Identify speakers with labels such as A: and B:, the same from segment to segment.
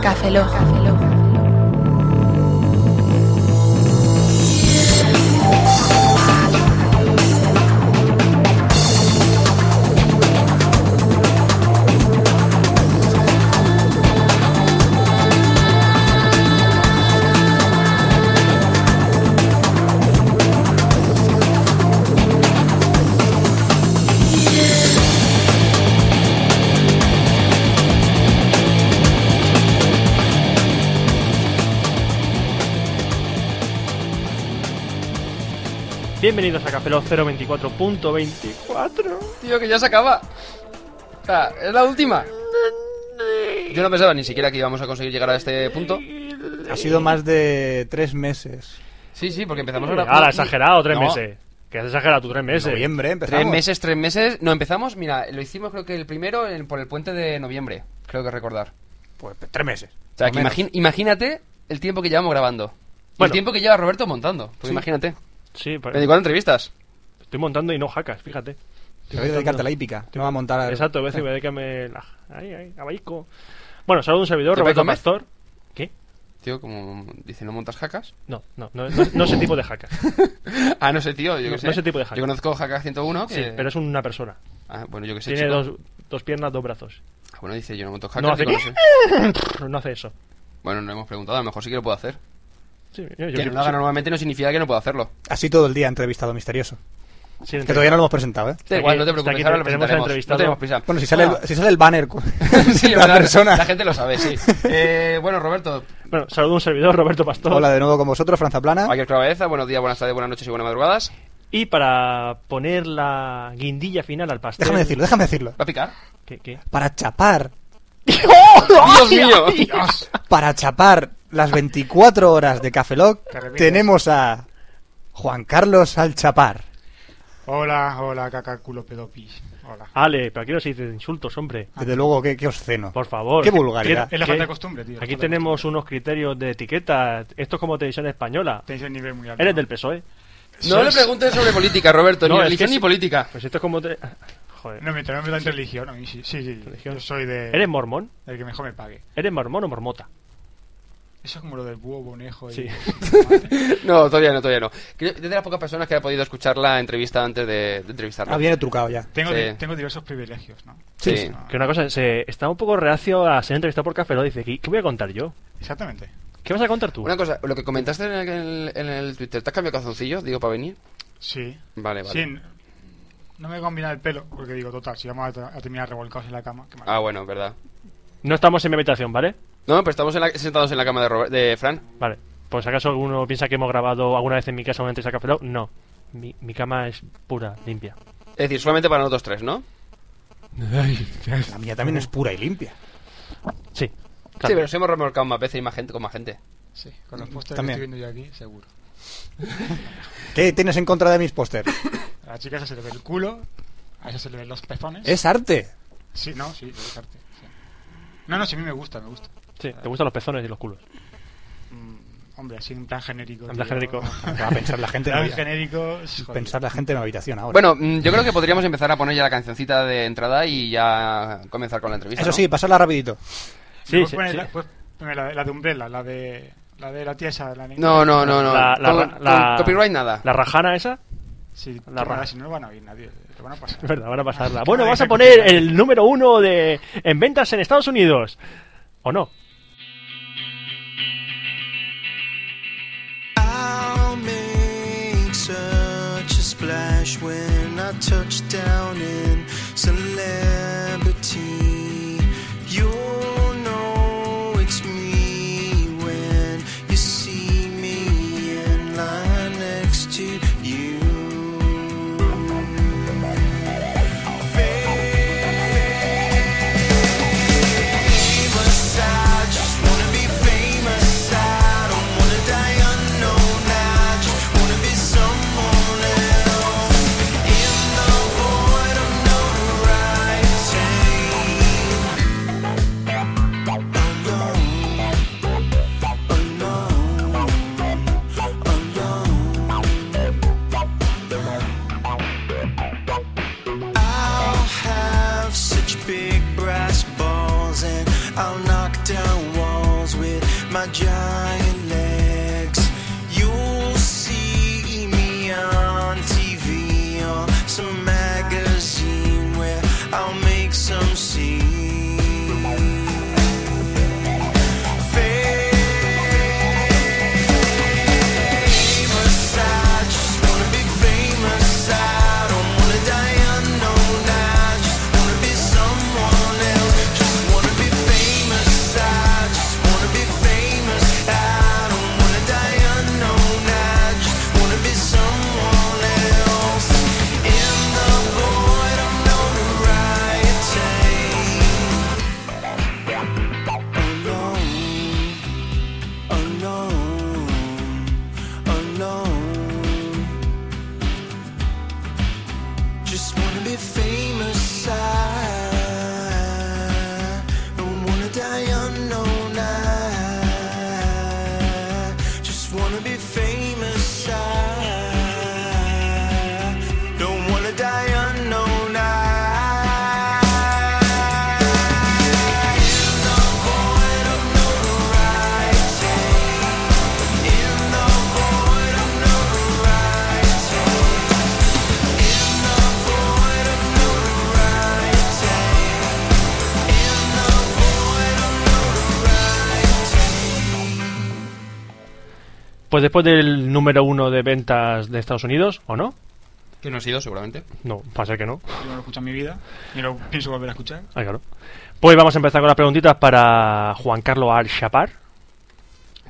A: Café Lock.
B: Bienvenidos a Café Lock 024.24.
C: Tío, que ya se acaba. O sea, es la última. Yo no pensaba ni siquiera que íbamos a conseguir llegar a este punto.
D: Ha sido más de tres meses.
C: Sí, sí, porque empezamos a grabar.
B: Ah, exagerado, tres
C: No.
B: meses. Que has exagerado tú tres meses.
D: Noviembre empezamos.
C: Tres meses, tres meses. No, empezamos, mira, lo hicimos creo que el primero en- por el puente de noviembre, creo que recordar.
D: Pues tres meses.
C: O sea,
D: Más
C: que
D: o menos.
C: imagín- imagínate el tiempo que llevamos grabando. Y
B: Bueno.
C: El tiempo que lleva Roberto montando. Pues
D: Sí.
C: imagínate.
B: Sí, pa-
C: 24 entrevistas.
B: estoy montando y no jacas, fíjate. Estoy
D: Te voy a dedicarte a la
B: montando.
D: hípica. Te va a montar. a-
B: Exacto, voy a decir, voy a dedicarme la... Ahí, ahí, a Baico. Bueno, saludo a un servidor,
C: ¿Te
B: Roberto
C: puede
B: Pastor. ¿Qué?
C: Tío, como dice, ¿no montas jacas?
B: No, no, no, no, no ese tipo de jacas.
C: Ah, no sé, tío. Yo
B: No-
C: qué sé.
B: no ese tipo de jaca.
C: Yo conozco Jaca 101. Que...
B: Sí, pero es una persona.
C: Ah, bueno, yo que sé.
B: Tiene
C: chico.
B: dos, dos piernas, dos brazos.
C: Ah, bueno, dice, yo no monto jacas.
B: No hace-
C: digo, sé.
B: No hace eso.
C: Bueno, no lo hemos preguntado. A lo mejor sí que lo puedo hacer.
B: Sí, yo- yo-
C: que
B: yo-
C: no lo haga
B: sí.
C: normalmente no significa que no pueda hacerlo.
D: Así todo el día entrevistado misterioso.
B: Sí,
D: Que todavía no lo hemos presentado, ¿eh?
C: Da
B: aquí-
C: igual, no te
B: está aquí,
C: preocupes, ahora lo
B: tenemos al
C: presentaremos.
B: entrevistado.
C: No tenemos prisa.
D: Bueno, si sale,
C: Bueno,
D: el, si sale el banner con
C: sí,
D: la
C: verdad,
D: persona.
C: La gente lo sabe, sí. Eh, bueno, Roberto,
B: Bueno, saludo a un servidor, Roberto Pastor.
D: Hola de nuevo con vosotros, Franza Plana.
C: Ayer Claveza, buenos días, buenas tardes, buenas noches y buenas madrugadas.
B: Y para poner la guindilla final al pastel.
D: Déjame decirlo, déjame decirlo.
C: ¿Va a picar?
B: ¿Qué, qué?
D: Para chapar,
C: ¡Dios mío! Dios.
D: para chapar las 24 horas de Café Lock,
B: Te repito.
D: tenemos a Juan Carlos al chapar.
E: Hola, hola, caca, culo, pedopis. Hola.
B: Ale, pero aquí no se dice insultos, hombre.
C: Ah.
D: Desde luego, qué, qué obsceno.
B: Por favor.
D: Qué vulgaridad.
E: Es la falta
B: ¿Qué?
E: de costumbre, tío.
B: Aquí tenemos unos criterios de etiqueta. Esto es como televisión española.
E: Tenéis el nivel muy alto.
B: Eres del PSOE.
C: No le preguntes sobre política, Roberto,
B: No,
C: ni
B: es
C: religión
B: que
C: ni
B: sí.
C: política.
B: Pues esto es como. te- Joder.
E: No eh. me no me dan religión. A mí sí, sí, sí.
B: Religión.
E: Yo soy de.
B: ¿Eres mormón?
E: El que mejor me pague.
B: ¿Eres mormón o mormota?
E: Eso es como lo del búho, bonejo. y-
B: Sí.
C: No, todavía no, todavía no. Creo que es de las pocas personas que ha podido escuchar la entrevista antes de, de entrevistarlo.
D: Ah, viene trucado ya.
E: Tengo,
C: Sí.
E: di- tengo diversos privilegios, ¿no?
C: Sí.
D: sí.
E: Ah,
B: Que una cosa, se está un poco reacio a ser entrevistado por Café Lock. Dice, ¿qué, qué voy a contar yo?
E: Exactamente.
B: ¿Qué vas a contar tú?
C: Una cosa, lo que comentaste en el, en el Twitter, ¿te has cambiado calzoncillos, digo, para venir?
E: Sí.
C: Vale, vale.
E: Sí, n- no me combina el pelo, porque digo, total, si vamos a, tra- a terminar revolcados en la cama. qué mal.
C: Ah, bueno, verdad.
B: No estamos en mi habitación, ¿vale?
C: No, pero estamos en la- sentados en la cama de, Robert- de Fran.
B: Vale. Por si acaso alguno piensa que hemos grabado alguna vez en mi casa una entrevista a Café Lock, no. Mi, mi cama es pura, limpia.
C: Es decir, solamente para nosotros tres, ¿no?
D: La mía también es pura y limpia.
B: Sí.
C: Sí,
B: claro.
C: pero si hemos remolcado más veces y más gente, con más gente.
E: Sí, con los pósteres que
D: También.
E: estoy viendo yo aquí, seguro.
D: ¿Qué tienes en contra de mis pósters?
E: A la chica esa se le ve el culo, a ella se le ven los pezones.
D: Es arte.
E: Sí, no, sí, es arte. sí. No, no, sí, a mí me gusta, me gusta.
B: Sí, te gustan los pezones y los culos.
E: Mm, Hombre, así en plan genérico.
B: En
E: tío.
B: plan genérico.
D: Va a pensar la gente en la
E: plan
D: habitación.
E: genérico. es- joder.
D: Pensar la gente en la habitación ahora.
C: Bueno, mm, yo creo que podríamos empezar a poner ya la cancioncita de entrada y ya comenzar con la entrevista.
D: Eso
C: ¿no?
D: sí, pasarla rapidito.
B: Sí,
E: Puedes
B: sí,
E: poner
B: sí.
E: La, puedes poner la, la de Umbrella, la de la, de la tía esa. La niña.
C: No, no, no, no.
B: La, la-
C: Con-
B: la-
C: con
B: la-
C: copyright nada.
B: ¿La rajana esa?
E: Sí, qué
B: la
E: mala,
B: ra-
E: si no lo van a oír nadie. Lo van a pasar.
B: Es verdad, van a
E: Ah,
B: pasarla.
E: qué
B: Bueno,
E: mala
B: vas a
E: idea que
B: poner
E: tenía.
B: el número uno de en ventas en Estados Unidos. ¿O no?
F: I'll make such a splash when I touch down in celebrity. You'll know it's me when you see me in line next to you. Famous, I just wanna be famous. I don't wanna die unknown. I just wanna be someone else. In the void of I'll have such big brass balls and I'll knock down walls. miles with my giant legs. You'll see me on TV or some magazine where I'll make some scene. Famous, I just wanna be famous. I don't wanna die unknown. I just wanna be someone else. Just wanna be famous. I just wanna be famous. I don't wanna die unknown. I just wanna be someone else. In the void of notoriety, alone alone, alone. Just wanna be famous. I don't wanna die unknown. I just wanna be famous. I don't wanna die unknown. I in the void of notoriety.
B: Pues después del número uno de ventas de Estados Unidos, ¿o no?
C: Que no ha sido, seguramente.
B: No, va a ser que no.
E: Yo no lo he escuchado en mi vida y lo pienso volver a escuchar.
B: Ah, claro. Pues vamos a empezar con las preguntitas para Juan Carlos Al-Shapar.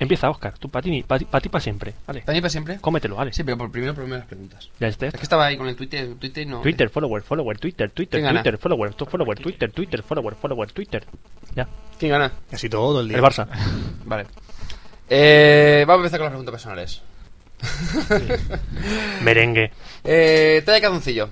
B: Empieza, Oscar. Tú, para ti, para ti para siempre. Vale.
C: ¿También para siempre?
B: Cómetelo, vale.
C: Sí, pero por primero, primero las preguntas.
B: Ya esté.
C: Es que estaba ahí con el Twitter, Twitter y no.
B: Twitter, follower, follower, Twitter, Twitter,
C: ¿Quién gana?
B: Twitter, follower, tu- follower, Twitter, Twitter, follower, follower, Twitter. Ya.
C: ¿Quién gana?
D: Casi todo el día.
B: El Barça.
C: Vale. Eh, vamos a empezar con las preguntas personales.
B: Merengue.
C: Eh, trae cadoncillo.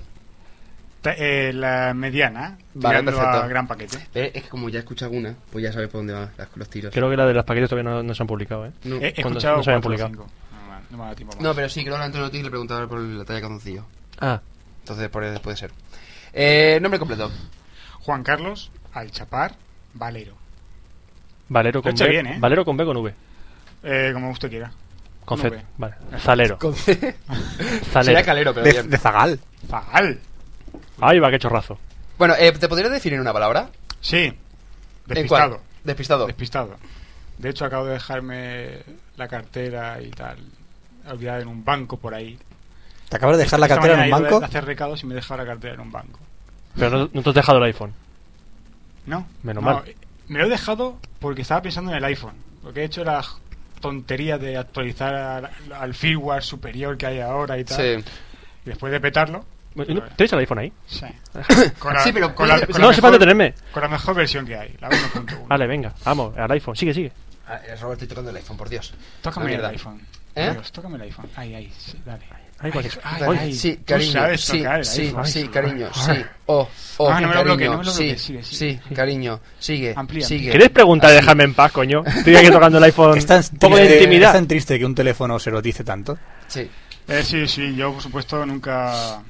E: Ta- eh, la mediana,
C: Vale,
E: tirando
C: perfecto.
E: a gran paquete.
C: Eh, es que como ya escuchas una, pues ya sabes por dónde van las- los tiros.
B: Creo que la de los paquetes todavía no, no se han publicado, ¿eh?
C: No.
E: He, he
B: Cuando
E: escuchado
B: no se habían
E: cuatro o
B: publicado.
E: cinco. No, no, no me ha dado tiempo más.
C: No, pero sí, creo que Antonio Ortiz le preguntaba por la talla cadoncillo.
B: Ah,
C: Entonces, por eso puede ser. Eh, nombre completo.
E: Juan Carlos, Alchapar, Valero.
B: Valero con
E: Lo he hecho
B: B.
E: bien, ¿eh?
B: Valero con B con V.
E: Eh, como usted quiera.
B: Con
E: Con
B: Z.
E: V.
B: Vale. Zalero.
C: Con C. Sería
B: Zalero.
C: calero, pero
D: De,
C: bien.
D: de Zagal.
E: Zagal.
B: Ahí va, qué chorrazo.
C: Bueno, eh, ¿te podrías definir en una palabra?
E: Sí.
C: ¿En cuál?
E: Despistado.
C: Despistado.
E: Despistado. De hecho, acabo de dejarme la cartera y tal. Olvidada en un banco por ahí.
D: Te acabas de dejar la
E: Esta
D: cartera en un
E: mañana he ido
D: banco.
E: a hacer recados y me he dejado la cartera en un banco.
B: Pero no, no te has dejado el iPhone.
E: No.
B: Menos
E: no,
B: mal.
E: eh, Me lo he dejado porque estaba pensando en el iPhone. Porque he hecho la tontería de actualizar al, al firmware superior que hay ahora y tal.
C: Sí.
E: Y después de petarlo. pues,
B: Bueno, ¿Tenéis el iPhone ahí?
E: Sí.
C: Sí, pero
E: con la,
C: puede-
E: con la
B: no, se
E: mejor,
B: falta tenerme.
E: con la mejor versión que hay, la 1.1.
B: Vale, venga, vamos, al iPhone. Sigue, sigue.
C: Ah, eh, Robert, estoy tocando el iPhone, por Dios.
E: Tócame
C: La
E: el
C: mierda.
E: iPhone.
C: ¿Eh?
E: Dios, tócame el iPhone. Ahí, ahí, sí, dale.
B: Ahí, cuál es.
E: ay,
C: Vale,
E: ay,
C: sí,
E: tú
C: cariño,
E: sabes
C: sí,
E: tocar el
C: sí,
E: iPhone.
C: sí,
E: Ay,
C: cariño,
E: ay.
C: sí, oh, oh,
E: Ah, no me lo
C: cariño,
E: bloquees, no me lo
C: sí,
E: bloquees, sigue, sigue.
C: sí, cariño, sigue,
E: Amplía,
C: sigue.
B: ¿Quieres preguntar y dejarme en paz, coño? Estoy aquí tocando el iPhone.
D: Es tan,
B: Un poco de
D: triste- es
B: intimidad.
D: tan triste que un teléfono se lo dice tanto.
C: Ah, Sí,
E: Eh, sí, sí, yo por supuesto nunca.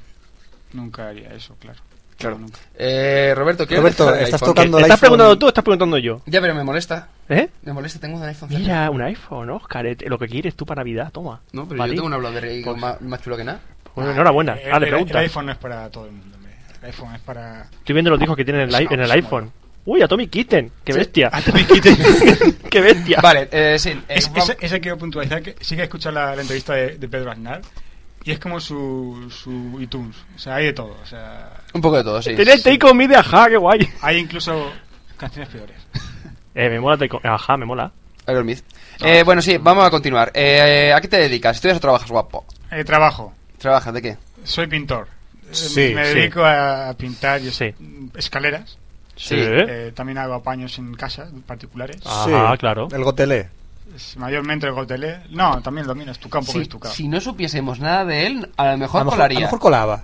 E: Nunca haría eso, claro.
C: claro.
E: Nunca.
C: Eh, Roberto, ¿quieres
D: Roberto,
C: dejar el
D: estás
C: iPhone?
D: tocando-
B: ¿Estás
D: el iPhone-
B: preguntando tú o estás preguntando yo?
C: Ya, pero me molesta,
B: ¿Eh?
C: me molesta, tengo un iPhone. cerca.
B: Mira, un iPhone, Oscar. eh, Lo que quieres tú para Navidad, toma.
C: No, pero
B: Vale.
C: yo tengo una BlackBerry
B: Pues-
C: más, más chulo que nada.
B: Bueno, enhorabuena.
E: Eh,
B: Dale,
E: el-
B: pregunta.
E: El iPhone no es para todo el mundo, hombre. El iPhone es para.
B: Estoy viendo los discos que tienen en el, i- en el iPhone. Uy, a Tommy Kitten. Qué
C: Sí.
B: bestia.
E: Atomic Kitten.
B: Qué bestia.
C: Vale, eh, sí, eh,
E: Es,
C: vamos-
E: ese, ese quiero puntualizar que sí que he escuchado la, la entrevista de, de Pedro Aznar y es como su, su iTunes. O sea, hay de todo. O sea,
C: un poco de todo, sí.
B: Tenía Take On Me de Ajá, qué guay.
E: hay incluso canciones peores.
B: Eh, me mola Take On- Ajá, me mola.
C: Aerosmith. Eh, bueno, sí, vamos a continuar. Eh, ¿A qué te dedicas? ¿Estudias o trabajas, guapo?
E: Eh, trabajo.
C: ¿Trabajas de qué?
E: Soy pintor. Eh,
D: Sí,
E: me
D: sí.
E: dedico a pintar y
B: Sí.
E: escaleras. Eh, también hago apaños en casas particulares.
B: Ajá, claro.
D: El gotele.
E: Es Mayormente el gotelé. No, también lo mío es tu campo, que
C: Si,
E: es tu campo.
C: si no supiésemos nada de él, a lo mejor
D: A lo mejor, a
C: colaría.
D: lo mejor colaba.
C: ¿A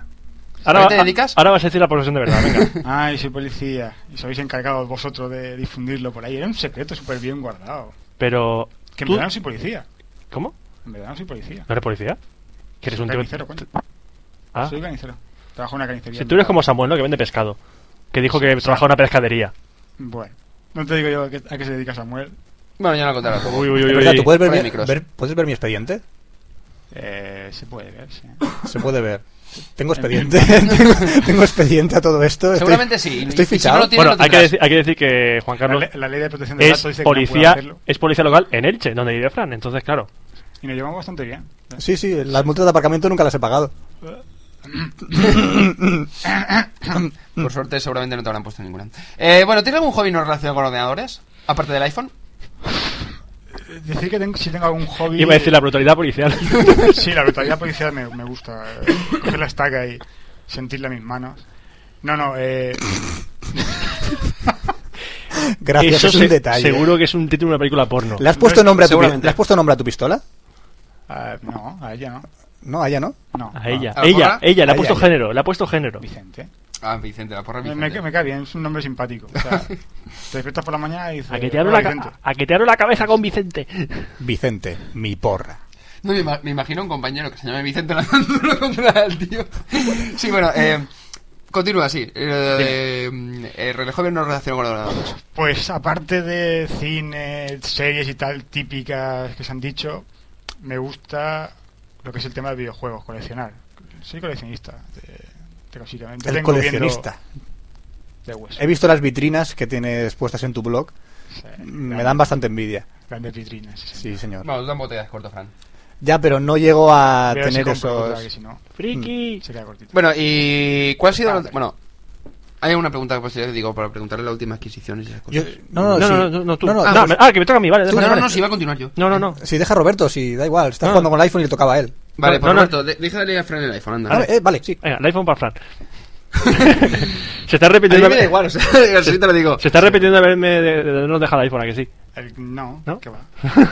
B: Ahora,
C: qué te dedicas?
B: ahora vas a decir la profesión de verdad, venga.
E: Ay, Ah, soy policía. Y os habéis encargado vosotros de difundirlo por ahí. Era un secreto súper bien guardado.
B: Pero.
E: Que en
B: ¿tú-
E: verdad no soy policía.
B: ¿Cómo?
E: En verdad no soy policía.
B: ¿No eres policía? ¿Que eres un tío?
E: carnicero, coño.
B: Ah.
E: Soy carnicero. Trabajo en una carnicería.
B: Si tú eres como Samuel, ¿no? Que vende pescado. Que dijo que trabajaba en una pescadería.
E: Bueno, no te digo yo a qué, a qué se dedica Samuel.
C: Bueno, ya no contará todo.
B: Uy, uy, uy,
D: Es verdad,
B: uy.
D: ¿tú puedes ver,
C: Vaya
D: mi,
C: micros.
D: ver- ¿puedes ver mi expediente?
E: Eh, se puede ver, sí.
D: Se puede ver. Tengo expediente. tengo, tengo expediente a todo esto. Estoy-
C: Seguramente sí.
D: Estoy
C: Y si
D: fichado.
C: no lo tienes,
B: Bueno,
C: lo
B: hay que,
C: tendrás.
B: decir, hay que decir que Juan
E: La,
B: Carlos
E: le- la ley de protección de datos
B: es
E: dice que no puedo
B: policía,
E: hacerlo.
B: es policía local en Elche, donde vive Fran. Entonces, claro,
E: Y nos llevamos bastante bien.
D: Sí, sí, las multas de aparcamiento nunca las he pagado.
C: Por suerte, seguramente no te habrán puesto ninguna. Eh, bueno, ¿tienes algún hobby no relacionado con ordenadores? Aparte del iPhone.
E: Decir que tengo, si tengo algún hobby.
B: iba a decir la brutalidad policial.
E: Sí, la brutalidad policial me, me gusta. eh, Coger la estaca y sentirla en mis manos. No, no, eh,
D: Gracias,
B: Eso
D: es un
B: se-
D: detalle. ¿eh?
B: Seguro que es un título de una película porno.
D: ¿Le has puesto
E: No,
D: nombre a tu, pi-
C: seguramente.
D: ¿Le has puesto nombre a tu pistola?
E: ah, no, a ella no.
D: No, a ella no.
E: no
B: A
E: no.
B: ella,
C: ¿A
B: ella,
C: Borja?
B: ella, le ha
D: A
B: puesto
D: ella.
B: género, le ha puesto género.
E: Ah. Vicente.
C: Ah, Vicente, la porra
E: Me,
C: Vicente.
E: me ca- me cae bien, es un nombre simpático. O sea, te despiertas por la mañana y dices.
B: A que te abro
E: "Hola,
B: la,
E: Vicente".
B: ca- a que te abro la cabeza con Vicente.
D: Vicente, mi porra.
C: No, me, ima- me imagino un compañero que se llame Vicente lanzándolo contra el tío. Sí, bueno, eh, continúa así. Eh, eh, el joven no relacionado con ordenadores.
E: Pues aparte de cine, series y tal típicas que se han dicho, me gusta lo que es el tema de videojuegos, coleccionar. Soy coleccionista, de, de básicamente.
D: El
E: Tengo viendo
D: coleccionista.
E: de hueso.
D: He visto las vitrinas que tienes puestas en tu blog.
E: O sea,
D: Me
E: gran-
D: dan bastante envidia.
E: Grandes vitrinas. sí,
D: Sí, señor.
C: Bueno, tú tampoco te das corto, Fran.
D: Ya, pero no llego a
E: Veo si
D: tener
E: compro otra, que
D: esos.
E: si no,
B: Friki.
E: se queda cortito.
C: Bueno, ¿y cuál ha sido la...
E: Vale.
C: Bueno, hay una pregunta que pues, yo digo para preguntarle la última adquisición y esas
D: Yo-
C: cosas.
D: no, no,
B: No,
D: sí.
B: no, no, no, tú.
D: No, no,
B: Ah,
D: pues-
B: me- ah, que me toca a mí, vale.
C: No,
B: vale,
C: no,
B: vale.
C: no, si iba a continuar yo.
B: no, no, no.
D: Si deja a Roberto, sí, da igual.
E: Ah.
D: Estás
B: No.
D: jugando con el iPhone y le tocaba a él.
C: Vale,
B: No,
C: por
B: no, no.
C: Roberto, de- deja de leer a Fran el iPhone, anda.
D: Ah, eh, vale, sí.
B: Venga, el iPhone para Fran. se está
C: A mí
B: repitiendo.
C: me da igual, o sea, así te lo digo.
B: Se está repitiendo a verme de, de- de no dejar el iPhone, a que sí.
E: El- no,
B: ¿No?
E: que va.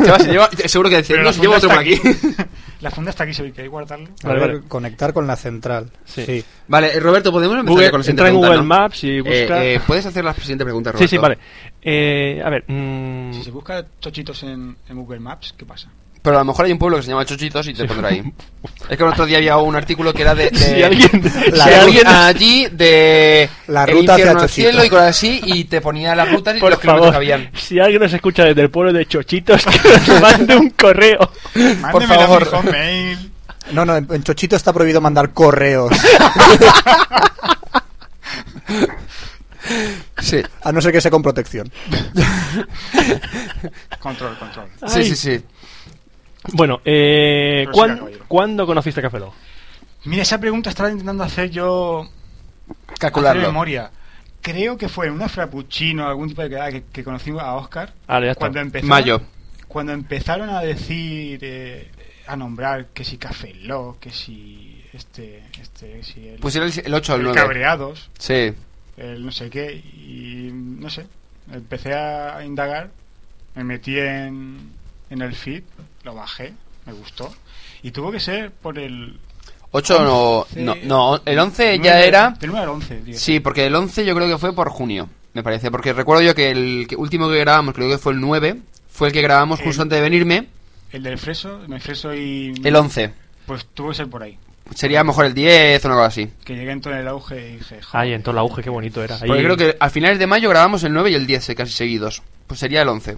C: Chaval, se lleva- seguro que decía,
E: Pero
C: no,
E: la
C: se lleva
E: funda
C: otro por aquí.
E: está La funda está aquí, si queréis guardarlo.
D: A
B: Vale,
D: ver,
B: vale.
D: Conectar con la central.
B: Sí.
D: Sí.
C: Vale, eh, Roberto, podemos empezar
B: Google-
C: ya con la siguiente
B: entra en
C: pregunta,
B: Google
C: ¿no?
B: Maps y busca-
C: Eh, eh, Puedes hacer la siguiente pregunta, Roberto.
B: Sí, sí, vale. Eh, a ver. mm,
E: Si se busca chochitos en, en Google Maps, ¿qué pasa?
C: Pero a lo mejor hay un pueblo que se llama Chochitos y te pondrá ahí. Es que el otro día había un artículo que era de. de-
B: Si alguien.
D: La
C: si
B: si
D: ruta-
C: alguien
B: alguien
C: allí de.
D: La
C: el
D: ruta hacia
C: infierno al
D: Chochitos.
C: cielo y cosas así y te ponía las rutas y
B: Por
C: los kilómetros que
B: favor,
C: habían.
B: si alguien nos escucha desde el pueblo de Chochitos, que nos mande un correo.
E: Mándemelo
C: favor.
E: a mi hotmail.
D: No, no, en en Chochito está prohibido mandar correos.
C: Sí,
D: A no ser que sea con protección.
E: Control, control.
C: sí,
B: Ay.
C: sí, sí.
B: Bueno, eh,
E: Pero
B: ¿cuán-
E: siga, caballero.
B: ¿cuándo conociste a Café Lock?
E: Mira, esa pregunta estaba intentando hacer yo hacer
C: Calcularlo.
E: memoria. Creo que fue en una frappuccino o algún tipo de quedada que, que conocí a Oscar.
B: Vale, Ah, ya está.
E: Cuando empezaron,
C: Mayo.
E: Cuando empezaron a decir, eh, a nombrar que si Café Lock, que si este, este, que si el,
C: Pusieron el, el 8 al
E: el
C: 9.
E: Cabreados,
C: Sí.
E: el no sé qué, y no sé. Empecé a indagar, me metí en, en el feed, lo bajé, me gustó. Y tuvo que ser por el.
C: 8 no,
E: once-
C: Oh, no. No, el 11 ya
E: nueve-
C: era.
E: Del 9 al 11, tío.
C: Sí, porque el 11 yo creo que fue por junio, me parece. Porque recuerdo yo que el que- último que grabamos, creo que fue el 9, fue el que grabamos justo
E: El-
C: antes de venirme.
E: El del Freso, el Freso y.
C: El 11.
E: Pues tuvo que ser por ahí.
C: Sería a lo mejor el 10 o una cosa así.
E: Que llegué en todo el auge y dije, joder.
B: Ay, en todo el auge, qué bonito era. Ahí-
C: Porque creo que a finales de mayo grabamos el 9 y el 10 eh, casi seguidos. Pues sería el 11.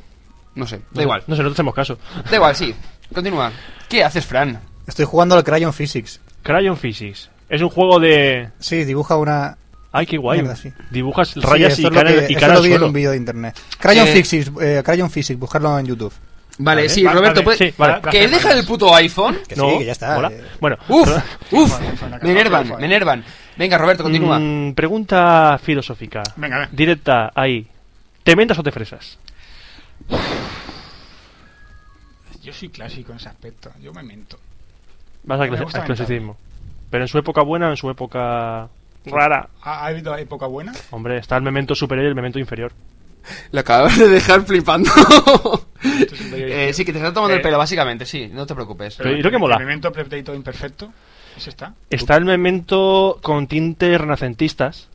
C: No sé,
B: No,
C: da igual.
B: No sé, no te hacemos caso.
C: Da igual, sí. Continúa. ¿Qué haces, Fran?
D: Estoy jugando al Crayon Physics.
B: Crayon Physics. Es un juego de.
D: Sí, dibuja una.
B: Ay, qué guay.
D: Mierda, sí.
B: Dibujas
D: Sí,
B: rayas
D: esto
B: y
D: es lo
B: caras
D: que-
B: y
D: esto
B: caras
D: lo vi en
B: solo.
D: un vídeo de internet. Crayon
C: Eh,
D: Physics, eh, Crayon Physics, buscarlo en YouTube.
C: Vale,
E: Vale,
C: sí,
E: va-
C: Roberto,
E: vale,
C: ¿puedes-
B: sí, vale.
C: ¿queréis
E: Gracias,
C: dejar el puto iPhone?
D: Que
B: No,
D: sí, que ya está.
B: hola.
D: eh.
B: Bueno,
C: Uf, uf.
E: Fue- fue la
C: Me
E: cagada,
C: enervan,
E: fue-
C: me enervan. Venga, Roberto, continúa.
B: Mm, pregunta filosófica.
E: Venga, a ver.
B: Directa ahí. ¿Te mentas o te fresas?
E: Yo soy clásico en ese aspecto. Yo me mento.
B: Vas al,
E: Me
B: clasi-
E: gusta
B: al
E: mentar.
B: clasicismo. Pero en su época buena o en su época rara.
E: ¿Ha, ha habido época buena?
B: Hombre, está el memento superior y el memento inferior.
C: Lo acabas de dejar flipando.
E: Esto es un periodo
C: Eh, sí, que te está tomando el
E: Eh,
C: pelo, básicamente, sí, no te preocupes.
B: Pero- ¿y lo que mola? Eh.
E: El elemento pretérito imperfecto. Ese está.
B: Está el memento con tintes renacentistas.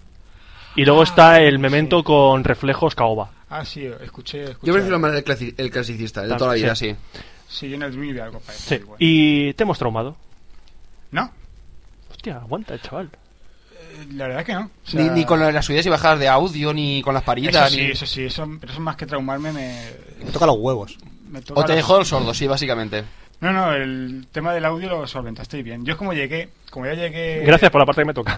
B: Y luego
E: Ah,
B: está el memento
E: sí.
B: con reflejos caoba.
E: Ah, sí, escuché. escuché
C: Yo prefiero más el, clasi- el clasicista, el de toda la vida, sí.
E: Sí, yo en el Dream vi algo para
B: Sí. ¿Y te hemos traumado?
E: No.
B: Hostia, aguanta, chaval.
E: Eh, La verdad es que no. O sea,
C: Ni, ni con las subidas y bajadas de audio, ni con las
E: Eso
C: paridas.
E: sí,
C: ni...
E: eso sí, eso, pero eso más que traumarme me,
D: Me toca los huevos.
E: me toca
C: O te
E: la-
C: dejó el sordo, sí, básicamente.
E: No, no, el tema del audio lo solventaste bien. Yo es como llegué, como ya llegué...
B: Gracias por la parte que me toca.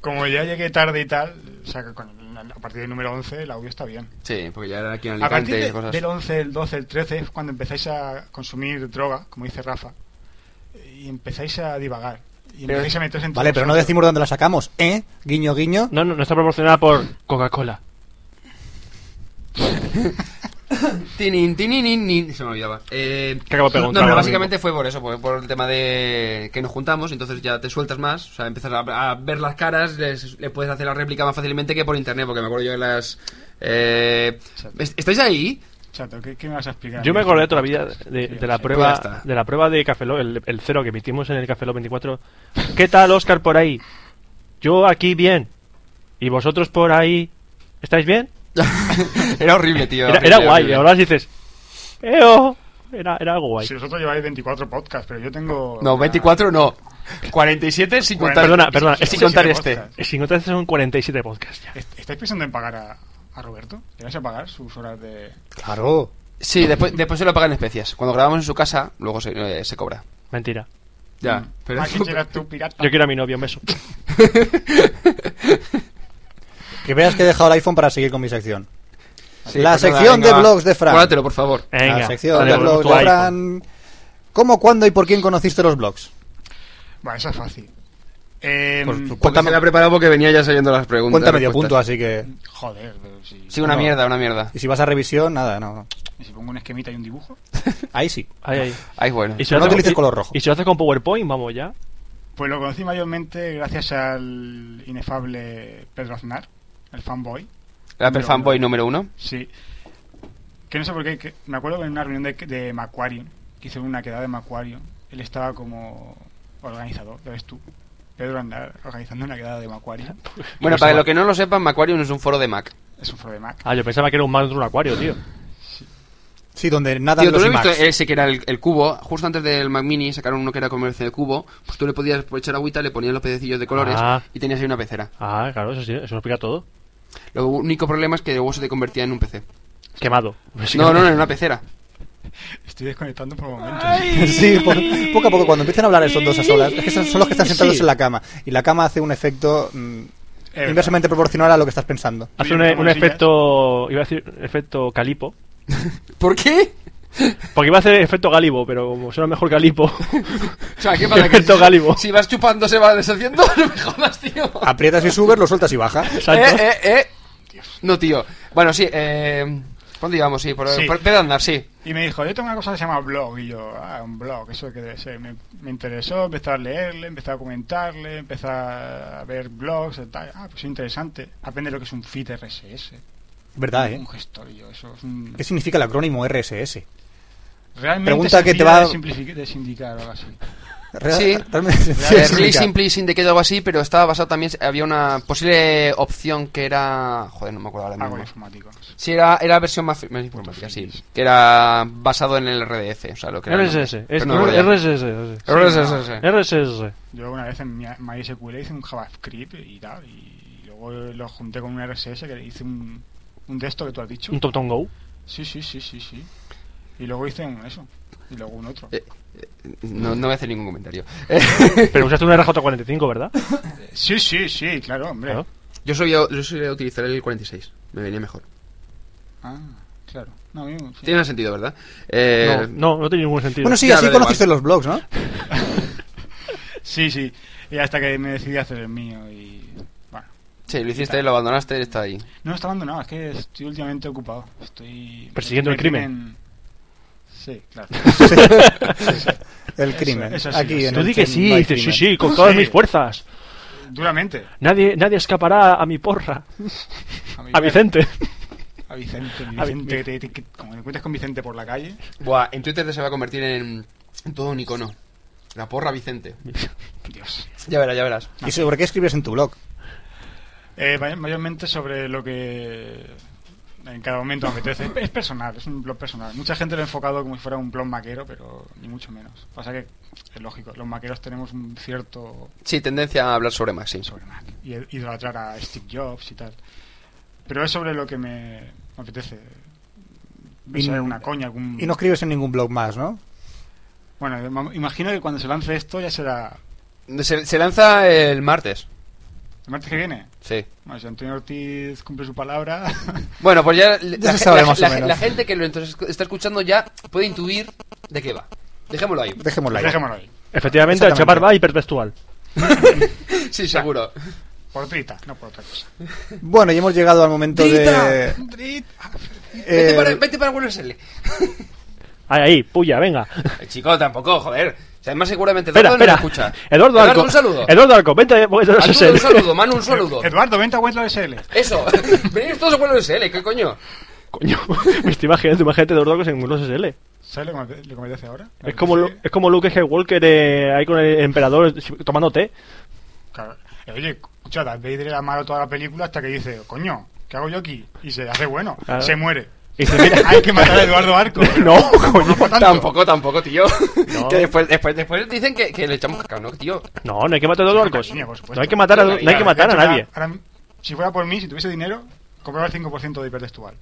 E: Como ya llegué tarde y tal, o sea, que con- a partir del número 11 el audio está bien.
C: Sí, porque ya era aquí en
E: A
C: Alicante
E: partir
C: y
E: de-
C: cosas.
E: del 11, el 12, el 13 es cuando empezáis a consumir droga, como dice Rafa, y empezáis a divagar. Y
C: Pero-
E: empezáis a meterse en
D: Vale, pero no decimos dónde la sacamos, ¿eh? Guiño, guiño.
B: No, no, no está proporcionada por Coca-Cola.
C: Tinin, tininin, nin. Se me olvidaba. Eh,
B: Que acabo de pegar un trago
C: no, pero
B: ahora
C: básicamente fue por eso, por, por el tema de que nos juntamos, entonces ya te sueltas más, o sea, empiezas a, a ver las caras, les- le puedes hacer la réplica más fácilmente que por internet, porque me acuerdo yo de las... eh, ¿est- ¿Estáis ahí?
E: Chato, ¿qué, qué me vas a explicar?
B: Yo me acordé toda la vida de,
E: Sí,
B: de la
C: ya
E: sí.
B: prueba
C: está.
B: de la prueba de Café Lock, el, el cero que emitimos en el Café Lock 24. ¿Qué tal, Oscar, por ahí? Yo aquí bien. ¿Y vosotros por ahí? ¿Estáis bien?
C: era horrible, tío.
B: Era,
C: horrible,
B: era guay.
C: horrible.
B: y ahora dices, ¡Eo! Era, era algo guay.
E: Si vosotros lleváis 24 podcasts, pero yo tengo...
C: No, 24 no. 47 sin
E: Bueno,
C: contar...
B: Perdona, perdona,
C: sin
B: es-
C: contar
E: sí,
C: este.
E: podcast.
B: Sin contar, son 47 podcasts ya.
E: ¿Est- ¿Estáis pensando en pagar a, a Roberto? ¿Le vais a pagar sus horas de...?
D: Claro.
C: Sí, después, después se lo pagan en especias. Cuando grabamos en su casa, luego se, eh, se cobra.
B: Mentira.
C: Ya, Ah, pero...
E: ¿A quién llegas tú, pirata?
B: Yo quiero a mi novio, un beso.
D: Que veas que he dejado el iPhone para seguir con mi sección.
C: Sí,
D: La
C: pues nada,
D: sección de
C: va.
D: blogs de Fran.
C: Guárdatelo, por favor.
B: Venga,
D: la sección
B: dale,
D: de
B: volvemos
D: blogs
B: tu
D: de
B: iPhone.
D: Fran. ¿Cómo, cuándo y por quién conociste los blogs?
E: Bueno, eso es fácil. Em,
D: Por supuesto.
C: Porque
D: Cuéntame-
C: se la ha preparado porque venía ya saliendo las preguntas.
D: Cuenta medio punto,
C: respuestas.
D: así que.
E: joder, pero si,
C: Sí, una
D: No.
C: mierda, una mierda.
D: Y si vas a revisión, nada, no.
E: ¿y si pongo un esquemita y un dibujo,
D: Ahí sí.
B: Ahí, ahí.
C: Ay, bueno.
B: Y si
D: No
B: lo haces-
D: utilices
B: y-
D: color rojo.
B: Y si lo haces con PowerPoint, vamos ya.
E: Pues lo conocí mayormente gracias al inefable Pedro Aznar, el fanboy.
C: El Apple
E: Número
C: Fanboy
E: uno.
C: número uno.
E: Sí. Que no sé por qué. que me acuerdo que en una reunión de, de Macquarie, que hicieron una quedada de Macquarie, él estaba como organizador, ya ves tú. Pedro Aznar organizando una quedada de Macquarie.
C: Bueno,
B: se
C: para
B: llama?
C: lo que no lo sepan, Macquarium es un foro de Mac.
E: Es un foro de Mac.
B: Ah, yo pensaba que era un man de un acuario, tío.
D: Sí, donde nada
C: Tío,
D: de
C: tú
D: los
C: lo has visto
D: iMacs.
C: ese que era el, el cubo. Justo antes del Mac Mini sacaron uno que era comercio de cubo. Pues tú le podías echar agüita, le ponías los pedacillos de colores
B: Ah.
C: y tenías ahí una pecera.
B: Ah, claro, eso sí, eso lo explica todo.
C: Lo único problema es que luego se te convertía en un PC.
B: Quemado.
C: No, no, no, en una pecera.
E: Estoy desconectando por momentos.
D: Sí, por- poco a poco, cuando empiezan a hablar esos dos a solas, es que son, son los que están sentados en la cama. Y la cama hace un efecto mm,
E: verdad.
D: inversamente proporcional a lo que estás pensando.
B: Hace un,
E: Bien,
B: un
E: bolsillas.
B: efecto. Iba a decir efecto calipo.
C: ¿Por qué?
B: Porque iba a hacer efecto galibo, pero como suena mejor calipo.
C: O sea, ¿qué pasa? Que
B: Efecto
C: si-
B: Gálibo.
C: Si vas chupando se va deshaciendo, no me jodas, tío.
D: Aprietas y subes, lo sueltas y baja.
B: Exacto.
C: Eh, eh, eh. No, tío. Bueno, sí, eh. ¿Cuándo íbamos? Sí, por,
E: Sí.
C: por- Pedro Aznar, sí.
E: Y me dijo, yo tengo una cosa que se llama blog. Y yo, ah, un blog, eso que debe ser. Me, me interesó, empecé a leerle, empecé a comentarle, empecé a ver blogs, y tal. Ah, pues es interesante. Aprende lo que es un feed RSS.
D: ¿Verdad, eh?
E: Un gestor, y yo, eso es un...
D: ¿Qué significa el acrónimo RSS?
E: Realmente
D: Pregunta
E: se
D: que te
E: fía
D: va-
E: de, simplific- de sindicar o algo así.
D: Real-
C: Sí.
D: realmente-
E: Real-
D: sí,
C: Eh,
D: sí,
C: Really
D: sí.
C: Simply Syndicate o algo así, pero estaba basado también. Había una posible opción que era. Joder, no me acuerdo ahora
E: Algo
C: mismo.
E: informático.
C: Sí, era, era la versión más, más informática, sí. Que era basado en el RDF, o sea, lo que era.
B: RSS.
C: Pero
B: Es,
C: no me acuerdo ya.
B: RSS.
C: RSS.
B: RSS.
E: Yo una vez en mi- MySQL hice un JavaScript y tal, y luego lo junté con un RSS que hice un, un de esto que tú has dicho.
B: Un Tom Tom Go.
E: Sí, sí, sí, sí, sí. Y luego hice un eso. Y luego un otro.
C: Eh, No, no voy a hacer ningún comentario.
B: Pero usaste un RJ45, ¿verdad?
E: Sí, sí, sí, claro, hombre.
B: Claro.
C: yo, solía, yo solía utilizar el 46, me venía mejor.
E: Ah, claro. No, a mí me- sí.
C: Tiene sentido, ¿verdad? Eh,
B: No, no, no tiene ningún sentido.
D: Bueno, sí,
C: Ya,
D: así
C: da igual.
D: conociste los blogs, ¿no?
E: sí, sí. Y hasta que me decidí a hacer el mío y... Bueno.
C: Sí, lo hiciste, lo abandonaste, está ahí.
E: No, está abandonado, es que estoy últimamente ocupado. Estoy...
B: Persiguiendo el
E: me
B: crimen.
E: tienen- Sí, claro.
D: El
E: Eso-
D: crimen.
E: eso sí,
D: Aquí
E: eso
D: en
B: Tú
D: el
B: di que
D: Chen
B: sí,
D: no hay
B: dices, sí,
D: crimen.
B: sí, con todas
E: Sí.
B: mis fuerzas.
E: Duramente.
B: Nadie, nadie escapará a mi porra.
E: mi
B: A Vicente.
E: A Vicente,
B: A
E: Vicente,
B: Vic-
E: que te- que- como te encuentres con Vicente por la calle,
C: Buah, en Twitter se va a convertir en, en todo un icono. La porra Vicente.
E: Dios.
C: Ya verás, ya verás.
D: ¿Y sobre qué escribes en tu blog?
E: Eh, may- mayormente sobre lo que en cada momento me apetece. Es, es personal, es un blog personal. Mucha gente lo ha enfocado como si fuera un blog maquero, pero ni mucho menos. Pasa que es lógico, los maqueros tenemos un cierto
C: Sí, tendencia a hablar sobre Max, sí.
E: sobre Mac y e- idolatrar a Steve Jobs y tal. Pero es sobre lo que me me apetece.
D: Y-
E: Echar una coña, algún...
D: Y no escribes en ningún blog más, ¿no?
E: Bueno, ima- imagino que cuando se lance esto ya será
C: Se, se lanza el martes,
E: el martes que viene.
C: sí.
E: Bueno, si Antonio Ortiz cumple su palabra,
C: Bueno, pues ya, la,
D: se sabe
C: la-
D: más o
C: la-
D: menos.
C: la gente que lo entonces está escuchando ya puede intuir de qué va. Dejémoslo ahí.
D: Dejémoslo ahí.
E: dejémoslo ahí.
B: Efectivamente, el
D: Exactamente.
B: chaval va hipertextual.
C: Sí, seguro.
E: Por trita, no por otra cosa.
D: Bueno, y hemos llegado al momento
B: Eh,
D: de.
E: Ah,
C: Vete,
D: eh,
C: para, vete para WSL.
B: Ahí, ahí, puya, venga.
C: El chico tampoco, joder. O sea, además seguramente
B: Espera,
C: Eduardo no lo
B: espera.
C: escucha.
B: Eduardo Arco.
C: un saludo.
B: Eduardo Arco, vente. vente,
C: Arturo,
B: vente.
C: un saludo. Manu, un saludo.
E: Eduardo, vente a Wendlo SL.
C: Eso. Venid todos a WSL, ¿qué coño?
B: Coño, me estoy imaginando, imagínate Eduardo Arco en unos SL.
E: ¿Sabes lo que lo que me hace ahora?
B: Es como, Lu- es como Luke Skywalker eh, ahí con el emperador eh, tomando té.
E: Claro. Eh, Oye, escucha, Darth Vader era malo toda la película hasta que dice, coño, ¿qué hago yo aquí? Y se hace bueno,
B: Claro.
E: se muere.
B: Y dice, mira,
E: Hay que matar a Eduardo Arco.
B: No, coño.
E: por tanto.
C: Tampoco, tampoco, tío.
B: No.
C: Que después, después, después dicen que, que le echamos cacao, ¿no, tío?
B: No, no hay que matar a Eduardo Arco.
E: Coño, por supuesto.
B: No hay que matar a, no hay que matar a
E: De hecho,
B: nadie.
E: ahora- ahora, si fuera por mí, si tuviese dinero, compraba el 5% de hipertextual.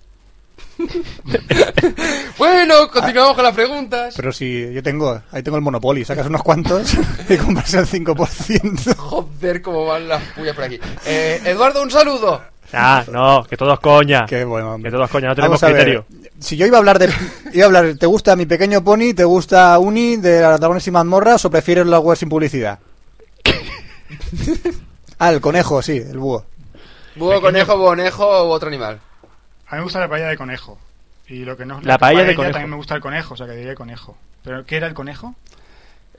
C: Bueno, continuamos con las preguntas.
D: Pero si yo tengo, ahí tengo el Monopoly, sacas unos cuantos y compras el 5%.
C: Joder, cómo van las puyas por aquí. Eh, Eduardo, un saludo.
B: Ah, no, que todos coña.
D: Qué bueno, hombre.
B: Que todos coña, no tenemos
D: Vamos a ver,
B: criterio.
D: Si yo iba a hablar de. Iba a hablar, ¿te gusta mi pequeño pony? ¿Te gusta Uni de las dragones y mazmorras o prefieres la web sin publicidad? ah, el conejo, sí, el búho.
C: Búho, conejo, bonejo u otro animal.
E: A mí me gusta la paella de conejo. Y lo que no
B: La paella de conejo.
E: también me gusta el conejo, o sea que diría conejo. ¿Pero qué era el conejo?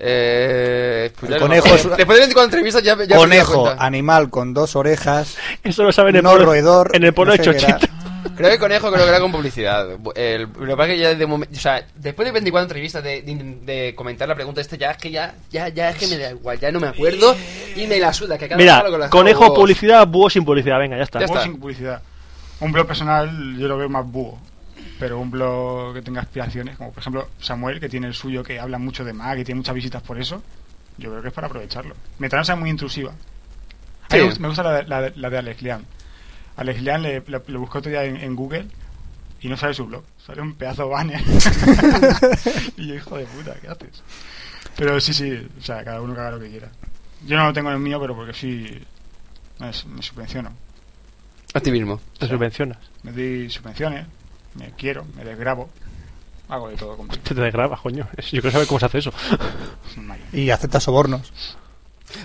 C: Eh, pues
D: El
C: ya no me
D: conejo
C: acuerdo.
D: es una-
C: Después de 24 entrevistas ya, ya me he dado
D: conejo,
C: cuenta.
D: animal con dos orejas.
B: Eso lo saben en el
D: No,
B: pueblo-
D: roedor,
B: En el pueblo
D: no
B: de
D: sé qué era.
B: Chochita.
C: Creo que conejo creo que era con publicidad. El, lo que pasa es que ya de momen- o sea, después de 24 entrevistas de, de- de comentar la pregunta esta, ya es que ya, ya, ya es que me da igual, ya no me acuerdo y me la suda. Que cada
B: Mira,
C: palo que lo hacemos
B: conejo
C: vos.
B: publicidad, búho sin publicidad. Venga, ya está.
C: Ya
E: Búho
C: está.
E: sin publicidad. Un blog personal yo lo veo más búho. Pero un blog que tenga aspiraciones, como por ejemplo Samuel, que tiene el suyo, que habla mucho de Mac y tiene muchas visitas por eso, yo creo que es para aprovecharlo. Me sea muy intrusiva. A
C: Sí.
E: mí me gusta- me gusta la de, la de- la de Alex Lian. Alex Lian le, le- lo buscó otro día en, en Google y no sale su blog. Sale un pedazo de banner. y yo, hijo de puta, ¿qué haces? Pero sí, sí, o sea, cada uno que haga lo que quiera. Yo no lo tengo en el mío, pero porque sí me, me subvenciono.
C: Activismo.
B: Te subvencionas.
E: Me doy subvenciones, me quiero, me desgrabo, hago de todo como
B: Te desgrabas, coño. Yo quiero saber cómo se hace eso.
E: un mayo.
D: Y acepta sobornos.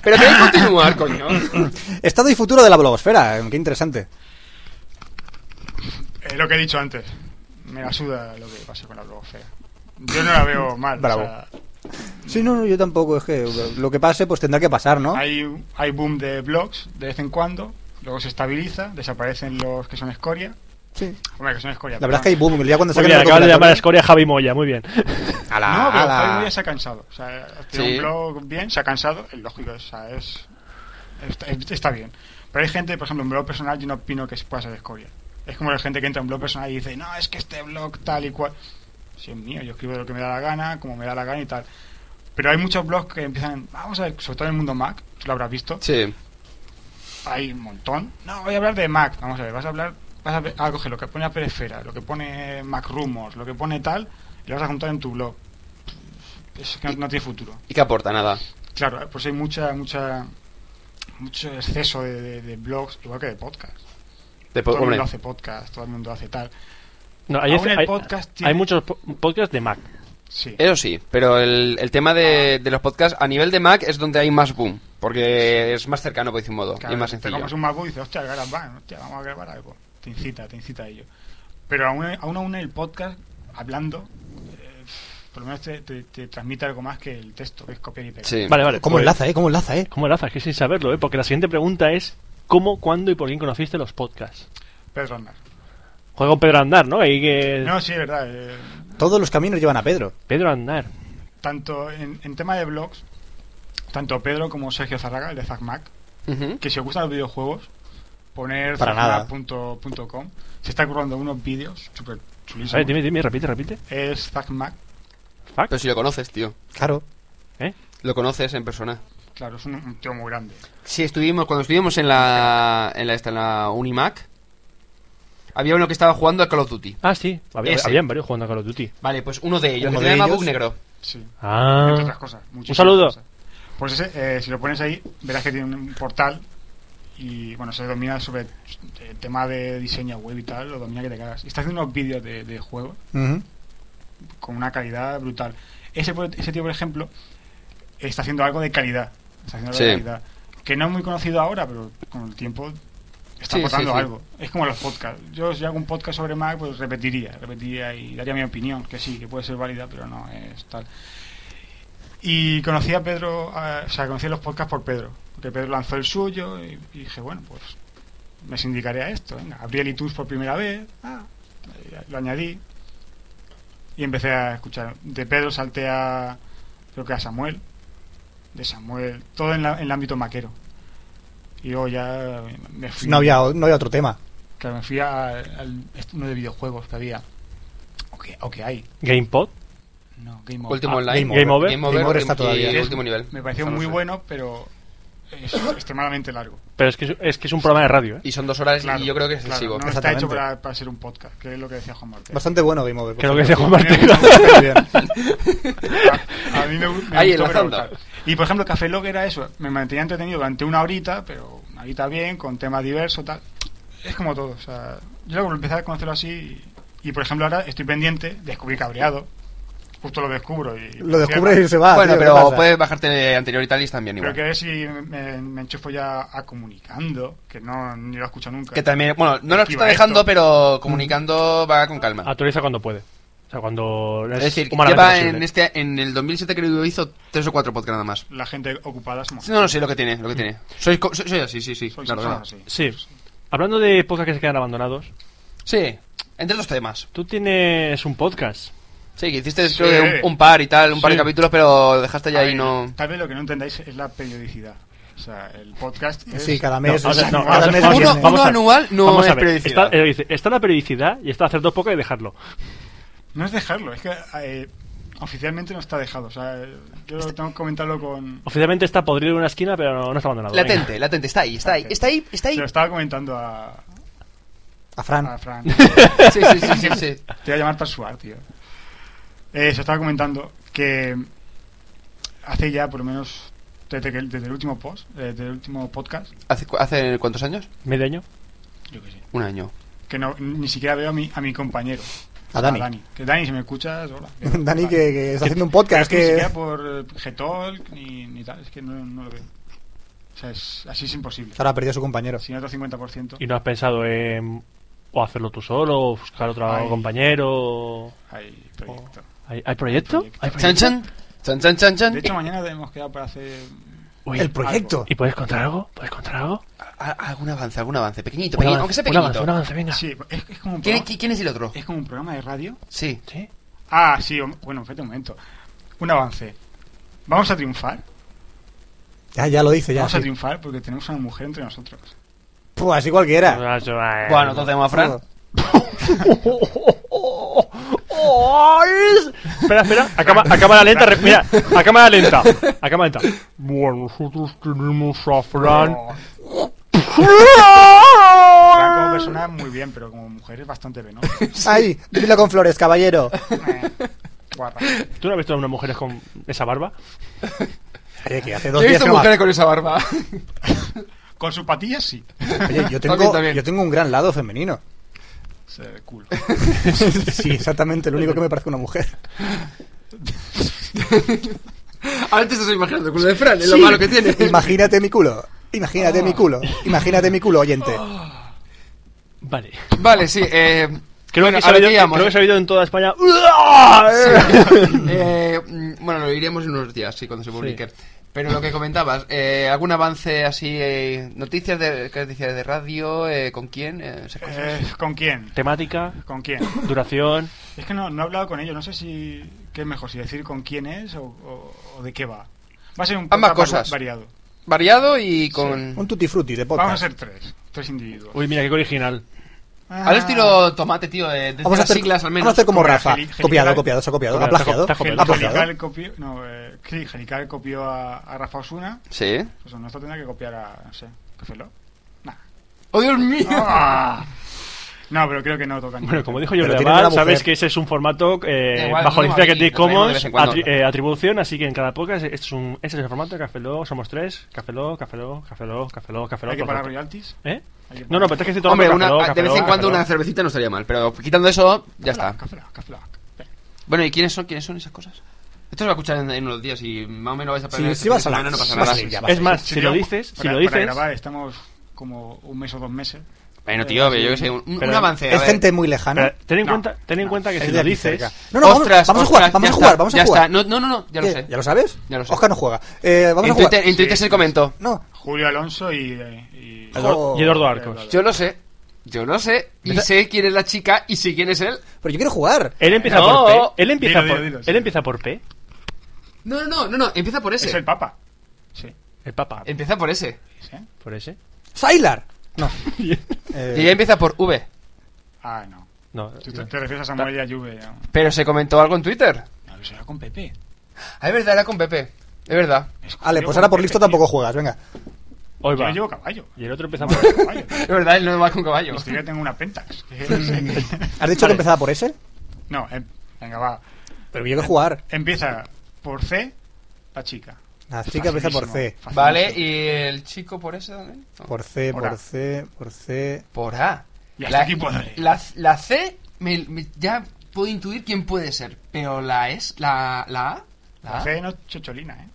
C: Pero tenéis que continuar, coño.
D: Estado y futuro de la blogosfera, eh, qué interesante.
E: Eh, lo que he dicho antes, me la suda lo que pase con la blogosfera. Yo no la veo mal. o
D: Bravo.
E: sea,
D: Sí, no, no, yo tampoco, es que lo que pase pues tendrá que pasar, ¿no?
E: hay, hay boom de blogs de vez en cuando, luego se estabiliza, desaparecen los que son escoria.
D: Sí.
E: Hombre, que son escoria.
D: La verdad es que hay boom, ya
B: Muy
D: cuando saquen
B: bien,
D: el
B: acabas de llamar a
D: recopilatorio-
B: Escoria Javi Moya, muy bien.
E: No, pero
D: ala.
E: Javi Moya se ha cansado. O sea, tiene
C: Sí.
E: un blog bien, se ha cansado, es lógico, o sea, es, está, está bien. Pero hay gente, por ejemplo, un blog personal, yo no opino que pueda ser escoria. Es como la gente que entra a un blog personal y dice, no, es que este blog tal y cual. Si es mío, yo escribo lo que me da la gana, como me da la gana y tal. Pero hay muchos blogs que empiezan, vamos a ver, sobre todo en el mundo Mac, tú lo habrás visto,
C: Sí.
E: hay un montón. No, voy a hablar de Mac. Vamos a ver, vas a hablar, vas a, ver- a coger lo que pone Perefera, lo que pone Mac Rumors, lo que pone tal, y lo vas a juntar en tu blog. Eso es que no, no tiene futuro.
C: ¿Y qué aporta? Nada.
E: Claro, eh, pues hay mucha, mucha, mucho exceso de, de- de blogs, igual que de podcast.
C: Después,
E: Todo el
C: hombre.
E: mundo hace podcast, todo el mundo hace tal.
B: No, hay,
E: Aún el
B: hay-
E: podcast
B: hay
E: tiene-
B: muchos po- podcasts de Mac.
E: Sí.
C: Eso sí, pero el, el tema de,
E: Ah.
C: de los podcasts a nivel de Mac es donde hay más boom. Porque es más cercano, por decir un modo.
E: Claro,
C: y más
E: Te
C: sencillo.
E: comes un MacBook y dices, hostia, ahora van, hostia, vamos a grabar algo. Te incita, te incita a ello. Pero aún, aún, aún el podcast, hablando, eh, por lo menos te, te- te transmite algo más que el texto, que es copiar y pegar.
C: Sí.
B: Vale, vale.
D: ¿Cómo
B: Pues-
D: enlaza, eh? ¿Cómo enlaza, eh?
B: ¿Cómo enlaza? Es que sin saberlo, ¿eh? Porque la siguiente pregunta es: ¿Cómo, cuándo y por quién conociste los podcasts?
E: Pedro Aznar.
B: Juega con Pedro Andar, ¿no? Ahí que...
E: No, sí, es verdad. eh,
D: Todos los caminos llevan a Pedro.
B: Pedro Andar.
E: tanto en, en tema de blogs, tanto Pedro como Sergio Zarraga, el de ZagMac,
C: Ujú.
E: que si os gustan los videojuegos, poner
D: Para nada.
E: zagmac.com. Se está currando unos vídeos súper
B: A ver,
E: chulísimos.
B: dime, dime, repite, repite.
E: Es Zagmac,
B: Fuck.
C: Pero si lo conoces, tío.
D: Claro.
B: ¿eh?
C: Lo conoces en persona.
E: claro, es un, un tío muy grande.
C: Sí, estuvimos, cuando estuvimos en la, en la, esta, en la Unimac, había uno que estaba jugando a Call of Duty.
B: Ah, sí, había,
C: Ese.
B: habían varios jugando a Call of Duty.
C: Vale, pues uno de ellos,
D: Uno
C: que
D: de
C: se llama
D: ellos.
C: Bug Negro.
E: Sí. entre otras
B: Ah,
E: cosas.
B: Un
E: muchísimas
B: saludo.
E: cosas. Pues ese, eh, si lo pones ahí, verás que tiene un portal y bueno, se domina sobre el tema de diseño web y tal, lo domina que te cagas. Y está haciendo unos vídeos de, de juego
D: Ujú.
E: con una calidad brutal. Ese, por- ese tío, por ejemplo, está haciendo algo de calidad. Está haciendo algo de
C: Sí.
E: calidad. Que no es muy conocido ahora, pero con el tiempo está
C: Sí,
E: aportando
C: sí, sí.
E: algo. Es como los podcasts. Yo si hago un podcast sobre Mac, pues repetiría, repetiría y daría mi opinión, que sí, que puede ser válida, pero no es tal. Y conocí a Pedro, eh, o sea, conocí los podcasts por Pedro, porque Pedro lanzó el suyo y, y dije, bueno, pues me sindicaré a esto. Venga, abrí el iTunes por primera vez, ah, eh, lo añadí y empecé a escuchar. De Pedro salté a, creo que a Samuel, de Samuel, todo en, la- en el ámbito maquero. Y luego ya me fui,
D: No había, no había otro tema.
E: claro, me fui a, al- este, uno de videojuegos que había. ¿O que, o que hay?
B: GamePod.
E: No, Game Over.
C: Último
D: Ah,
C: online.
B: Game Over.
C: Game
D: Game Over
C: Over,
D: está
C: y
D: todavía.
C: el último nivel.
E: Me pareció
C: Ya lo
E: muy
C: sé.
E: bueno, pero es extremadamente largo.
B: Pero es que, es- es que es un programa de radio, ¿eh?
C: Y son dos horas
E: Claro,
C: y yo creo que es
E: claro,
C: excesivo.
E: no está
D: Exactamente.
E: hecho para, para ser un podcast, que es lo que decía Juan Martín.
D: Bastante bueno Game Over. por
B: Que lo que dice
D: cierto.
B: Juan Martín.
D: Muy bien.
E: A, a mí me, gu- me
C: Ahí,
E: gustó, pero
C: enlazando.
E: brutal. Y por ejemplo, Café Log era eso. Me mantenía entretenido durante una horita, pero una horita bien, con temas diversos, tal. Es como todo. O sea, yo luego empecé a conocerlo así. Y, y, por ejemplo, ahora estoy pendiente, descubrí cabreado. Justo lo descubro. Y,
D: Lo descubre y se va.
C: bueno,
D: Ah, tío, ¿qué
C: pero
D: pasa?
C: puedes bajarte anterior y tal y están bien
E: Pero
C: igual.
E: que ver si me, me enchufo ya a comunicando, que no ni lo escucho nunca.
C: Que también, bueno, no lo
E: Esquiva
C: está dejando,
E: esto.
C: pero comunicando va con
E: Ah,
C: calma.
B: Actualiza cuando puede. O sea, cuando es,
C: Es decir,
B: humanamente
C: lleva
B: posible.
C: en, este, en el 2007 creo que hizo tres o cuatro podcasts nada más.
E: La gente ocupada somos.
C: Sí, No, no sé lo que tiene, lo que tiene. Soy, co- soy, soy así, sí, sí.
E: Mm. Sois
C: la verdad.
E: personas así.
B: Sí. Hablando de podcasts que se quedan abandonados,
C: Sí, entre los temas.
B: tú tienes un podcast.
C: Sí, que hiciste
E: Sí.
C: creo que un, un par y tal, un par
E: Sí.
C: de capítulos, pero dejaste ya
E: A
C: ahí
E: ver,
C: no.
E: Tal vez lo que no entendáis es la periodicidad. O sea, el podcast es.
D: Sí,
B: No,
D: cada mes.
B: vamos a- no,
D: cada
B: vamos a-
D: mes
B: vamos a-
D: viene.
C: Uno, uno
B: a-
C: anual no
B: Vamos a
C: es
B: ver.
C: periodicidad.
B: Está, eh, dice, está la periodicidad y está hacer dos podcasts y dejarlo.
E: No es dejarlo, es que eh, oficialmente no está dejado. O sea, eh, yo tengo que comentarlo con.
B: Oficialmente está podrido en una esquina, pero no, no está abandonado. Venga.
C: Latente, latente, está ahí, está ahí, está ahí, está
E: Se
C: ahí.
E: lo estaba comentando a,
D: A Fran.
E: a Fran. Te
C: Sí, sí, sí, sí. sí.
E: voy a llamar para suar, tío. Eh, se estaba comentando que hace ya por lo menos. Desde, que, desde el último post, eh, desde el último podcast,
C: ¿Hace, cu- hace cuántos años?
B: Medio año.
E: yo qué sé,
C: Un año.
E: que no, ni siquiera veo a mi, a mi compañero,
D: A Dani.
E: Que Dani, si me escuchas, hola.
D: Dani que, que está haciendo un podcast.
E: Ni
D: Que...
E: siquiera por Getol ni, ni tal, es que no, no lo veo. O sea, es, así es imposible.
D: Ahora ha perdido a su compañero.
E: Sin otro 50%.
B: ¿Y no has pensado en o hacerlo tú solo, o buscar otro
E: Ay.
B: compañero?
E: Hay proyecto.
B: ¿Hay, hay proyecto?
E: Hay proyecto.
B: ¿Hay
C: Chan,
B: proyecto?
C: chan, chan, chan, chan,
E: De
D: Oh.
C: chan.
E: hecho, mañana hemos quedado para hacer.
B: Uy.
D: El proyecto.
B: ¿Y puedes contar algo? ¿Puedes contar algo?
C: A- Algún avance, algún avance. Pequeñito,
B: Un avance,
C: pequeñito. Aunque sea
B: un avance,
C: pequeñito.
B: un avance, venga.
E: Sí, es, es como un
C: ¿Quién,
E: programa,
C: qui- quién es el otro?
E: es como un programa de radio.
C: Sí.
B: ¿Sí?
E: Ah, sí, hom- bueno, espérate un momento. Un avance. Vamos a triunfar.
D: Ya, ya lo dice, ya.
E: Vamos a
D: Sí.
E: triunfar porque tenemos a una mujer entre nosotros.
D: Pua, así cualquiera.
C: Bueno, entonces tenemos a Fran.
B: Espera, espera, a, cama- a cámara lenta, re- mira, a cámara lenta, a cámara lenta. Bueno, nosotros tenemos a Fran.
E: Pero- Oh. Fran como persona muy bien, pero como mujer es bastante penoso.
D: Ahí, dilo con flores, caballero.
E: Eh, Guarra.
B: ¿Tú no has visto a unas mujeres con esa barba?
D: Oye, que hace
C: Yo
D: dos
C: he
D: días
C: visto
D: que no
C: mujeres con esa barba.
E: Con sus patillas sí.
D: Oye,
C: También,
D: yo tengo,
C: también.
D: yo tengo un gran lado femenino.
E: Se ve culo.
D: Sí, exactamente, lo único que me parece una mujer.
C: Ahora te estás imaginando el culo de Fran, es lo
D: Sí.
C: malo que tiene.
D: Imagínate mi culo. Imagínate mi culo. Imagínate mi culo, oyente.
B: Vale.
C: Vale, sí. Eh,
B: Creo,
C: bueno,
B: que, se
C: a
B: ha
C: lo
B: habido,
C: que íbamos.
B: creo que se ha habido en toda España.
C: Eh, mm, bueno, lo iremos en unos días, sí, cuando se publique. Pero lo que comentabas, eh, ¿algún avance así? eh, ¿Noticias de, qué noticias de radio? eh, ¿Con quién? Eh, esas cosas.
E: Eh, ¿Con quién?
B: Temática,
E: ¿Con quién?
B: duración.
E: Es que no, no he hablado con ellos, no sé si qué es mejor, si decir con quién es o, o- o de qué va. Va a ser un
C: Ambas
E: podcast
C: cosas.
E: variado.
C: variado y con...
D: Un tutti frutti de podcast.
E: Vamos a ser tres, tres individuos.
B: Uy, mira qué original.
E: Ah,
C: Al estilo tomate, tío, de, de
D: Vamos a
C: las
D: hacer,
C: siglas al menos.
D: vamos a hacer como
E: Como la
D: Rafa.
E: geli- gelical.
D: Copiado, copiado, se ha copiado. Ha
B: Copiado,
D: plagiado.
B: te ha
E: Gel-
B: copiado.
D: Ha plagiado.
E: Gelical copió, no, eh, sí, Gelical copió a, a Rafa Osuna,
C: Sí.
E: pues a nosotros tendría que copiar a, no sé, Café Lock. Nah.
C: ¡Oh, Dios mío!
E: Ah. No, pero creo que no tocan.
B: Bueno, como dijo yo,
D: Pero tiene una mujer.
B: sabes que ese es un formato eh,
C: Da igual,
B: bajo
C: no,
B: licencia Creative
C: aquí nos reímos de
B: Commons,
C: vez en cuando.
B: atri- eh, atribución, así que en cada podcast este es, un, este es el formato de Café Lock, somos tres, Café Lock, Café Lock, Café Lock, Café Lock, Café Lock,
E: Hay que
B: todo
E: parar
B: el rato.
E: royalties.
B: ¿Eh?
E: Hay que
B: No, no, pero es que estoy todo el
C: Hombre,
B: rato
C: una-
B: Café Lock,
C: de
B: Café
C: vez en
B: Lock,
C: cuando
B: Café
C: una
B: Lock.
C: cervecita no estaría mal, pero quitando eso, ya está.
E: Café Lock, Café Lock. Ven.
C: Bueno, ¿y quiénes son, quiénes son esas cosas? Esto lo va a escuchar en, en unos días y más o menos vais a
D: Si-
C: perder.
D: si vas a la-
C: no pasa
D: si
C: nada.
D: vas a- ya vas
B: Es
D: a-
B: más, si lo
E: Sería-
B: dices, si
E: para-
B: lo
E: Para
B: dices,
E: grabar estamos como un mes o dos meses.
C: Bueno, tío, yo qué sé, un, un
B: Pero-
C: avance. Eh, a
D: Es
C: ver.
D: gente muy lejana.
B: pero ten en
E: No,
B: cuenta, ten en cuenta que
D: Es
B: si
D: de
B: lo
D: aquí
B: dices,
D: cerca. No, no, vamos,
C: Ostras,
D: vamos a
C: ostras,
D: jugar, vamos
C: ya
D: a jugar,
C: está,
D: vamos a
C: ya
D: jugar.
C: está. No, no, no, no, ya lo
D: ¿Qué?
C: sé.
D: ¿Ya lo sabes?
C: Ya lo sé.
D: Oscar no juega. Eh, vamos
C: en
D: a jugar.
C: Twitter, en Twitter
E: Sí,
C: se
E: sí,
C: comentó.
D: No,
E: Julio Alonso y. eh, y-
B: Eduard-
D: Joder.
B: y Eduardo Arcos.
C: Yo lo sé. Yo lo sé. Y
D: Esa-
C: sé quién es la chica y sé quién es él.
D: pero yo quiero jugar.
B: Él empieza
C: No.
B: por P, él empieza
E: Dilo,
B: por,
E: dilo, dilo, sí.
B: él empieza por P,
C: No, no, no, no, no. Empieza por
E: Es
C: ese.
E: el Papa. Sí.
B: el Papa,
C: Empieza por ese.
E: ¿sí?
B: por ese.
D: Sailar. No. Eh,
C: Y ella empieza por V.
E: Ah, no.
B: No,
E: Tú te, te refieres a Samuel y a Juve. No,
C: Pero se comentó algo en Twitter.
E: no eso era con Pepe.
C: Ah, es verdad, era con Pepe. Es verdad.
E: Es con-
D: Ale,
E: yo
D: pues
E: con
D: ahora por
E: Pepe,
D: listo
E: tío.
D: tampoco juegas, venga.
B: hoy
E: Yo
B: va.
E: llevo caballo.
B: Y el otro empieza por
E: caballo.
C: Es verdad, él no va con caballo.
E: Hostia, yo tengo una Pentax. No sé.
D: ¿Has dicho que
B: Vale.
D: empezaba por ese?
E: No, em- venga, va.
D: Pero
C: Eh,
D: yo quiero jugar.
E: Empieza por C, la chica.
D: La chica empieza por C.
E: Facilísimo.
C: Vale, ¿y el chico por ese también? No.
D: Por C,
E: Por
D: por
E: A.
D: C, por C.
C: Por A.
E: Y este hasta aquí puedo leer.
C: la, la C, me, me- ya puedo intuir quién puede ser, pero la es, la, la A.
E: La
C: A.
E: C no es chocholina, ¿eh?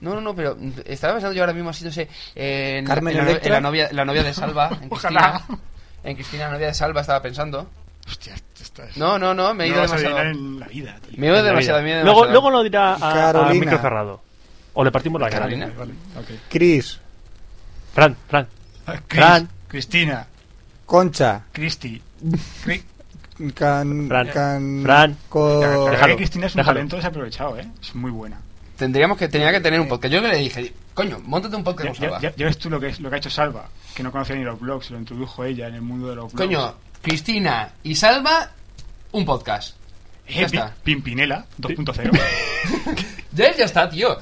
C: No, no, no, pero mm, estaba pensando yo ahora mismo así, no sé, en,
D: Carmen
C: en la, no-
D: Electra.
C: en la novia, la novia de Salva, en
E: Ojalá.
C: Cristina. En Cristina, la novia de Salva, estaba pensando.
E: Hostia, esta es...
C: No, no, no, me he
E: no
C: ido
E: vas a
C: demasiado.
E: adivinar en la vida, tío.
C: Me he ido
B: en la
C: demasiado,
B: vida.
C: me he ido
B: Luego,
C: demasiado.
B: luego lo dirá a, a
D: Carolina.
B: micro cerrado. O le partimos la cara.
C: Carolina.
E: Vale, ok.
D: Cris,
B: Fran, Fran.
E: Cris-
B: Fran.
E: Cristina,
D: Concha,
E: Cristi. Cri-
D: Can.
B: Fran,
D: can
B: Fran.
D: co-
E: La verdad que Cristina es un
B: déjalo.
E: talento desaprovechado, ¿eh? Es muy buena.
C: Tendríamos que, tenía que tener un podcast. Yo que le dije, coño, montate un podcast
E: Eh, Ya,
C: con Salva.
E: ya- ya- ya ves tú lo que, es- lo que ha hecho Salva, que no conocía ni los blogs, lo introdujo ella en el mundo de los blogs.
C: Coño, Cristina y Salva, un podcast.
E: Eh,
C: ya
E: Pi-
C: está.
E: Pimpinela 2.0.
C: Ya, ya está, tío.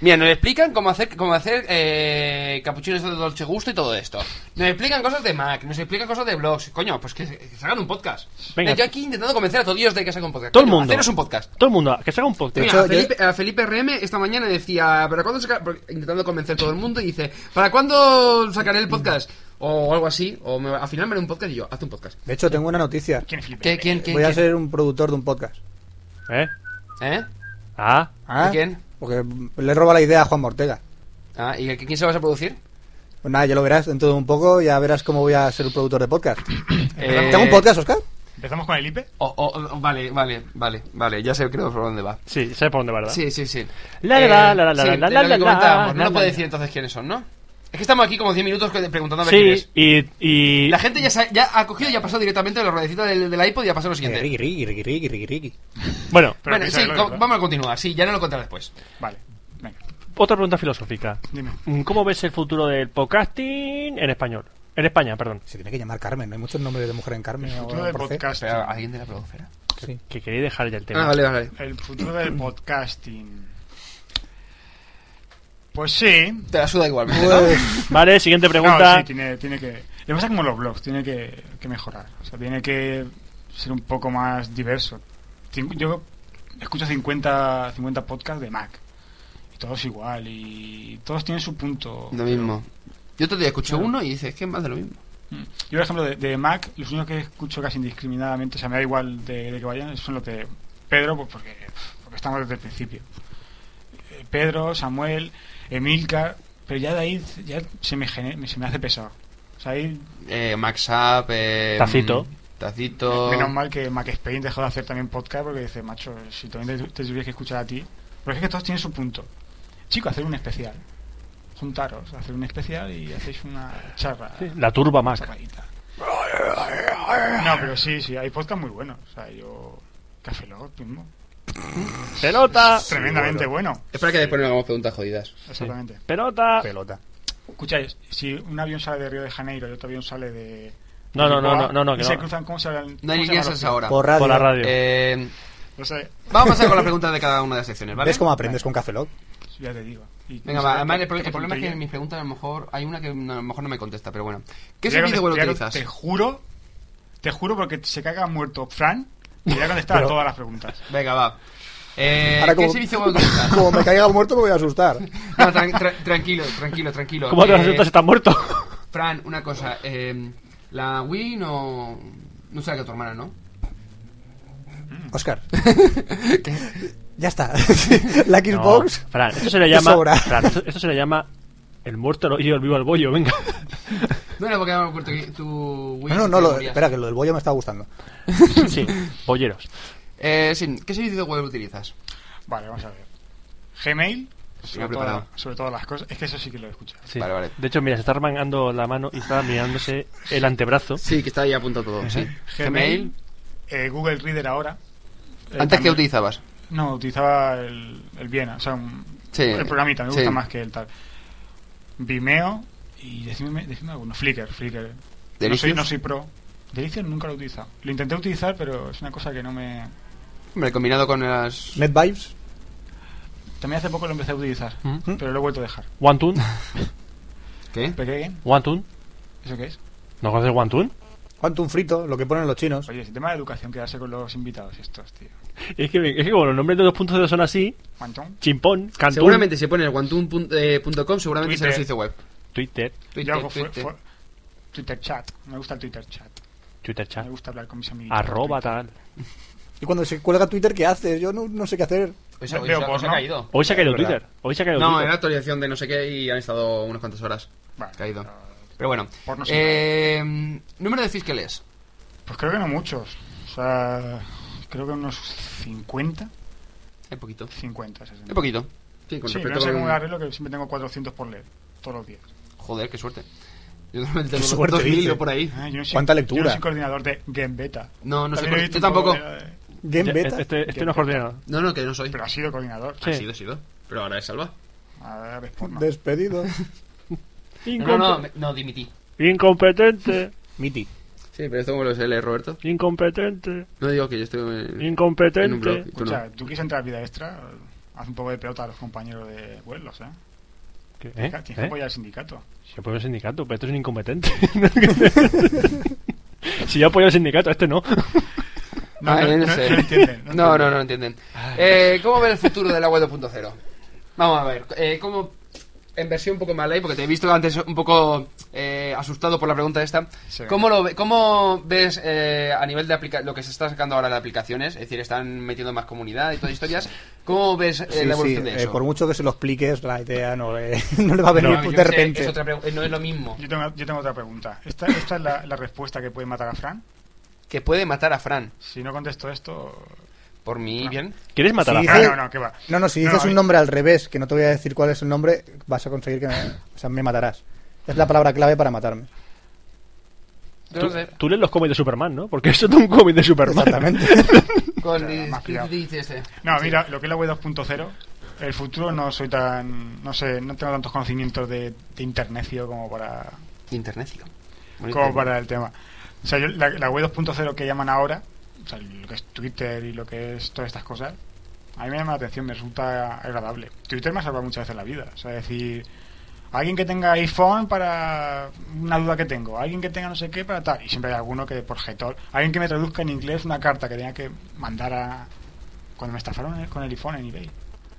C: Mira, nos explican cómo hacer, cómo hacer eh, capuchinos de Dolce Gusto y todo esto. Nos explican cosas de Mac, nos explican cosas de blogs. Coño, pues que, que se hagan un podcast. Eh,
B: Venga.
C: Yo aquí intentando convencer a todos ellos de que se hagan un podcast.
B: Todo el
C: Coño,
B: mundo.
C: Haceros un podcast.
B: Todo el mundo, a- que se haga un podcast.
C: Mira,
D: Sí. hecho,
C: a, Felipe, a Felipe RM esta mañana decía, ¿pero cuándo saca-?" porque Intentando convencer a todo el mundo y dice, ¿para cuándo sacaré el podcast? O algo así, o me- al final me haré un podcast y yo, hazte un podcast.
D: De hecho, tengo una noticia.
E: ¿Quién es Felipe?
C: ¿Qué, quién, quién?
D: Voy a
C: quién?
D: ser un productor de un podcast.
B: ¿Eh?
C: ¿Eh?
B: Ah,
D: ¿Ah?
C: ¿De quién?
D: Porque le roba la idea a Juan Ortega.
C: Ah, ¿y a quién se lo vas a producir?
D: Pues nada, ya lo verás dentro de un poco, ya verás cómo voy a ser un productor de podcast.
C: Eh,
D: ¿Tengo un podcast, Oscar?
E: ¿Empezamos con el IPE?
C: o- o- o- vale, vale, vale, vale, ya sé creo por dónde va.
B: sí, sé por dónde va, ¿verdad?
C: Sí, sí, sí.
B: La,
C: Eh,
B: la, la, la, la,
C: sí,
B: la, la,
C: de lo que
B: la, la,
C: comentábamos.
B: la,
C: No
B: la,
C: lo puede
B: la.
C: decir entonces quiénes son, ¿no? Es que estamos aquí como 10 minutos que- preguntando a ver quién
B: Sí,
C: es.
B: y, y
C: La gente ya, se ha- ya ha cogido y ha pasado directamente de la ruedecita del, del iPod y ha pasado lo siguiente.
D: Eh, Ricky, Ricky, Ricky, Ricky, Ricky, Ricky.
B: bueno,
E: Pero
C: bueno,
E: que
C: sí,
E: sea lo
C: co-
E: que va.
C: vamos a continuar. Sí, ya no lo contaré después.
E: Vale, venga,
B: otra pregunta filosófica.
E: dime.
B: Mm, ¿Cómo ves el futuro del podcasting en español? En España, perdón.
D: Se tiene que llamar Carmen, no hay muchos nombres de mujer en Carmen.
E: El
D: o
E: futuro del
D: por C.
E: podcast.
C: Espera, ¿alguien de la producera?
D: Sí.
B: Que quería dejar ya el tema.
C: Ah, vale, vale.
E: El futuro del podcasting. Pues sí.
C: Te la suda igual, ¿no?
D: Pues,
B: Vale, siguiente
E: No,
B: pregunta.
E: sí, tiene, tiene que. Le pasa como los blogs, tiene que, que mejorar. O sea, tiene que ser un poco más diverso. Cin- Yo escucho 50, 50 podcasts de Mac. Y todos igual, y todos tienen su punto.
C: Lo mismo. Yo otro día escuché
E: Claro.
C: uno y dices, es que es más de lo mismo.
E: Mm. Yo, por ejemplo, de, de Mac, los únicos que escucho casi indiscriminadamente, o sea, me da igual de, de que vayan, son los de Pedro, pues porque, porque estamos desde el principio. Eh, Pedro, Samuel, Emilcar, pero ya de ahí ya se me, gene- se me hace pesado. O sea, ahí,
C: Eh, Max Up, eh,
B: Tacito.
C: Tacito.
E: menos mal que Mac Spain dejó de hacer también podcast porque dice, macho, si también te, te tuvieras que escuchar a ti. Pero es que todos tienen su punto. Chico, hacer un especial. Juntaros, hacer un especial y hacéis una charla.
B: Sí, La turba Mac.
E: Chapadita. No, pero sí, sí, hay podcast muy buenos. O sea, yo. Café Lock mismo.
B: ¡Pelota!
E: Tremendamente bueno.
C: Es para que después no hagamos preguntas jodidas.
E: Exactamente.
C: Ah.
B: ¡Pelota!
D: Pelota.
E: Escucháis, si un avión sale de Río de Janeiro y otro avión sale de.
B: No,
E: de
B: no, no,
E: Lisboa,
B: no, no, no,
E: y
B: que
E: se
B: no.
E: cruzan, ¿cómo se hablan?
C: No hay
E: cómo se
C: líneas
E: llaman los
C: hasta ahora.
D: Por radio.
B: Por la radio.
C: Eh,
E: No sé,
C: vamos a pasar con las preguntas de cada una de las secciones, ¿vale?
D: ¿Ves cómo aprendes con Café Lock?
E: ya te digo. Y-
C: Venga,
E: no
C: va,
E: sé,
C: además
E: te-
C: el, pro-
E: te
C: el problema es que
E: preguntaría.
C: mis preguntas a lo mejor hay una que no- a lo mejor no me contesta, pero bueno. ¿Qué
E: Te voy a
C: sonido
E: contestar-
C: bueno
E: Te
C: utilizas?
E: juro, te juro porque se caga muerto Fran. Y voy a contestar a
D: Pero-
E: todas las preguntas.
C: Venga, va. Eh,
D: Ahora
C: ¿Qué
D: como-
C: servicio bueno utilizas?
D: Como me caiga muerto me voy a asustar.
C: No, tran- tra- tranquilo, tranquilo, tranquilo.
B: ¿Cómo te
C: Eh,
B: vas a asustar si estás muerto?
C: Fran, una cosa. eh, la Wii no. No será que tu hermana, ¿no?
D: Oscar. ya está. la Xbox.
B: No, Fran, esto se le
D: te
B: llama.
D: sobra.
B: Fran, esto, esto se le llama. El muerto lo y el vivo al bollo, venga.
C: No era porque habíamos puesto que tu Wii.
D: No, no, no,
C: te
D: lo-
C: morías.
D: espera, que lo del bollo me está gustando.
B: Sí, bolleros.
C: Eh, sí, ¿qué servicio de web utilizas?
E: Vale, vamos a ver. Gmail, sobre,
C: preparado.
E: todo- sobre todas las cosas. Es que eso sí que lo he escuchado.
B: Sí.
C: Vale, vale.
B: De hecho, mira, se está armangando la mano y está mirándose el antebrazo.
C: Sí, que está ahí apuntado todo. Sí. Gmail.
E: eh, Google Reader ahora. Eh,
C: ¿Antes qué
E: también-
C: utilizabas?
E: No, utilizaba el, el Viena, o sea, un-
C: Sí.
E: el programita, me gusta
C: Sí.
E: más que el tal. Vimeo y decidme, decidme alguno, Flickr, Flickr. No soy,
C: Delicious.
E: no soy pro. Delicious nunca lo he utilizado. Lo intenté utilizar, pero es una cosa que no me...
C: Hombre, combinado con las.
D: NetVibes.
E: También hace poco lo empecé a utilizar,
B: Ujú.
E: pero lo he vuelto a dejar.
B: One Tune,
C: ¿Qué?
E: ¿Pequé?
B: One Tune.
E: ¿Eso qué es?
B: ¿No conoces One Tune?
D: Quantum frito, lo que ponen los chinos.
E: Oye, es tema de educación quedarse con los invitados estos, tío.
B: Es que, es que como los nombres de los puntos son así,
E: Mantón.
B: chimpón, cantón,
C: Seguramente si pones guantun.com, eh, seguramente será
E: Twitter.
C: un servicio web.
B: Twitter,
E: Yo hago fu-
C: Twitter.
E: fu- Twitter chat. Me gusta el Twitter chat.
B: Twitter chat,
E: Me gusta hablar con mis amigos.
B: arroba tal.
D: Y cuando se cuelga Twitter, ¿qué haces? Yo no, no sé qué hacer.
C: Hoy se- hoy
E: Veo
C: se- hoy
E: porno.
C: se ha caído.
B: Hoy se ha caído
D: Es verdad.
B: Twitter. Hoy se ha caído
C: No,
B: Twitter.
C: era actualización de no sé qué y han estado unas cuantas horas.
E: Vale,
C: Caído.
E: pero-
C: Pero bueno.
E: Porno sin
C: Eh, número de fiscales.
E: Pues creo que no muchos. O sea, creo que unos 50.
C: Es poquito.
E: 50, 60.
C: Es poquito. Sí, con
E: Sí,
C: respecto
E: no sé
C: con-
E: cómo lo arreglo que siempre tengo 400 por leer. Todos los días.
C: Joder, qué suerte. Yo normalmente tengo
D: suerte,
C: 2000
D: dice. Eh.
C: o por ahí.
E: Ah, yo no soy-
D: ¿Cuánta
E: Yo no
D: lectura?
E: soy coordinador de Game Beta.
C: No, no sé.
E: También he
C: por-
E: visto
C: Yo
E: un
C: tampoco.
E: poco de-
D: Game
B: Ya,
D: Beta.
B: Este, este no es coordinado.
C: No, no, que no soy.
E: Pero ha sido coordinador. pues,
B: Sí.
C: Ha sido, ha sido. Pero ahora es salva.
E: Ahora ves porno.
D: Despedido.
C: No, no, me- no, dimití.
B: Incompetente,
D: Miti.
C: Sí, pero esto como lo sé leer, Roberto.
B: incompetente,
C: No digo que yo estoy. eh, en- En un blog.
B: incompetente.
C: Tú no.
E: Escucha, ¿tú quieres entrar a vida extra? Haz un poco de pelota a los compañeros de vuelos, ¿eh?
B: ¿Qué? ¿Eh?
E: Tienes que
B: ¿Eh?
E: apoyar al sindicato.
B: Si apoyo al sindicato, pero esto es un incompetente. si yo apoyo al sindicato, este no.
E: No,
C: Ah,
E: no,
C: eh,
E: no,
C: sé.
E: no entienden, no
C: No, no,
E: entienden.
C: no entienden. Eh, ¿Cómo ver el futuro de la web 2.0? Vamos a ver. Eh, ¿Cómo.? En versión un poco mala ahí, porque te he visto antes un poco eh, asustado por la pregunta esta.
E: Sí.
C: ¿Cómo, lo, ve- ¿Cómo ves eh, a nivel de aplica lo que se está sacando ahora de aplicaciones? Es decir, están metiendo más comunidad y todas historias. ¿Cómo ves eh,
D: Sí,
C: la
D: sí,
C: evolución de
D: eh,
C: eso?
D: por mucho que se lo expliques, la idea no, le- eh, no le va a venir
C: yo
D: de
C: qué sé,
D: repente.
C: es otra pregu- eh, no es lo mismo.
E: Yo tengo, yo tengo otra pregunta. ¿Esta, esta es la, la respuesta que puede matar a Fran?
C: Que puede matar a Fran.
E: Si no contesto esto...
C: Por mí, bien.
B: ¿Quieres matar
D: Sí,
B: a Fran?
D: dice-
E: Ah, no, eh. no, que va.
D: No, no, si dices
E: a
D: un
E: mí-
D: nombre al revés, que no te voy a decir cuál es el nombre, vas a conseguir que me, o sea, me matarás. Es la palabra clave para matarme.
C: Yo
B: Tú,
C: no sé.
B: tú lees los cómics de Superman, ¿no? Porque eso es un cómic de Superman.
D: Exactamente.
C: Con
E: O sea,
C: dis-
E: más pillado.
C: dice este.
E: No, mira, lo que es la web 2.0, el futuro no soy tan... No sé, no tengo tantos conocimientos de, de internecio como para,
C: Internecio. Bonito.
E: como para el tema. O sea, yo- la, la web 2.0 que llaman ahora, o sea, lo que es Twitter y lo que es todas estas cosas, a mí me llama la atención, me resulta agradable. Twitter me ha salvado muchas veces la vida. O sea, es decir, alguien que tenga iPhone para una duda que tengo, alguien que tenga no sé qué para tal, y siempre hay alguno que por getor, alguien que me traduzca en inglés una carta que tenga que mandar a... Cuando me estafaron con el iPhone en eBay.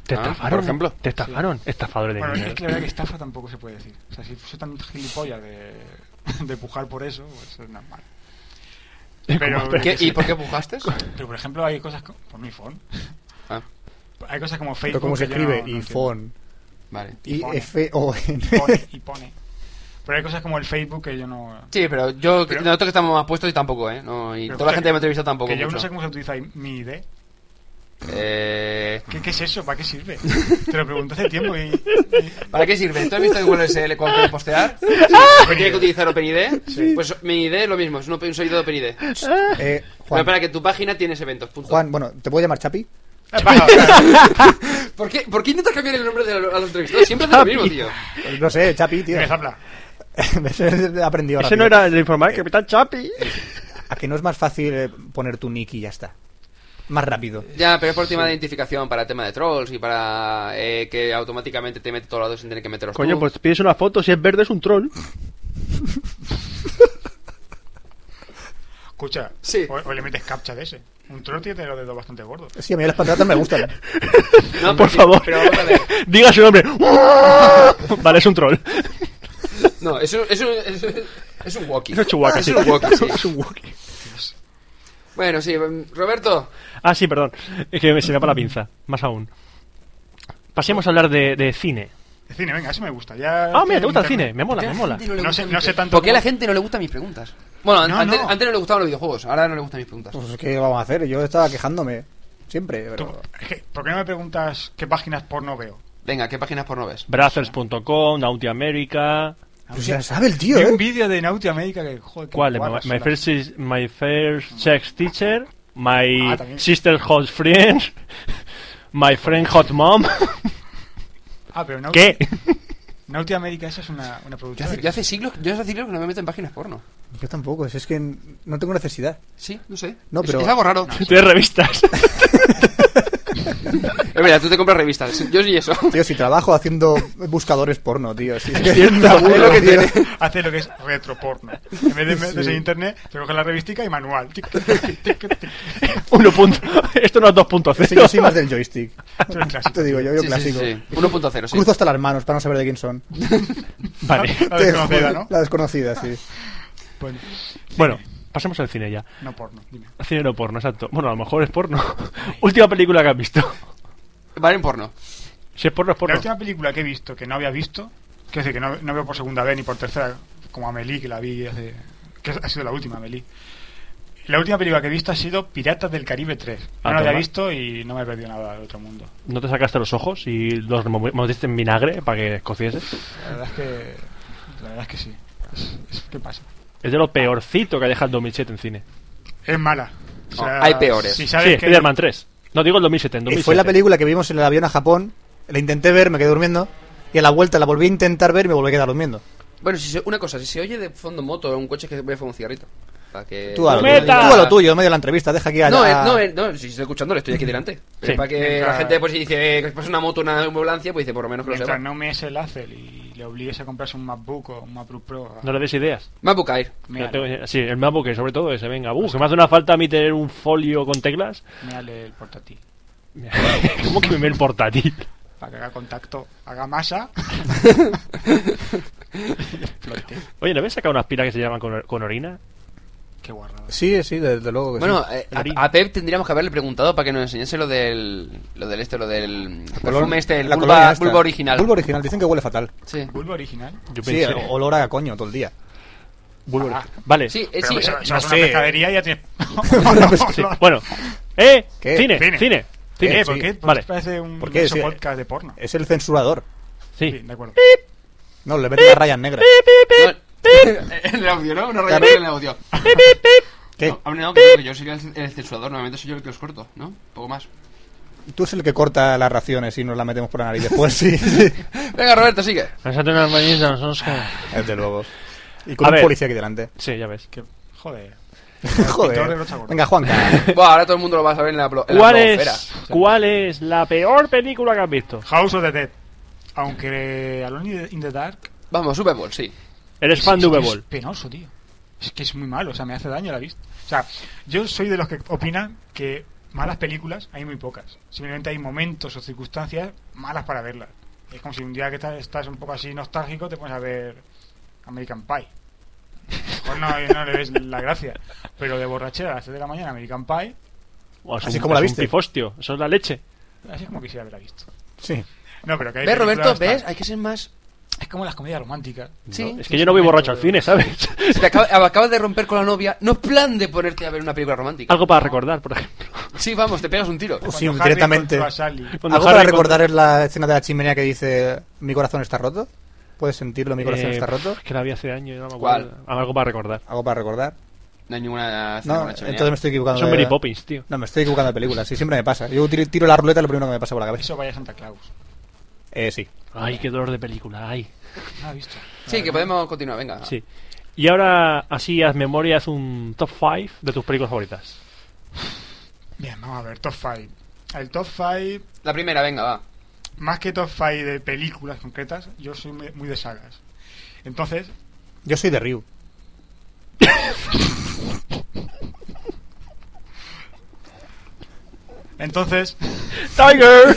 B: Te
C: Ah,
B: estafaron,
C: por ejemplo.
B: Te estafaron, estafadores de
E: Bueno, es
B: mierda.
E: que la verdad que estafa tampoco se puede decir. O sea, si soy tan gilipollas de, de pujar por eso, pues es normal. Pero,
C: ¿Qué- ¿Y por qué pujaste?
E: pero, por ejemplo, hay cosas como. Por mi phone.
C: Ah,
E: Hay cosas como Facebook.
D: Pero como se
E: que yo no-
D: escribe,
E: no
D: y
E: entiendo.
D: fon.
C: vale.
D: Y
E: Fone.
D: F O N.
E: Pone y pone. Pero hay cosas como el Facebook que yo no.
C: Sí, pero yo
E: Pero-
C: noto que estamos más puestos y tampoco, ¿eh? No, y
E: Pero
C: toda la
E: escucha,
C: gente que me ha entrevistado tampoco.
E: Que yo no
C: mucho.
E: sé cómo se utiliza mi ID.
C: Eh,
E: ¿Qué, qué es eso? ¿Para qué sirve? Te lo pregunté hace tiempo y. y-
C: ¿Para qué sirve? ¿Tú has visto el WSL cuando quieres postear? ¿Que tiene que utilizar OpenID? Pues mi ID es lo mismo, es un, un seguidor de OpenID.
D: Eh,
C: Pero
D: Juan,
C: para que tu página tienes eventos, punto.
D: Juan, bueno, ¿te puedo llamar Chapi?
E: Ah,
C: ¿Por qué, ¿Por qué intentas cambiar el nombre de la- a los entrevistados? Siempre haces lo mismo, tío.
D: No sé, Chapi, tío.
E: Empieza a hablar.
D: He aprendido
B: Ese
D: rápido.
B: no era el
C: Eh,
B: informal, Capitán Chapi.
D: A que no es más fácil eh, poner tu nick y ya está. Más rápido.
C: Ya, pero es por tema de identificación, para el tema de trolls y para eh, que automáticamente te mete todos lados sin tener que meteros
B: Coño,
C: tú.
B: pues pides una foto, si es verde es un troll.
E: Escucha,
C: Sí.
E: o, o le metes captcha de ese. Un troll tiene los dedos bastante gordos.
D: Sí, a mí las pantallas me gustan.
E: pues,
C: No,
B: Por
C: pero sí,
B: favor,
C: Pero vamos a ver.
B: diga su nombre. vale, es un troll.
C: No, es un, es un, es un, es un walkie.
B: Es un chihuahua, sí.
C: Es un walkie, sí.
B: Es un walkie.
C: Bueno, sí, mm, Roberto.
B: Ah, sí, perdón. Es que se me va la pinza, más aún. Pasemos a hablar de, de cine.
E: El cine, venga, ese me gusta. Ya
B: Ah, mira, te gusta el
E: Internet.
B: cine. Me mola, me mola.
E: le No gusta sé- mi no sé pre- tanto
C: ¿Por qué a
E: como-
C: la gente no le gustan mis preguntas? Bueno, an-
E: No,
C: antes,
E: no.
C: antes no le gustaban los videojuegos, ahora no le gustan mis preguntas.
D: Pues, ¿qué vamos a hacer? Yo estaba quejándome. Siempre,
E: Tú,
D: pero... Ah,
E: es que, ¿Por qué no me preguntas qué páginas porno veo?
C: Venga, ¿qué páginas porno ves?
B: Brazzers.com, Naughty America.
D: Pues ya sabe el tío,
E: Vi un
D: ¿eh?
E: vídeo de Naughty América que, joder, qué
B: ¿Cuál?
E: guarras
B: My, my
E: son las-
B: first, is- my first sex teacher. My
E: Ah, también.
B: sister hot friend. My friend hot mom.
E: Ah, pero Naughty,
B: ¿Qué?
E: Naughty América esa es una,
C: Yo
E: una productora.
C: hace,
E: que-
C: yo hace siglos, yo hace siglos que no me meto en páginas porno.
D: Yo tampoco, si es que no tengo necesidad.
C: Sí, no sé.
D: No,
C: Es-
D: pero-
C: es, algo raro.
B: Tienes revistas.
C: Es verdad, tú te compras revistas. Yo sí eso.
D: Tío, si trabajo haciendo buscadores porno, tío. Si es que
B: Cierto,
D: es lo que
C: tío.
D: tiene.
E: Hace lo que es retroporno. En vez de, de ser internet, te coge la revistica y manual. Tic, tic, tic, tic, tic.
B: Uno punto. Esto no es
D: Sí, yo soy
B: 2.0.
D: más del joystick.
E: Tú eres clásico.
D: Te digo, yo veo
C: Sí, sí,
D: clásico.
C: sí. 1.0, sí.
D: Cruzo hasta las manos para no saber de quién son.
B: Vale.
E: La
D: Te
E: desconocida,
D: juro,
E: ¿no?
D: La desconocida, sí.
E: Bueno,
B: Bueno, pasemos al cine ya.
E: no porno, dime.
B: Cine no porno, exacto. Bueno, a lo mejor es porno. Última película que has visto.
C: Vale, en porno.
B: Si es porno, es
E: La
B: porno.
E: última película que he visto, que no había visto, quiero decir que no, no veo por segunda vez ni por tercera, como Amelie, que la vi hace. que ha sido la última Amelie. La última película que he visto ha sido Piratas del Caribe 3.
B: Ah,
E: no la había
B: toma.
E: visto y no me he perdido nada del otro mundo.
B: ¿No te sacaste los ojos y los removiste en vinagre para que escocieses?
E: La verdad es que. La verdad es que sí. Es- es- ¿Qué pasa?
B: Es de lo peorcito que ha dejado el 2007 en cine.
E: Es mala. O sea,
C: No, Ah, hay peores.
E: Si
B: Sí,
E: sabes Eh, que
B: Spider-Man 3. No digo el 2007, en
D: Y
B: 2007.
D: Eh, fue la película que vimos en el avión a Japón. La intenté ver, me quedé durmiendo. Y a la vuelta la volví a intentar ver y me volví a quedar durmiendo.
C: Bueno, si se- una cosa, si se oye de fondo moto o un coche que voy a fumar un cigarrito. Para que...
D: Tú a lo,
B: ¡Meta!
D: tú a lo tuyo, en medio de la entrevista, deja aquí a
C: No, eh,
D: a-
C: no, eh, no, si estoy escuchándolo, estoy aquí delante. Pero
B: Sí.
C: Para que
E: Mientras-
C: la gente, pues si dice eh, que pasa una moto, una ambulancia, pues dice por lo menos que lo sepa.
E: mientras no me es el Acer y le obligues a comprarse un MacBook o un MacBook Pro.
B: No le des ideas.
C: MacBook Air.
E: me
B: No tengo- Sí, el mapa que sobre todo ese, venga. Uh, que me hace una falta a mí tener un folio con teclas.
E: el portátil.
B: ¿Cómo que me el portátil?
E: Para que haga contacto, haga masa. y explote.
B: Oye, ¿no habéis sacado unas pilas que se llaman con, con orina?
E: Qué guarrada.
D: Sí, sí, desde luego que
C: Bueno,
D: Pues sí.
C: eh,
B: Marín.
C: a, a Pep tendríamos que haberle preguntado para que nos enseñase lo del. Lo del este, lo del. Perfume este, el
D: La
C: vulva,
D: colonia esta.
C: vulva original.
D: Vulva original, dicen que huele fatal.
C: Sí.
E: Bulbo original.
B: Yo
D: Sí, eh, Ah.
B: pensé.
D: olor a coño todo el día.
B: Bulbo- Vale.
C: Sí, eh,
E: Pero
C: sí,
E: eso,
C: eh,
E: eso
D: no
E: Pues, es una
D: sé.
E: pescadería y ya tienes.
B: Sí, Bueno. ¡Eh!
D: ¿Qué?
B: Cine,
E: Cine.
B: cine. Cine.
E: Eh, ¿Por
D: sí.
E: qué? ¿Por qué
B: Vale.
E: parece un
D: ¿Por qué?
E: eso
D: Sí, Eh,
E: podcast de porno?
D: Es el censurador.
B: Sí.
E: Sí, de acuerdo.
D: No, le meten las rayas negras.
C: no- en el audio, ¿no? Una raya en el audio.
D: ¿Qué?
C: No, hombre, no, que yo soy el, el censurador, normalmente soy yo el que os corto, ¿no? Un poco más.
D: Tú es el que corta las raciones y nos las metemos por la nariz después, sí. sí.
C: Venga, Roberto, sigue.
B: Pensate unas mañitas, Oscar.
D: Desde luego. Y con
B: A
D: un
B: ver.
D: policía aquí delante.
B: Sí, ya ves.
E: Que- joder. pintor de
D: Joder.
E: brocha gorda.
D: Venga, Juanca.
C: Buah, ahora todo el mundo lo va a saber en la, plo- en la
B: ¿Cuál
C: blogosfera.
B: es, ¿Cuál es la peor película que has visto?
E: House of the Dead. Aunque Alone in the Dark.
C: Vamos, Super Bowl, sí.
B: Eres
E: es-
B: fan de
E: es que
B: V-Ball.
E: Es penoso, tío. Es que es muy malo, o sea, me hace daño la vista. O sea, yo soy de los que opinan que malas películas hay muy pocas. Simplemente hay momentos o circunstancias malas para verlas. Es como si un día que estás, estás un poco así nostálgico te pones a ver American Pie. Pues no, no le ves la gracia. Pero de borrachera a las 3 de la mañana, American Pie,
B: Buah, es
D: Así
B: un-
D: como la
B: es un
D: viste.
B: pifostio. Eso es la leche.
E: así es como quisiera haberla visto.
D: Sí.
E: No, pero que hay
C: ¿Ves, Roberto?
E: películas tan-
C: ¿Ves? Hay que ser más.
E: Es como las comedias románticas.
C: Sí.
B: Es que yo no voy borracho al cine, ¿sabes?
C: Si te acaba- acabas de romper con la novia, no es plan de ponerte a ver una película romántica.
B: Algo para recordar, por ejemplo.
C: Sí, vamos, te pegas un tiro.
D: Sí,
E: Cuando Harry
D: directamente.
E: encontró a Sally.
B: Cuando
D: Algo para
B: Harry
D: recordar es la escena de la chimenea que dice: Mi corazón está roto. ¿Puedes sentirlo? Mi
B: Eh,
D: corazón está roto.
B: Es que la vi hace años y no me
C: ¿Cuál?
B: acuerdo. Algo para recordar.
D: Algo para recordar.
C: No hay ninguna escena
D: No,
C: con la chimenea.
D: entonces me estoy equivocando.
B: Son
D: de-
B: Mary Poppins, tío.
D: No, me estoy equivocando de película. Sí, siempre me pasa. Yo tiro, tiro la ruleta lo primero que me pasa por la cabeza.
E: Eso vaya Santa Claus.
D: Eh, sí.
B: Ay, qué dolor de película, ay.
E: Ah, visto.
C: Sí, que podemos continuar, venga.
B: Ah. Sí. Y ahora, así, haz memoria, haz un top 5 de tus películas favoritas.
E: Bien, vamos a ver, top 5. El top 5,
C: La primera, venga, va.
E: más que top 5 de películas concretas, yo soy muy muy de sagas. Entonces,
D: Yo soy de Ryu.
E: entonces,
B: ¡Tiger!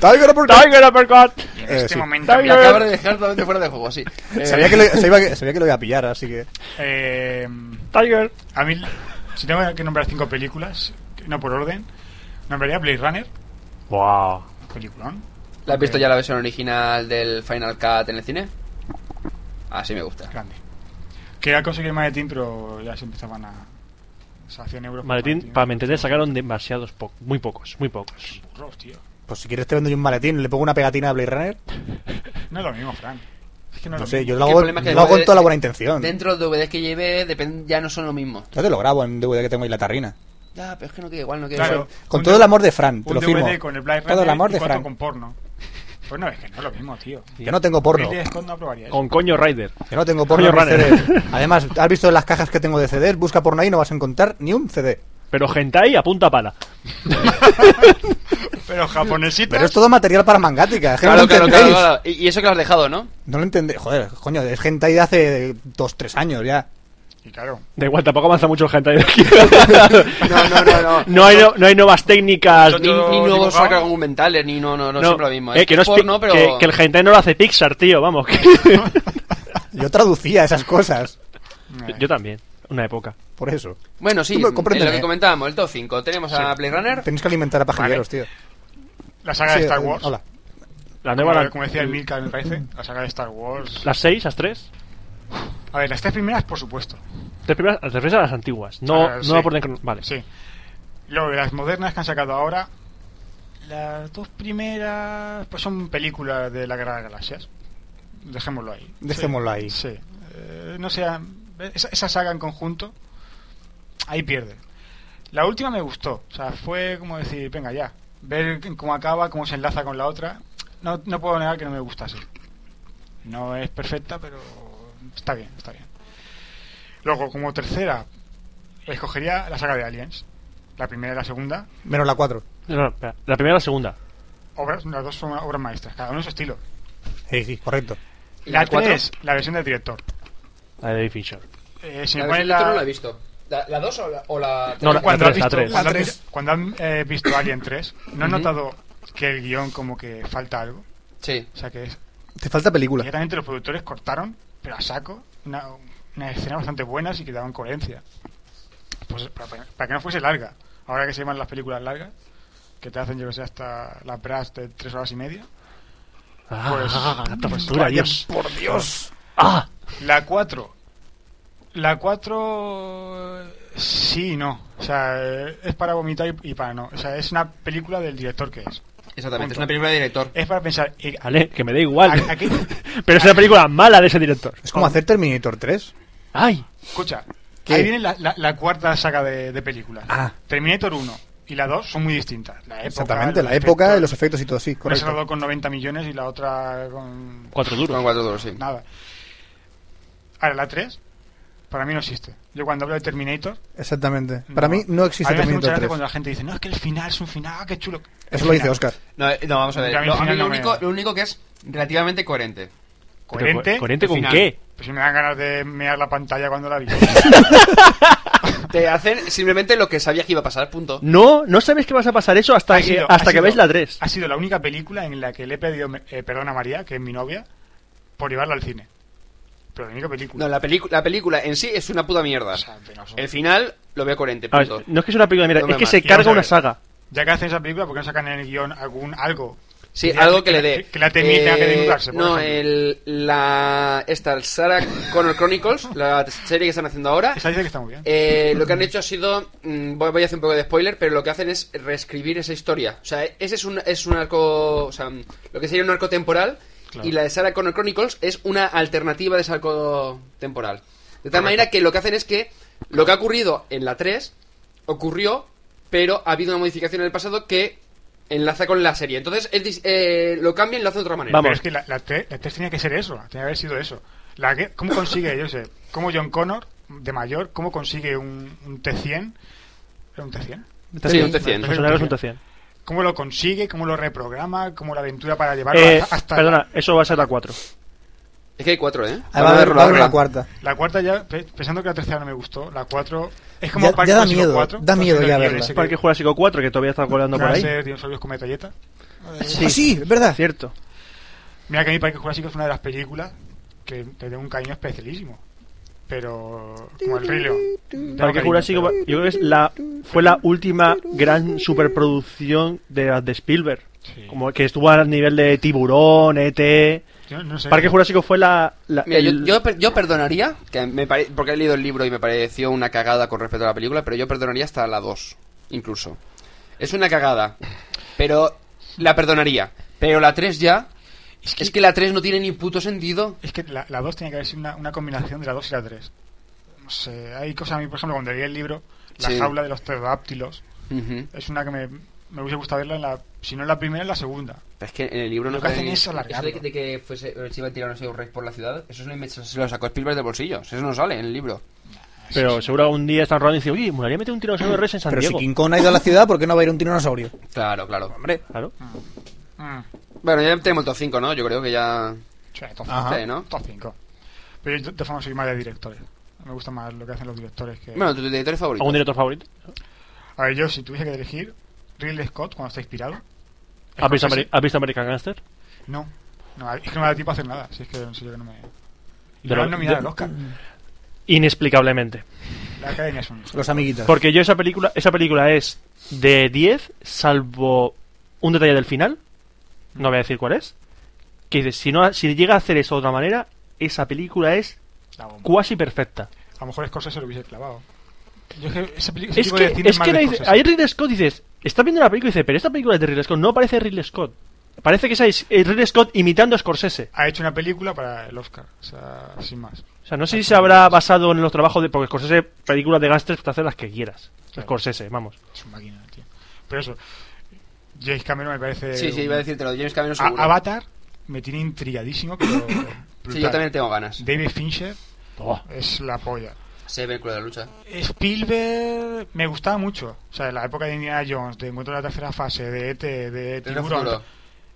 D: Tiger Uppercut.
B: ¡Tiger Uppercut!
E: en
D: Eh,
E: este
D: sí.
E: momento,
B: Tiger.
C: La acabas de dejar totalmente fuera de juego, sí. Eh,
D: Sabía que, lo, se iba- sabía que lo iba a pillar, así que.
E: eh,
B: ¡Tiger!
E: a mí, si tengo que nombrar cinco películas, no por orden, nombraría Blade Runner,
B: ¡Wow!
E: peliculón.
C: ¿La has visto ya la versión original del Final Cut en el cine? Así me gusta.
E: Grande. Quería conseguir maletín, pero ya se empezaban a. O sea, 100 euros. por
B: Maletín, para me entender, sacaron demasiados, po- muy pocos, muy pocos.
E: Burros, tío.
D: Pues si quieres te vendo yo un maletín, le pongo una pegatina a Blade Runner.
E: No es lo mismo, Frank. Es que no, es
D: No
E: lo
D: sé,
E: mismo.
D: yo lo
C: Es que el
D: hago,
C: problema es que
D: lo hago
C: luego
D: con
C: de-
D: toda la buena intención.
C: Dentro de los DVDs que lleve depend- ya no son lo mismo.
D: Yo te lo grabo en DVD que tengo ahí la tarrina.
C: Ya, pero es que no queda igual, no queda
E: Claro,
C: igual.
D: Con
E: un
D: todo
E: D-
D: el amor de Fran, te
E: un
D: lo
E: DVD
D: firmo.
E: con el Black
D: Todo el amor de
E: Frank.
D: Fran.
E: con porno. Pues no, es que no es lo mismo, tío.
D: Yo no tengo porno.
E: Billy Scott no aprobaría eso.
B: Con Coño Rider.
D: Yo no tengo porno
B: Coño,
D: en mis
B: Runner.
D: CDs. Además, has visto las cajas que tengo de CDs, busca porno ahí y no vas a encontrar ni un CD.
B: Pero Gentai a punta pala.
E: Pero japonesitas.
D: Pero es todo material para mangática. es que no
C: Claro,
D: lo
C: claro, claro,
D: entendéis.
C: claro. Y, y eso que lo has dejado, ¿no?
D: No lo entendéis. Joder, coño, es gente ahí de hace dos, tres años ya.
E: Y claro.
B: Da igual, tampoco avanza mucho el Gentai de aquí.
C: No, no, no, no.
B: No hay, no, no hay nuevas técnicas.
C: Ni,
E: Yo
C: ni nuevos
E: dibujaba.
C: arcos argumentales, ni no, no, no,
B: no,
C: siempre lo mismo.
B: eh,
C: Es
B: que, no es pi-
C: porno, pero...
B: que, que el Gentai no lo hace Pixar, tío, vamos. que-
D: Yo traducía esas cosas.
E: eh,
B: Yo también, una época.
D: Por eso.
C: Bueno, sí,
D: Tú me-
C: es lo
D: compréndeme.
C: que comentábamos, el top 5. Tenemos a Blade Runner.
D: Tenéis que alimentar a pajilleros, tío.
E: La saga
D: Sí,
E: de Star
D: eh,
E: Wars.
D: Hola.
B: La
E: Como,
B: nueva, la-
E: como decía el Milka, me parece. La saga de Star Wars.
B: las seis, las tres.
E: A ver, las tres primeras, por supuesto.
B: Tres primeras, las tres eran las antiguas. No,
E: Ah,
B: no
E: sí.
B: por orden cron- Vale.
E: Sí. Luego de las modernas que han sacado ahora, las dos primeras pues son películas de la Guerra de las Galaxias. Dejémoslo ahí.
D: Dejémoslo ahí.
E: Sí. Eh, no sea esa, esa saga en conjunto ahí pierde. La última me gustó, o sea, fue como decir, venga ya, ver cómo acaba, cómo se enlaza con la otra. No, no puedo negar que no me gustase. No es perfecta, pero está bien, está bien. Luego, como tercera, escogería la saga de Aliens. La primera y la segunda.
D: Menos la 4.
B: No, no, espera. La primera y la segunda.
E: Obras, las dos son obras maestras, cada uno en su estilo.
D: Sí, sí, correcto.
C: ¿Y
E: La
C: la cuatro?
E: tres, la versión del director.
B: La de David Fincher.
E: Eh, si
C: La versión
E: me pones
C: de
E: la,
C: Toro no la he visto. ¿La, la dos o la, o la
B: No, la-
E: cuando
B: tres,
E: has visto,
B: tres.
E: Cuando,
D: La
E: has-
D: tres.
E: cuando han eh, visto Alien 3, ¿no han
C: Ujú.
E: notado que el guión como que falta algo?
C: Sí.
E: O sea que es,
D: Te falta película.
E: directamente los productores cortaron, pero a saco, una, una escena bastante buenas y que daban coherencia. Pues para, para que no fuese larga. Ahora que se llaman las películas largas, que te hacen, yo que sé, hasta las bras de tres horas y media.
B: Ah,
E: Pues-
B: la tortura,
E: vaya
B: Dios.
D: Por Dios.
B: Ah,
E: La 4. La 4. Sí, y no. O sea, eh, es para vomitar y- y para no. O sea, es una película del director que es.
C: Exactamente, es
E: Punto.
C: una película de director.
E: Es para pensar. eh, a-
B: vale, que me da igual.
E: a- aquí-
B: Pero es una película mala de ese director. Ah,
D: Es como hacer Terminator 3.
B: ¡Ay!
E: Escucha,
D: ¿Qué?
E: ahí viene la, la- la cuarta saga de, de películas.
D: Ah.
E: Terminator 1 y la 2 son muy distintas. La época,
D: Exactamente,
E: los
D: la época,
E: efectos.
D: los efectos y todo, sí,
E: Una se
D: correcto.
E: rodó con 90 millones y la otra con.
B: Cuatro
C: Con
B: duros.
C: cuatro duros, sí.
E: Nada. Ahora, la 3, para mí no existe. Yo cuando hablo de Terminator.
D: Exactamente. Para
E: no.
D: mí no
E: A
D: existe
E: mí me hace
D: Terminator
E: mucha gracia
D: 3.
E: cuando la gente dice, no, es que el final es un final, ah, qué chulo.
D: Eso lo dice Oscar.
C: No, eh, no, vamos a ver.
E: Ya me
C: Lo, a mí
E: final
C: lo
E: no me-
C: único, lo único que es relativamente coherente.
B: Pero
E: Coherente.
B: co- ¿Coherente con
C: Final.
B: qué?
E: Pues si me dan ganas de mear la pantalla cuando la vi.
C: Te hacen simplemente lo que sabías que iba a pasar, punto.
B: No, no sabes que vas a pasar eso hasta
E: Ha
B: que,
E: sido- ha
B: hasta que
E: sido-
B: veis la 3.
E: Ha sido la única película en la que le he pedido me- eh, perdón a María, que es mi novia, por llevarla al cine. Pero la única película.
C: No, la, pelicu- la película en sí es una puta mierda.
E: O sea, penoso.
C: El final lo veo coherente,
B: A ver,
C: punto.
B: no es que sea una película de mierda,
C: No me
B: es que
C: mal.
B: se
E: Y vamos
B: carga
E: a
B: una
E: ver.
B: saga.
E: Ya que hacen esa película, ¿por qué no sacan en el guión algún algo?
C: Sí,
E: Que-
C: algo que le dé.
E: Que, que la temi- tenga que
C: Eh,
E: divulgarse, por
C: No,
E: ejemplo.
C: el, la, esta, el Sarah Connor Chronicles, la serie que están haciendo ahora.
E: Esa dice que está muy bien.
C: eh, lo que han hecho ha sido. mm, Voy voy a hacer un poco de spoiler, pero lo que hacen es reescribir esa historia. O sea, e-, ese es un, es un arco. O sea, mm, lo que sería un arco temporal.
E: Claro.
C: Y la de Sarah Connor Chronicles es una alternativa de ese arco temporal. De tal manera que lo que hacen es que Lo que ha ocurrido en la 3 ocurrió, pero ha habido una modificación en el pasado que enlaza con la serie. Entonces es dis- eh, lo cambian y lo hacen de otra manera.
B: Vamos.
E: Pero es que la, la, te- la 3 tenía que ser eso, tenía que haber sido eso. La, que- ¿Cómo consigue, yo sé, cómo John Connor, de mayor, cómo consigue un, un T100? ¿Era un T100?
C: Sí, un T100.
B: Pues ahora es un T100.
E: ¿Cómo lo consigue? ¿Cómo lo reprograma? ¿Cómo la aventura para llevarlo
B: Eh,
E: hasta, hasta
B: perdona, eso va a ser la 4.
C: Es que hay cuatro, ¿eh?
D: Ah, va a
C: Vamos
D: haber,
C: verlo,
D: va a haber
C: verlo.
D: una cuarta.
E: La cuarta ya, pe- pensando que la tercera no me gustó, la 4 es
D: Ya-
E: como
D: ya
E: Parque
D: da
E: Jurásico
D: miedo,
E: 4,
D: da miedo ya verla.
E: ese que-
B: Parque Jurásico 4, que todavía está colando por ahí.
E: Láser, dinosaurios con metralleta.
D: Sí, Ah, sí es verdad.
B: Cierto.
E: Mira que mi Parque Jurásico es una de las películas que te tengo un cariño especialísimo. Pero como el Rey León. Tengo
B: Parque
E: cariño,
B: Jurásico,
E: pero-
B: yo creo que es la, fue la última gran superproducción de las de Spielberg.
E: Sí.
B: Como que estuvo al nivel de Tiburón, ET.
E: Yo no sé.
B: Parque Jurásico fue la. la-
C: Mira, yo,
B: el-
C: yo per- yo perdonaría, que me pare- porque he leído el libro y me pareció una cagada con respecto a la película, pero yo perdonaría hasta la 2, incluso. Es una cagada, pero la perdonaría. Pero la 3 ya,
E: Es que,
C: es que la 3 no tiene ni puto sentido.
E: es que la, la 2 tenía que haber sido una, una combinación de la 2 y la 3. No sé, hay cosas a mí, por ejemplo, cuando leí el libro, La
C: Sí.
E: jaula de los pterodáctilos,
C: Ujú.
E: es una que me, me hubiese gustado verla, en la, si no en la primera, en la segunda.
C: Pero es que en el libro no
E: Lo que
C: sale
E: hacen
C: ni-
E: es
C: eso de,
E: alargarlo.
C: que- de que fuese, eh, se iba a tirar un Rex por la ciudad, eso es una invención, se lo sacó Spielberg del bolsillo, eso no sale en el libro.
B: Pero seguro un día están rodando y dice, oye, me gustaría meter un tiranosaurio de Rex en San
D: Pero si
B: Diego.
D: King Kong ha ido a la ciudad, ¿por qué no va a ir un tiranosaurio?
C: Claro, claro. Hombre.
B: Claro.
E: Mm.
C: Bueno, ya tenemos el top 5, ¿no? Yo creo que ya...
E: Sí, top
D: Ajá.
E: 5.
C: Sí, ¿no?
E: Top 5. Pero yo de todas formas soy más de directores. Me gusta más lo que hacen los directores que...
C: Bueno, tu tu director favorito.
B: ¿Algún director favorito?
E: A ver, yo si tuviese que elegir, Ridley Scott cuando está inspirado.
B: ¿Has visto,
E: Scorsese-
B: Ameri- has visto American Gangster?
E: No. No, es que no me da tiempo a hacer nada. Si es que en serio que no me... Y
B: De
E: me
B: lo-
E: han nominado
B: de-
E: al Oscar.
B: Inexplicablemente.
E: La academia es un...
D: Los amiguitos.
B: Porque yo esa película, esa película es de 10, salvo un detalle del final, no voy a decir cuál es, que dices, si, no, si llega a hacer eso de otra manera, esa película es
E: La bomba.
B: cuasi perfecta.
E: A lo mejor Scorsese lo hubiese clavado. Yo es que ese, peli- ese
B: Es
E: tipo
B: que,
E: de cine
B: es
E: más
B: que
E: de
B: ahí-
E: Scorsese.
B: ahí Ridley Scott dices, estás viendo la película y dices, pero esta película es de Ridley Scott, no parece Ridley Scott. Parece que esa es eh, Ridley Scott imitando a Scorsese.
E: Ha hecho una película para el Oscar. O sea, sin más.
B: O sea, no sé si se habrá basado en los trabajos de... Porque Scorsese, películas de gangsters, te hace las que quieras.
E: Claro.
B: Scorsese, vamos.
E: Es un máquina, tío. Pero eso... James Cameron me parece...
C: Sí, sí,
E: un-
C: iba a decírtelo, James Cameron
E: A-
C: seguro.
E: Avatar me tiene intrigadísimo, pero.
C: sí,
E: brutal.
C: yo también tengo ganas.
E: David Fincher
B: Oh.
E: es la polla.
C: Se ve el culo de la lucha.
E: Spielberg me gustaba mucho. O sea, en la época de Indiana Jones, de Encuentro de la Tercera Fase, de ET, de
C: Tren al
E: Tiburón.
C: futuro.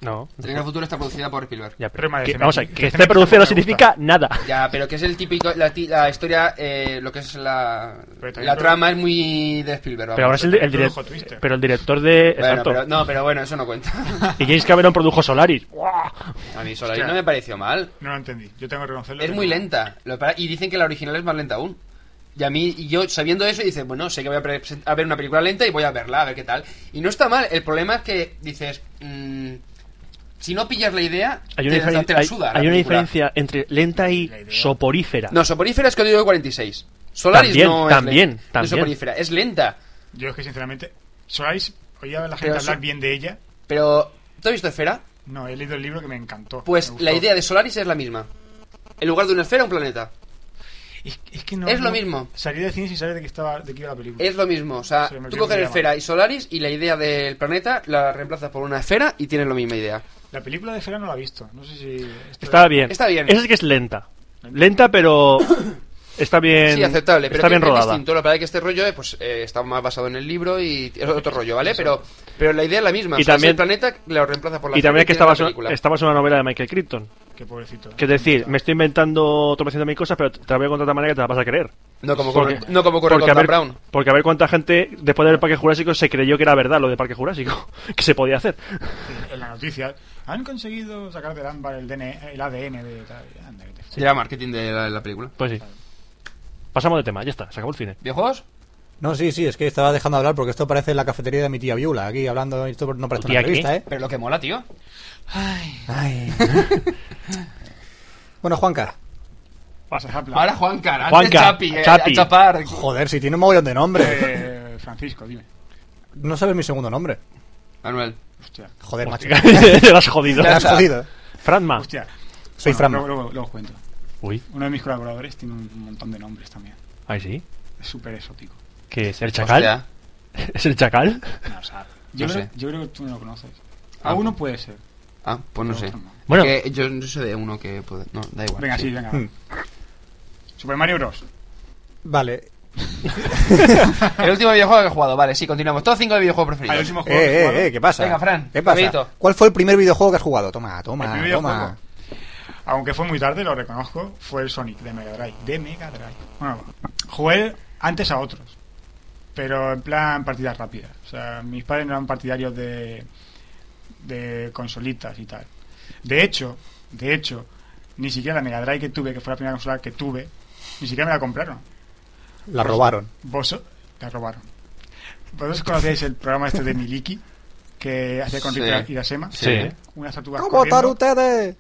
B: No.
C: Tren al futuro está producida por Spielberg.
B: Ya,
E: Pero, madre,
B: que-
E: se me-
B: vamos a ver,
E: que
B: que
E: se
B: esté
E: me-
B: producido no
E: se me
B: significa nada.
C: Ya, pero que es el típico, la, ti- la historia, eh, lo que es la,
E: Pero también
C: la
E: produ-
C: trama es muy de Spielberg. vamos.
B: Pero ahora es el, el
E: Produjo
B: direc-
E: Twister.
B: pero el director de...
C: Bueno,
B: exacto.
C: pero- no, pero bueno, eso no cuenta.
B: Y James Cameron produjo Solaris.
C: A mí Solaris
E: Hostia.
C: no me pareció mal.
E: No lo entendí. Yo tengo que reconocerlo.
C: Es
E: que
C: muy
E: no.
C: lenta. Lo para- y dicen que la original es más lenta aún. Y a mí, y yo sabiendo eso, dices, bueno, sé que voy a, pre- a ver una película lenta y voy a verla, a ver qué tal. Y no está mal. El problema es que dices, mm, si no pillas la idea,
B: Hay una,
C: te, la-
B: diferen-
C: te la
B: hay-
C: suda. la
B: hay una
C: película.
B: diferencia entre lenta y
E: La idea.
B: soporífera.
C: No, soporífera es código 46. Solaris
B: También,
C: no
B: también,
C: es lenta. No es
B: también.
C: soporífera, es lenta.
E: Yo es que, sinceramente, Solaris, oía a la gente
C: Pero
E: hablar
C: sí.
E: bien de ella.
C: Pero, ¿tú has visto Esfera?
E: No, he leído el libro que me encantó.
C: Pues
E: me gustó.
C: la idea de Solaris es la misma. En lugar de una esfera, un planeta.
E: Es, es que no.
C: es lo
E: no-
C: mismo.
E: Salí del cine sin saber de qué, estaba, de qué iba la película.
C: Es lo mismo. O sea,
E: Sí, me
C: tú
E: olvidó
C: coges
E: cómo se
C: esfera y Solaris y la idea del planeta la reemplazas por una esfera y tienes la misma idea.
E: La película de Fera no la he visto. No sé si. esto-
B: Está bien.
C: Está bien.
B: Esa sí que es lenta. Lenta, pero está bien.
C: sí, aceptable. Pero
B: Está
C: que
B: bien
C: es
B: rodada.
C: distinto. La verdad es que este rollo eh, pues, eh, está más basado en el libro y es otro rollo, ¿vale? Pero, pero la idea es la misma.
B: Y
C: o sea,
B: también-
C: es el planeta lo reemplazas por la
B: Y también es que está
C: estabas
B: basado está basado en una novela de Michael Crichton.
E: Qué pobrecito.
B: Que es decir, me estoy inventando, tropeciendo mil cosas, pero te la voy a contar de tal manera que te la vas a creer.
C: No como ocurre,
B: Porque-
C: no como ocurre con
B: a ver,
C: Dan Brown.
B: porque a ver cuánta gente, después del Parque Jurásico, se creyó que era verdad lo de Parque Jurásico. Que se podía hacer.
E: en la noticia han conseguido sacar del ámbar el, DN el ADN de tal. Anda, que te-
C: Será marketing de la, la película.
B: Pues sí. Pasamos de tema, ya está, se acabó el cine.
C: ¿Videojuegos?
D: No, sí, sí, es que estaba dejando hablar porque esto parece la cafetería de mi tía Viula. Aquí hablando, esto no parece
B: ¿Tu tía
D: una
B: qué?
D: entrevista, ¿eh?
C: Pero lo que mola, tío.
D: Ay. bueno, Juanca.
E: Vas a Zapla.
C: Ahora Juan Cara,
B: Juanca,
C: Chapi, eh,
B: Chapi.
C: a chapar.
D: Joder, si tiene un mogollón de nombres.
E: Eh, Francisco, dime.
D: No sabes mi segundo nombre.
C: Manuel.
E: Hostia.
D: Joder, Pues, macho.
B: Te lo has jodido.
D: Te has
C: está.
D: jodido.
B: Franma.
E: Hostia.
D: Soy
E: Bueno,
D: Fran.
E: Luego, luego, luego os cuento.
B: Uy,
E: Uno de mis colaboradores tiene un montón de nombres también.
B: ahí sí.
E: es súper exótico.
B: ¿Qué es? ¿El chacal?
C: Hostia.
B: ¿Es el chacal?
E: No, o sea, yo,
C: No
E: creo,
C: sé.
E: yo creo que tú no lo conoces.
C: Ah.
E: A uno puede ser.
C: Ah, pues no
E: pero
C: sé.
E: otro no.
B: Bueno,
C: Que yo no sé de uno que puede. No, da igual.
E: Venga, sí,
C: sí.
E: venga.
D: Hmm.
E: Super Mario Bros.
D: Vale.
C: El último videojuego que he jugado, vale, sí, continuamos. Todos cinco de videojuegos
E: Al
C: preferidos.
E: último
D: Eh,
E: juego. que he jugado,
D: eh, eh, ¿qué pasa?
C: Venga, Fran,
D: ¿Qué pasa?
C: rapidito.
D: ¿Cuál fue el primer videojuego que has jugado? Toma, toma,
E: primer
D: toma.
E: Aunque fue muy tarde, lo reconozco, fue el Sonic de Mega Drive. De Mega Drive. Bueno, jugué antes a otros, pero en plan partidas rápidas. O sea, mis padres no eran partidarios de, de consolitas y tal. De hecho, de hecho, ni siquiera la Mega Drive que tuve, que fue la primera consola que tuve, ni siquiera me la compraron.
D: La robaron.
E: Vos la robaron. ¿Vosotros conocéis el programa este de Miliki? Que hacía con
C: Sí.
E: Rita Irasema.
B: sí.
C: Sí.
E: Unas tortugas
D: ¿Cómo votar
E: corriendo.
D: ustedes?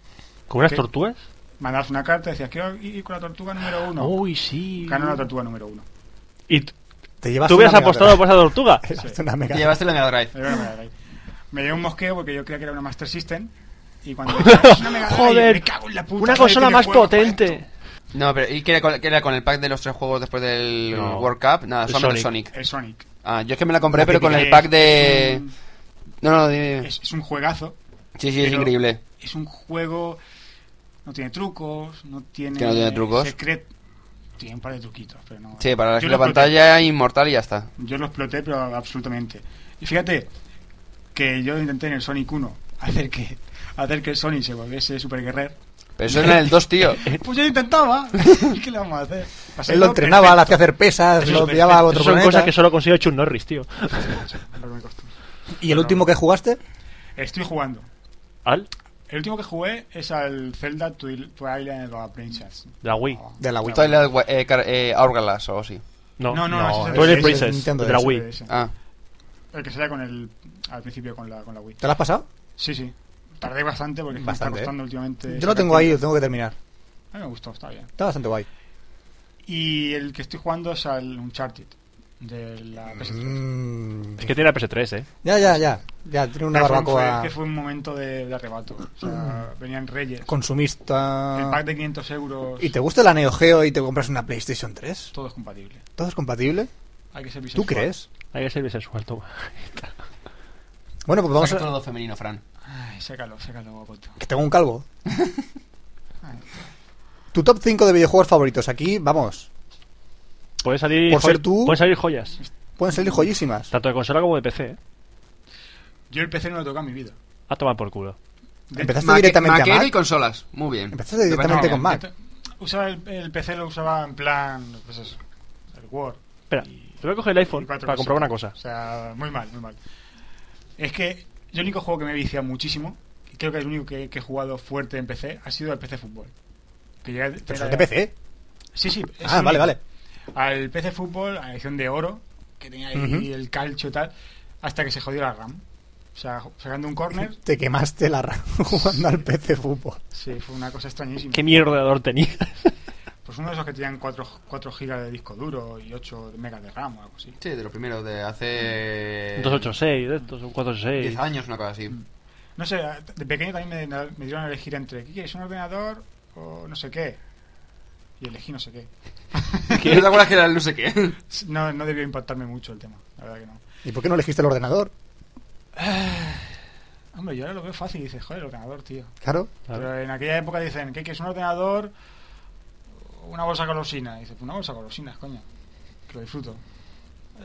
B: ¿Con unas
E: ¿Qué?
B: tortugas?
E: Mandabas una carta y decías, quiero ir con la tortuga número uno.
B: Uy, sí.
E: Ganó la tortuga número uno.
B: Y t-
D: Te llevas
B: tú hubieras
D: una Mega
B: apostado por esa tortuga.
D: Drive.
E: Sí.
D: Una Mega
C: Te llevaste la Mega Drive.
E: Era una Mega Drive. Me dio un mosqueo porque yo creía que era una Master System. Y cuando "Es una Mega Drive",
B: Joder,
E: me cago en la puta,
B: Una
E: nadie
B: consola
E: tiene
B: más
E: juego para
B: potente.
E: esto.
C: No, pero ¿y qué era, con, qué era con el pack de los tres juegos después del
B: No.
C: World Cup? Nada,
B: El
C: solamente
B: Sonic.
C: Sonic.
E: El Sonic.
C: Ah, yo es que me la compré,
D: La
C: pero con
D: típica
C: el
E: Es-
C: pack de.
E: Es
C: No, no,
E: un,
C: dime.
E: es- es un juegazo.
C: Sí, sí, es
E: pero-
C: increíble.
E: Es un juego. No tiene trucos, no tiene.
C: ¿Que no tiene trucos?
E: secret- Tiene un par de truquitos, pero no.
C: Sí, para la,
E: Yo
C: la
E: lo exploté.
C: pantalla inmortal y ya está.
E: Yo lo exploté, pero absolutamente. Y fíjate que yo intenté en el Sonic 1 hacer que, hacer que el Sonic se volviese super guerrero.
C: Pero eso era en el 2, tío.
E: Pues yo intentaba. ¿Qué le vamos a hacer? Pasé
D: Él lo
E: todo
D: entrenaba, le
E: perfecto.
D: hacía hacer pesas,
E: Eso es
D: lo
E: perfecto.
D: enviaba a otro
B: Esas son
D: planeta.
B: cosas que solo consiguió Chun Norris, tío.
E: Lo que me costó.
D: ¿Y el último que jugaste?
E: Estoy jugando.
B: ¿Al?
E: El último que jugué es al Zelda Twil- Twilight of Princess.
B: De la Wii.
D: De la Wii.
C: Twilight Wa- eh, Car- eh, Hourglass o algo así.
B: No,
E: No, no, ese es el
B: Twilight
E: DS,
B: Princess,
D: el Nintendo
B: de la
D: DS.
B: Wii.
E: Ese.
C: Ah,
E: El que salía con el al principio con la con la Wii.
D: ¿Te lo has pasado?
E: Sí, sí. Tardé bastante
D: Bastante,
E: porque
D: ¿eh?
E: me está costando últimamente.
D: Yo lo tengo ahí, lo tengo que terminar.
E: A mí me gustó, está bien.
D: Está bastante guay.
E: Y el que estoy jugando es al Uncharted de la PS3.
D: Mm.
B: Es que tiene la PS3, eh.
D: Ya, ya, ya. Ya, tiene una
E: Pero fue-
D: barbacoa Mm.
E: Fue, que fue un momento de, de arrebato. O sea, venían Reyes. El
D: consumista.
E: pack de 500 euros.
D: ¿Y te gusta la Neo Geo y te compras una PlayStation 3?
E: Todo es compatible.
D: ¿Todo es compatible?
E: Hay que ser
D: ¿Tú
E: bisexual.
D: crees?
B: Hay que ser bisexual, toma.
D: Bueno, pues vamos
C: Saca
D: a...
C: todo femenino, Fran.
E: Ay, sácalo, sácalo, guapoto.
D: Que tengo un calvo. Tu top 5 de videojuegos favoritos. Aquí, vamos.
B: Pueden salir,
D: Por
B: joy-
D: ser tú-
B: pueden salir joyas.
D: Pueden
E: Mm.
D: salir joyísimas.
B: Tanto de consola como de PC, eh.
E: Yo el PC no lo he tocado en mi vida.
B: A tomar por culo.
E: De-
D: Empezaste
C: Maque-
D: directamente a
C: maquero
D: Mac.
C: y consolas. Muy bien.
D: Empezaste directamente
C: Me
D: con
C: parece
D: Mac.
E: Yo te- Usaba el, el PC, lo usaba en plan. Pues eso. El Word.
B: Espera,
E: Y-
B: te voy a coger el iPhone
E: y cuatro
B: para comprar una
E: cositas.
B: cosa.
E: O sea, muy mal, muy mal. Es que yo el único juego que me he viciado muchísimo, y creo que es el único que, que he jugado fuerte en PC, ha sido el PC Fútbol. Que ya
D: Pero
E: era-
D: son de PC.
E: Sí, sí. es
D: Ah,
E: el
D: vale,
E: único.
D: vale.
E: Al PC Fútbol, a la edición de oro, que tenía ahí
D: Ujú.
E: el calcho y tal, hasta que se jodió la RAM. O sea, sacando un corner,
D: Te quemaste la RAM jugando al PC fútbol.
E: sí, fue una cosa extrañísima.
B: ¿Qué mierda de ordenador tenía?
E: Pues uno de esos que tenían 4, 4 gigas de disco duro y 8 megas de RAM o algo así.
C: Sí, de lo primero, de hace.
D: Eh,
B: 286, de estos, un
C: 10
B: 486.
C: años, una cosa así.
E: No sé, de pequeño también me, me dieron a elegir entre ¿qué quieres, un ordenador o no sé qué? Y elegí no sé qué.
C: ¿Qué? ¿No te acuerdas que era el no sé qué?
E: No, no debió impactarme mucho el tema, la verdad que no.
D: ¿Y por qué no elegiste el ordenador?
E: Hombre, yo ahora lo veo fácil y dices, joder, el ordenador, tío.
D: Claro.
B: Claro.
E: Pero en aquella época dicen, ¿qué quieres, un ordenador o una bolsa colosina? Y dices, pues una bolsa colosina, coño. Que lo disfruto.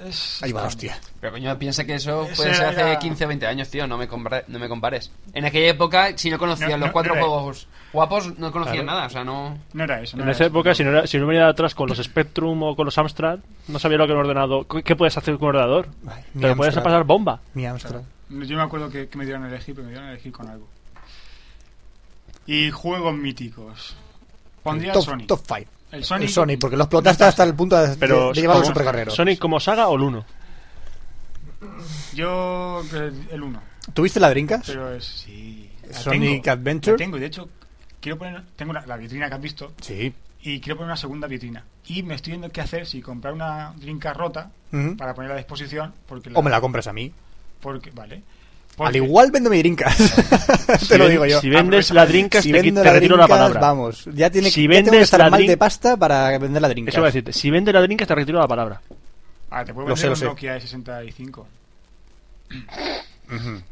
E: Es
D: Ahí va,
E: extraño.
D: hostia.
C: Pero coño, piensa que eso
E: Ese
C: puede ser hace
E: era-
C: 15 o 20 años, tío. No me, compare- no me compares. En aquella época, si no conocías
E: No,
C: los
E: no,
C: cuatro
E: no era-
C: juegos guapos, no conocías
B: Claro.
C: nada. O sea, no.
E: No era eso. No
B: En
E: era
B: esa
E: eso.
B: época, si no, era- si no venía de atrás con los Spectrum o con los Amstrad, no sabía lo que era un ordenador. ¿Qué- ¿Qué puedes hacer con un ordenador?
D: Ay, ni
B: Te lo puedes
D: Amstrad,
B: pasar bomba.
D: Ni
E: Claro.
D: Amstrad.
E: Yo me acuerdo que, que me dieron a elegir, pero me dieron a elegir con algo. Y juegos míticos. Pondría el Sonic.
D: Top 5.
E: El Sonic.
D: El Sonic, porque lo explotaste hasta el punto de,
B: Pero
D: de, de llevarlo al
B: como-
D: supercarrero.
B: ¿Sonic como saga o el 1?
E: Yo el- el 1.
D: ¿Tuviste la Drinkas?
E: Pero es. Sí. la
D: Sonic
E: tengo,
D: Adventure.
E: la tengo, y de hecho, quiero poner. Tengo la, la vitrina que has visto.
D: Sí.
E: Y quiero poner una segunda vitrina. Y me estoy viendo qué hacer si comprar una drinka rota
D: Ujú.
E: para ponerla a disposición. Porque
D: O me la compras a mí.
E: Porque, vale. Porque-
D: Al igual vendo mi drinkas. Te lo
B: ven-
D: digo yo.
B: Pues si vendes la drinkas,
D: Si
B: te,
D: vendo
B: qui- te
D: la
B: retiro la
D: Drinkas,
B: palabra.
D: Vamos, ya tiene
B: Si
D: ya tengo que
B: vendes
D: estar
B: la
D: mal
B: drink-
D: de pasta para vender la drinkas.
B: Eso voy a decirte. Si vendes la drinkas, te retiro la palabra.
E: Ah, te puedo
D: Lo sé,
E: vender
D: lo sé.
E: un Nokia de 65.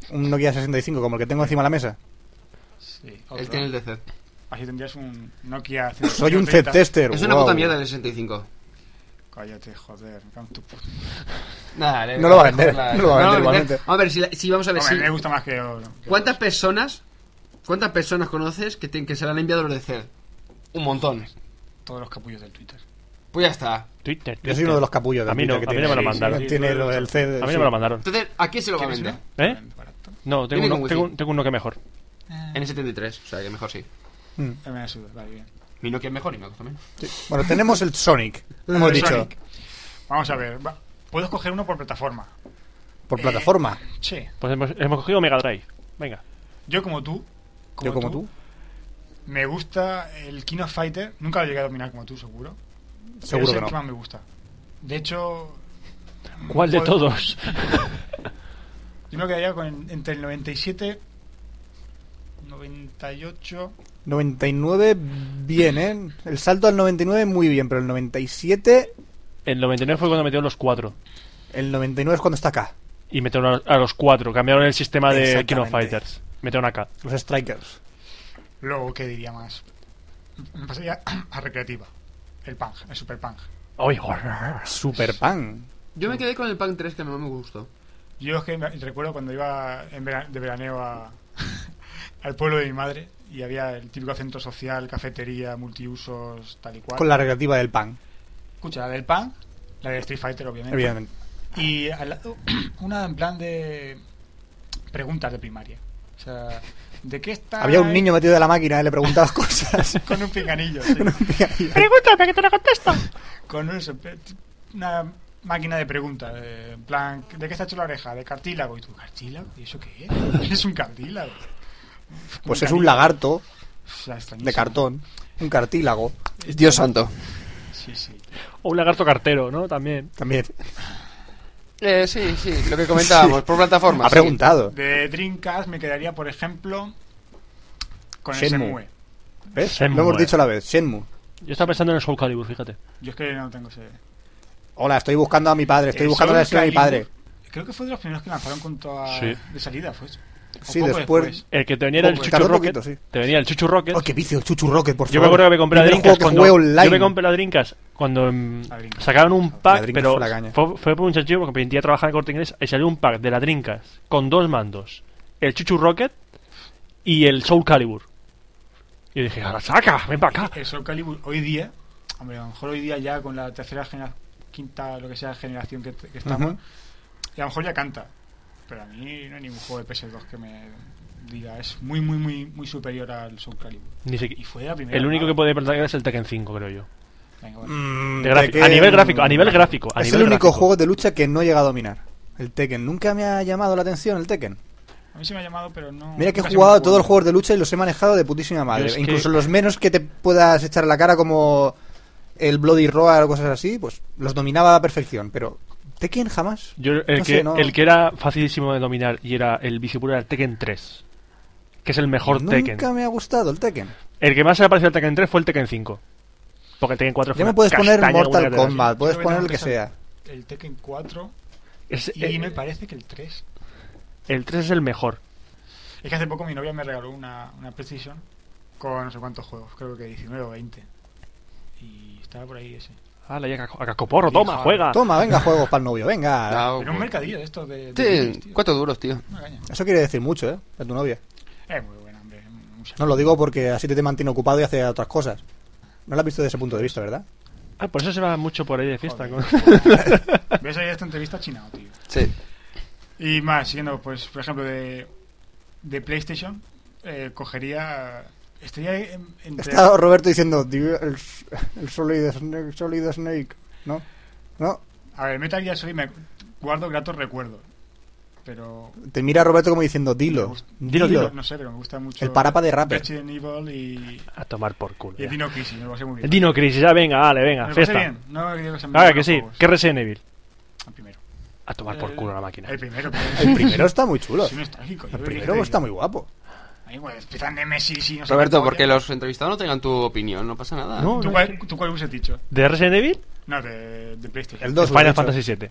D: Un Nokia 65 como el que tengo encima de la mesa.
B: Pues
E: Sí.
C: Él tiene el DC.
E: Así tendrías un Nokia.
D: Soy un
E: 130.
D: set tester.
C: Es una
D: wow.
C: puta mierda el 65.
E: Cállate, joder. me cago en tu puta-
C: Nada, le-
D: No lo va a vender,
C: la-
D: no lo va a vender igualmente.
C: A ver, si, la- si vamos a ver
E: Hombre,
C: si-
E: me gusta más que. que-
C: ¿Cuántas personas cuántas personas conoces que, te- que se le han enviado los DC? Un montón.
E: Todos los capullos del Twitter.
C: Pues ya está.
B: Twitter,
D: Yo soy
B: Twitter.
D: uno de los capullos de
B: A mí no,
D: Twitter
B: a
D: que
B: mí no me lo
D: tiene.
B: mandaron.
E: sí,
D: Tiene
E: sí.
D: lo del CD,
B: A mí
D: sí.
B: no me lo mandaron.
C: Entonces, ¿a quién se lo va a
E: ¿Quieres
C: vender?
E: uno?
B: ¿Eh?
E: Barato.
B: No, tengo
C: Viene
B: uno,
C: con
B: tengo,
C: wifi.
B: tengo uno que mejor.
C: N73, o sea que mejor sí.
D: Mm.
E: Eh, Me la suda, vale, bien.
C: Mi Nokia es mejor y me gusta menos.
D: Bueno, tenemos el Sonic, hemos
E: El
D: dicho,
E: Sonic. Vamos a ver. va- Puedo escoger uno por plataforma.
D: por
B: Eh,
D: plataforma.
E: Sí.
B: Pues hemos, hemos cogido Mega Drive. Venga.
E: Yo como tú.
D: Yo como tú,
E: Me gusta el King of Fighter. Nunca lo llegué a dominar como tú, seguro. Pero es
D: seguro
E: el
D: que
E: que
D: no.
E: más me gusta. De hecho,
B: ¿Cuál de
E: Joder.
B: todos?
E: yo me quedaría con entre el 97, 98.
D: 99 bien, ¿eh? El salto al 99 muy bien, pero el 97,
B: El 99 fue cuando metieron los cuatro.
D: el 99 es cuando está acá,
B: Y metieron a, a los cuatro. Cambiaron el sistema de King of
D: Exactamente.
B: Fighters. Metieron acá.
D: los strikers.
E: Luego, ¿qué diría más? Me pasaría a recreativa. El Pang, el Super Pang.
B: ¡Ay, horror!
D: Super pan.
C: Yo me quedé con el Punk 3 que no me gustó.
E: Yo es que me- recuerdo cuando iba en vera- de veraneo a- al pueblo de mi madre y había el típico centro social, cafetería, multiusos, tal y cual.
D: Con la recreativa del pan,
E: Escucha, la del Pang, la de Street Fighter, obviamente.
D: evidentemente.
E: Y al lado, una en plan de preguntas de primaria. O sea, ¿de qué está?
D: Había un niño metido en la máquina, ¿eh? le preguntabas cosas.
E: con un pinganillo, sí.
B: Pregúntame que te lo contesto.
E: con un sope- una máquina de preguntas. de- En plan, ¿de qué está hecho la oreja? ¿De cartílago? ¿Y tú, cartílago? ¿Y eso qué es? ¿Es un cartílago?
D: Pues es un lagarto
E: O sea, extrañísimo.
D: de cartón, un cartílago,
C: Dios santo.
E: Sí, sí.
B: O un lagarto cartero, ¿no? También.
D: también.
C: Eh, sí, sí, lo que comentábamos, por plataforma.
D: Ha
C: sí.
D: preguntado.
E: De Dreamcast me quedaría, por ejemplo, con
D: Shenmue.
E: el Shenmue.
D: ¿Ves?
B: Shenmue.
D: Lo hemos dicho a la vez, Shenmue.
B: Yo estaba pensando en el Soul Calibur, fíjate.
E: Yo es que no tengo ese.
D: Hola, estoy buscando a mi padre, estoy
E: Eh,
D: buscando
E: Soul
D: la versión de mi padre.
E: Calibur. Creo que fue de los primeros que lanzaron con toda
B: Sí.
E: de salida, fue. eso. O
D: Sí,
E: poco
D: después-
B: El que te venía era el
D: Poco,
B: Chuchu
D: tardó
B: Rocket.
D: poquito, sí.
B: Te venía el Chuchu Rocket.
D: ¡Oh, qué vicio! El Chuchu Rocket, por favor.
B: Yo me acuerdo que me compré la
D: Primer
B: Drinkas
D: juego que
B: cuando.
D: jugué online.
B: Yo me compré la Drinkas cuando mm,
E: La Dreamcast.
B: sacaron un pack,
D: Dreamcast
B: pero
D: fue la caña.
B: fue, fue por un chanchillo porque me a trabajar en corte inglés y salió un pack de la Drinkas con dos mandos: el Chuchu Rocket y el Soul Calibur. Y yo dije, ahora saca, ven para acá.
E: El Soul Calibur hoy día, hombre, a lo mejor hoy día ya con la tercera generación, quinta, lo que sea, generación que, que estamos,
D: Ujú.
E: y a lo mejor ya canta. Pero a mí no hay ningún juego de PS2 que me diga, es muy, muy, muy, muy superior al Soul Calibur.
B: Ni siquiera-
E: Y fue la primera.
B: El único que
E: ¿no?
B: puede perder es el Tekken 5, creo yo.
E: Venga, bueno.
D: Mm,
B: De gráfico-
D: Tekken.
B: a nivel gráfico, a nivel gráfico. a
D: Mm. Es
B: nivel
D: el único
B: gráfico.
D: juego de lucha que no he llegado a dominar. El Tekken. Nunca me ha llamado la atención el Tekken.
E: A mí se me ha llamado, pero no.
D: Mira que he
E: nunca se me
D: jugado a
E: ocurrió.
D: todos los juegos de lucha y los he manejado de putísima
B: Yo
D: madre.
B: es que-
D: Incluso los menos que te puedas echar a la cara como el Bloody Roar o cosas así, pues los dominaba a la perfección. Pero Tekken jamás.
B: Yo, el,
D: No
B: que,
D: sé, no-
B: el que era facilísimo de dominar y era el vicio puro era el Tekken 3. Que es el mejor
D: Nunca
B: Tekken.
D: me ha gustado el Tekken.
B: El que más se le ha parecido al Tekken 3 fue el Tekken 5. Porque el Tekken 4 fue
D: Ya me
B: una
D: puedes poner
B: castaña
D: Mortal
B: como una
D: Kombat, puedes
E: Creo
D: poner el
E: tengo
D: que sea.
E: El Tekken 4
B: Es-
E: y
B: eh,
E: me parece que el 3.
B: el 3 es el mejor.
E: Es que hace poco mi novia me regaló una, una Precision con no sé cuántos juegos, creo que 19 o 20. Y estaba por ahí ese.
B: Ah, la a Cacoporro,
E: Sí,
B: toma,
E: joder.
B: juega.
D: Toma, venga, juegos para el novio, venga.
C: Ah,
E: en un mercadillo de estos de. de
C: Sí,
E: Luis, tío.
C: cuatro duros, tío.
E: Una caña.
D: Eso quiere decir mucho, ¿eh? Para tu novia.
E: Es muy buen hombre. es muy sabio.
D: No lo digo porque así te mantiene ocupado y hace otras cosas. No lo has visto desde ese punto de vista, ¿verdad?
B: Ah, por eso se va mucho por ahí de fiesta.
E: Joder.
B: con-
E: Voy a salir de esta entrevista chinado, tío.
C: Sí.
E: Y más, siguiendo, pues, por ejemplo, de, de PlayStation, eh, cogería. Estaría en- entre.
D: Está Roberto diciendo "Digo, el, el Solid Snake, el Solid Snake, ¿no? ¿No?
E: A ver, Metal Gear Solid me guardo gratos recuerdos. Pero.
D: Te mira Roberto como diciendo, dilo,
B: Dilo,
D: dilo.
B: dilo.
E: No sé, pero me gusta mucho.
D: El parapa de rapper.
E: Resident Evil y.
B: A tomar por culo.
E: Y el
B: ya.
E: Dino Crisis, me lo pasé muy bien.
B: El Dino Crisis, ya venga, vale,
E: Me
B: venga,
E: lo pasé
B: fiesta.
E: bien. No digo que sean
B: Ah,
E: malos
B: que sí,
E: juegos.
B: que Resident Evil.
E: El primero.
B: a tomar
E: Eh,
B: por culo la máquina.
E: El primero.
D: El primero está muy chulo.
E: Sí, nostálgico.
D: El primero está muy guapo.
E: Ahí, güey, empiezan este Nemesis y no sé
C: Roberto,
E: qué
C: porque
E: coño.
C: los entrevistados no tengan tu opinión, no pasa nada.
B: No,
E: ¿Tú cuál, tú cuál hubieses dicho?
B: ¿De Resident Evil?
E: No, de, de PlayStation.
D: El
B: de
D: 2.
B: Final Fantasy VII.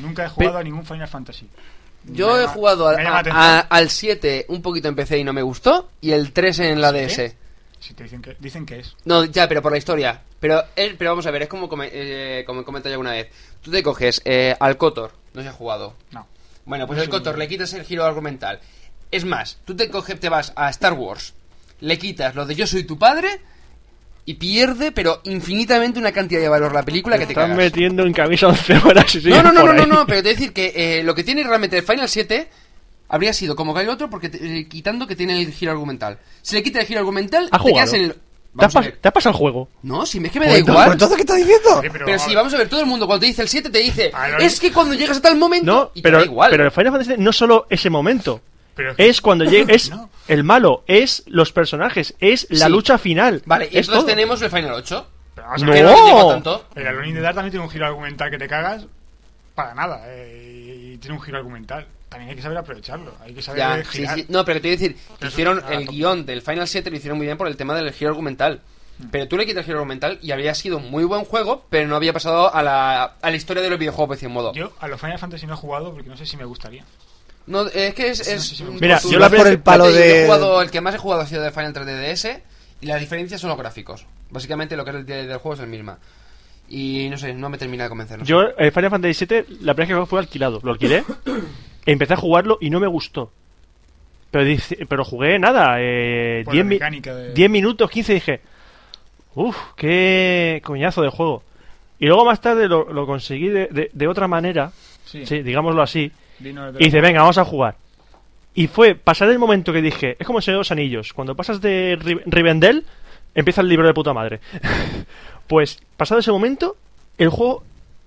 E: Nunca he jugado a ningún Final Fantasy.
C: Yo
E: Me
C: he
E: llama-
C: jugado al,
E: me llama
C: a-
E: atención.
C: a- al 7 un poquito en PC y no me gustó, y el 3 en la DS.
E: Si te dicen que, dicen que es.
C: No, ya, pero por la historia. Pero, eh, pero vamos a ver, es como, come- eh, como he comentado ya alguna vez. Tú te coges eh, al Cotor, no se ha jugado.
E: No.
C: Bueno, pues
E: No
C: al
E: sé
C: Cotor
E: muy
C: le quitas el giro argumental. Es más, tú te coges, te vas a Star Wars, le quitas lo de yo soy tu padre y pierde, pero infinitamente una cantidad de valor la película que te
B: Están
C: cagas.
B: metiendo en camisa 11 horas y
C: No,
B: siguen
C: no, no,
B: por
C: no, no,
B: ahí.
C: no, pero te voy a decir que eh, lo que tiene realmente el Final 7 habría sido como el otro, porque te- eh, quitando que tiene el giro argumental. Si le quita el giro argumental,
B: ¿Ha
C: te quedas
B: jugado?
C: en el.
B: ¿Te has,
C: Vamos a
B: pas-
C: ver.
B: te has pasado el juego?
C: No, si me- es que me da
D: Pues
C: igual.
D: entonces- entonces, ¿qué está diciendo?
E: Sí,
C: Pero sí, vamos a ver, todo el mundo cuando te dice el 7 te dice,
E: Ah, no,
C: es que cuando llegas a tal momento,
B: No,
C: y te
B: pero,
C: da igual.
B: pero el Final Fantasy no solo ese momento.
E: Pero es que-
B: Es cuando llega. Es
E: No.
B: el malo, es los personajes, es la
C: Sí.
B: lucha final.
C: vale, y
B: es
C: entonces
B: todo.
C: tenemos el Final 8.
E: Pero vamos a
B: No.
E: ver.
C: Que no nos llegó tanto.
E: El Alone in the Dark también tiene un giro argumental que te cagas para nada. eh, y tiene un giro argumental. También hay que saber aprovecharlo. Hay que saber
C: Ya, sí,
E: girar.
C: sí. No, Eh, pero te voy a decir, que
E: Eso
C: hicieron
E: es una
C: el
E: top.
C: guión del Final 7 lo hicieron muy bien por el tema del giro argumental. Pero tú le quitas el giro argumental y habría sido un muy buen juego, pero no había pasado a la, a la historia de los videojuegos, por decir modo.
E: Yo a los Final Fantasy no he jugado porque no sé si me gustaría.
C: No, es que es. es-
E: sí, sí, sí.
B: Mira,
C: tú-
B: yo la
C: tú-
B: por
D: el
C: ya te
D: palo
C: digo, yo he
D: de-
C: jugado- el que más he jugado ha sido de Final 3 DDS y las diferencias son los gráficos. Básicamente lo que es el del juego es el mismo. Y no sé, no me termina de convencer. no sé.
B: Yo, el Final Fantasy VII, la primera vez que jugué fue alquilado. Lo alquilé, empecé a jugarlo y no me gustó. Pero, dice- pero jugué nada, eh,
E: Por la
B: 10 mi-
E: mecánica de-
B: 10 minutos, 15 y dije, uff, qué coñazo de juego. Y luego más tarde lo, lo conseguí de, de- de otra manera,
E: Sí.
B: sí, digámoslo así,
E: Vino de-
B: y dice, venga, vamos a jugar. Y fue pasar el momento que dije, es como el Señor de los Anillos, cuando pasas de Ri- Rivendell, empieza el libro de puta madre. pues pasado ese momento, el juego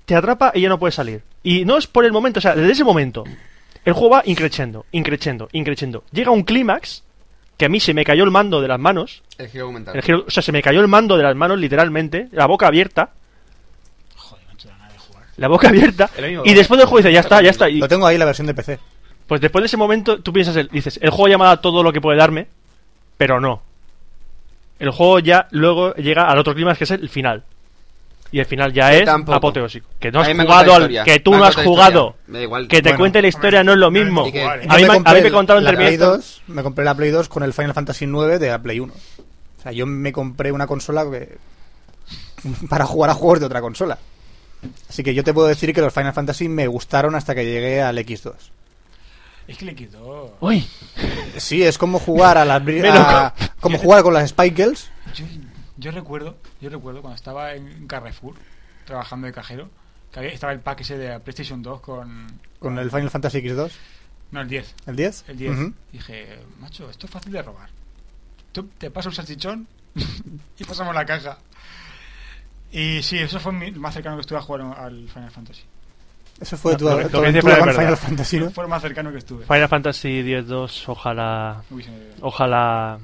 B: te atrapa y ya no puedes salir. Y no es por el momento, o sea, desde ese momento, el juego va increchendo, increchendo, increchendo. Llega un clímax, que a mí se me cayó el mando de las manos,
C: El giro argumental.
B: el giro- o sea, se me cayó el mando de las manos literalmente, la boca abierta,
E: Joder, me ha hecho ganas de jugar.
B: la boca abierta,
C: El amigo.
B: y después del juego dice, ya está, ya está, y
D: Lo tengo ahí la versión de PC.
B: Pues después de ese momento, tú piensas, el- dices, el juego ya me ha dado todo lo que puede darme, pero no. El juego ya luego llega al otro clima que es el final. Y el final ya
C: Yo
B: es
C: tampoco.
B: apoteósico. Que no
C: A
B: has
C: mí me
B: jugado
C: cuenta la
B: al-
C: historia.
B: que tú
C: Me
B: no has
C: cuenta la historia.
B: jugado.
C: Me da igual.
B: Que te
E: Bueno,
B: cuente la historia no es lo
E: hombre,
B: mismo.
E: y
C: que-
B: A
E: jugar,
B: mí,
E: ¿eh?
D: Yo
B: me, a mí me
D: el-
B: contaron
D: la Play
B: entrevistas.
D: 2, me compré la Play 2 con el Final Fantasy 9 de la Play 1. O sea, yo me compré una consola que- para jugar a juegos de otra consola. Así que yo te puedo decir que los Final Fantasy me gustaron hasta que llegué al X2.
E: Es que le quitó.
B: Uy,
D: Sí, es como jugar a las bri-
B: Me lo
D: a- como jugar con las Spike Girls.
E: Yo, yo recuerdo, yo recuerdo cuando estaba en Carrefour trabajando de cajero, que había- estaba el pack ese de la PlayStation 2 con
D: Con el Final Fantasy X2,
E: no el 10,
D: el 10.
E: el 10.
D: Ujú.
E: Dije, macho, esto es fácil de robar. Tú te pasas un salchichón y pasamos la caja. Y sí, eso fue mi- lo más cercano que estuve a jugar al Final Fantasy.
D: Eso fue
B: No,
D: tu,
B: lo que-
D: tu
B: lo que dice
D: aventura
B: Fran
D: con
B: es verdad.
D: Final Fantasy, ¿no?
E: Fue lo más cercano que estuve.
B: Final Fantasy X-2, ojalá.
E: Uy, se me-
B: Ojalá.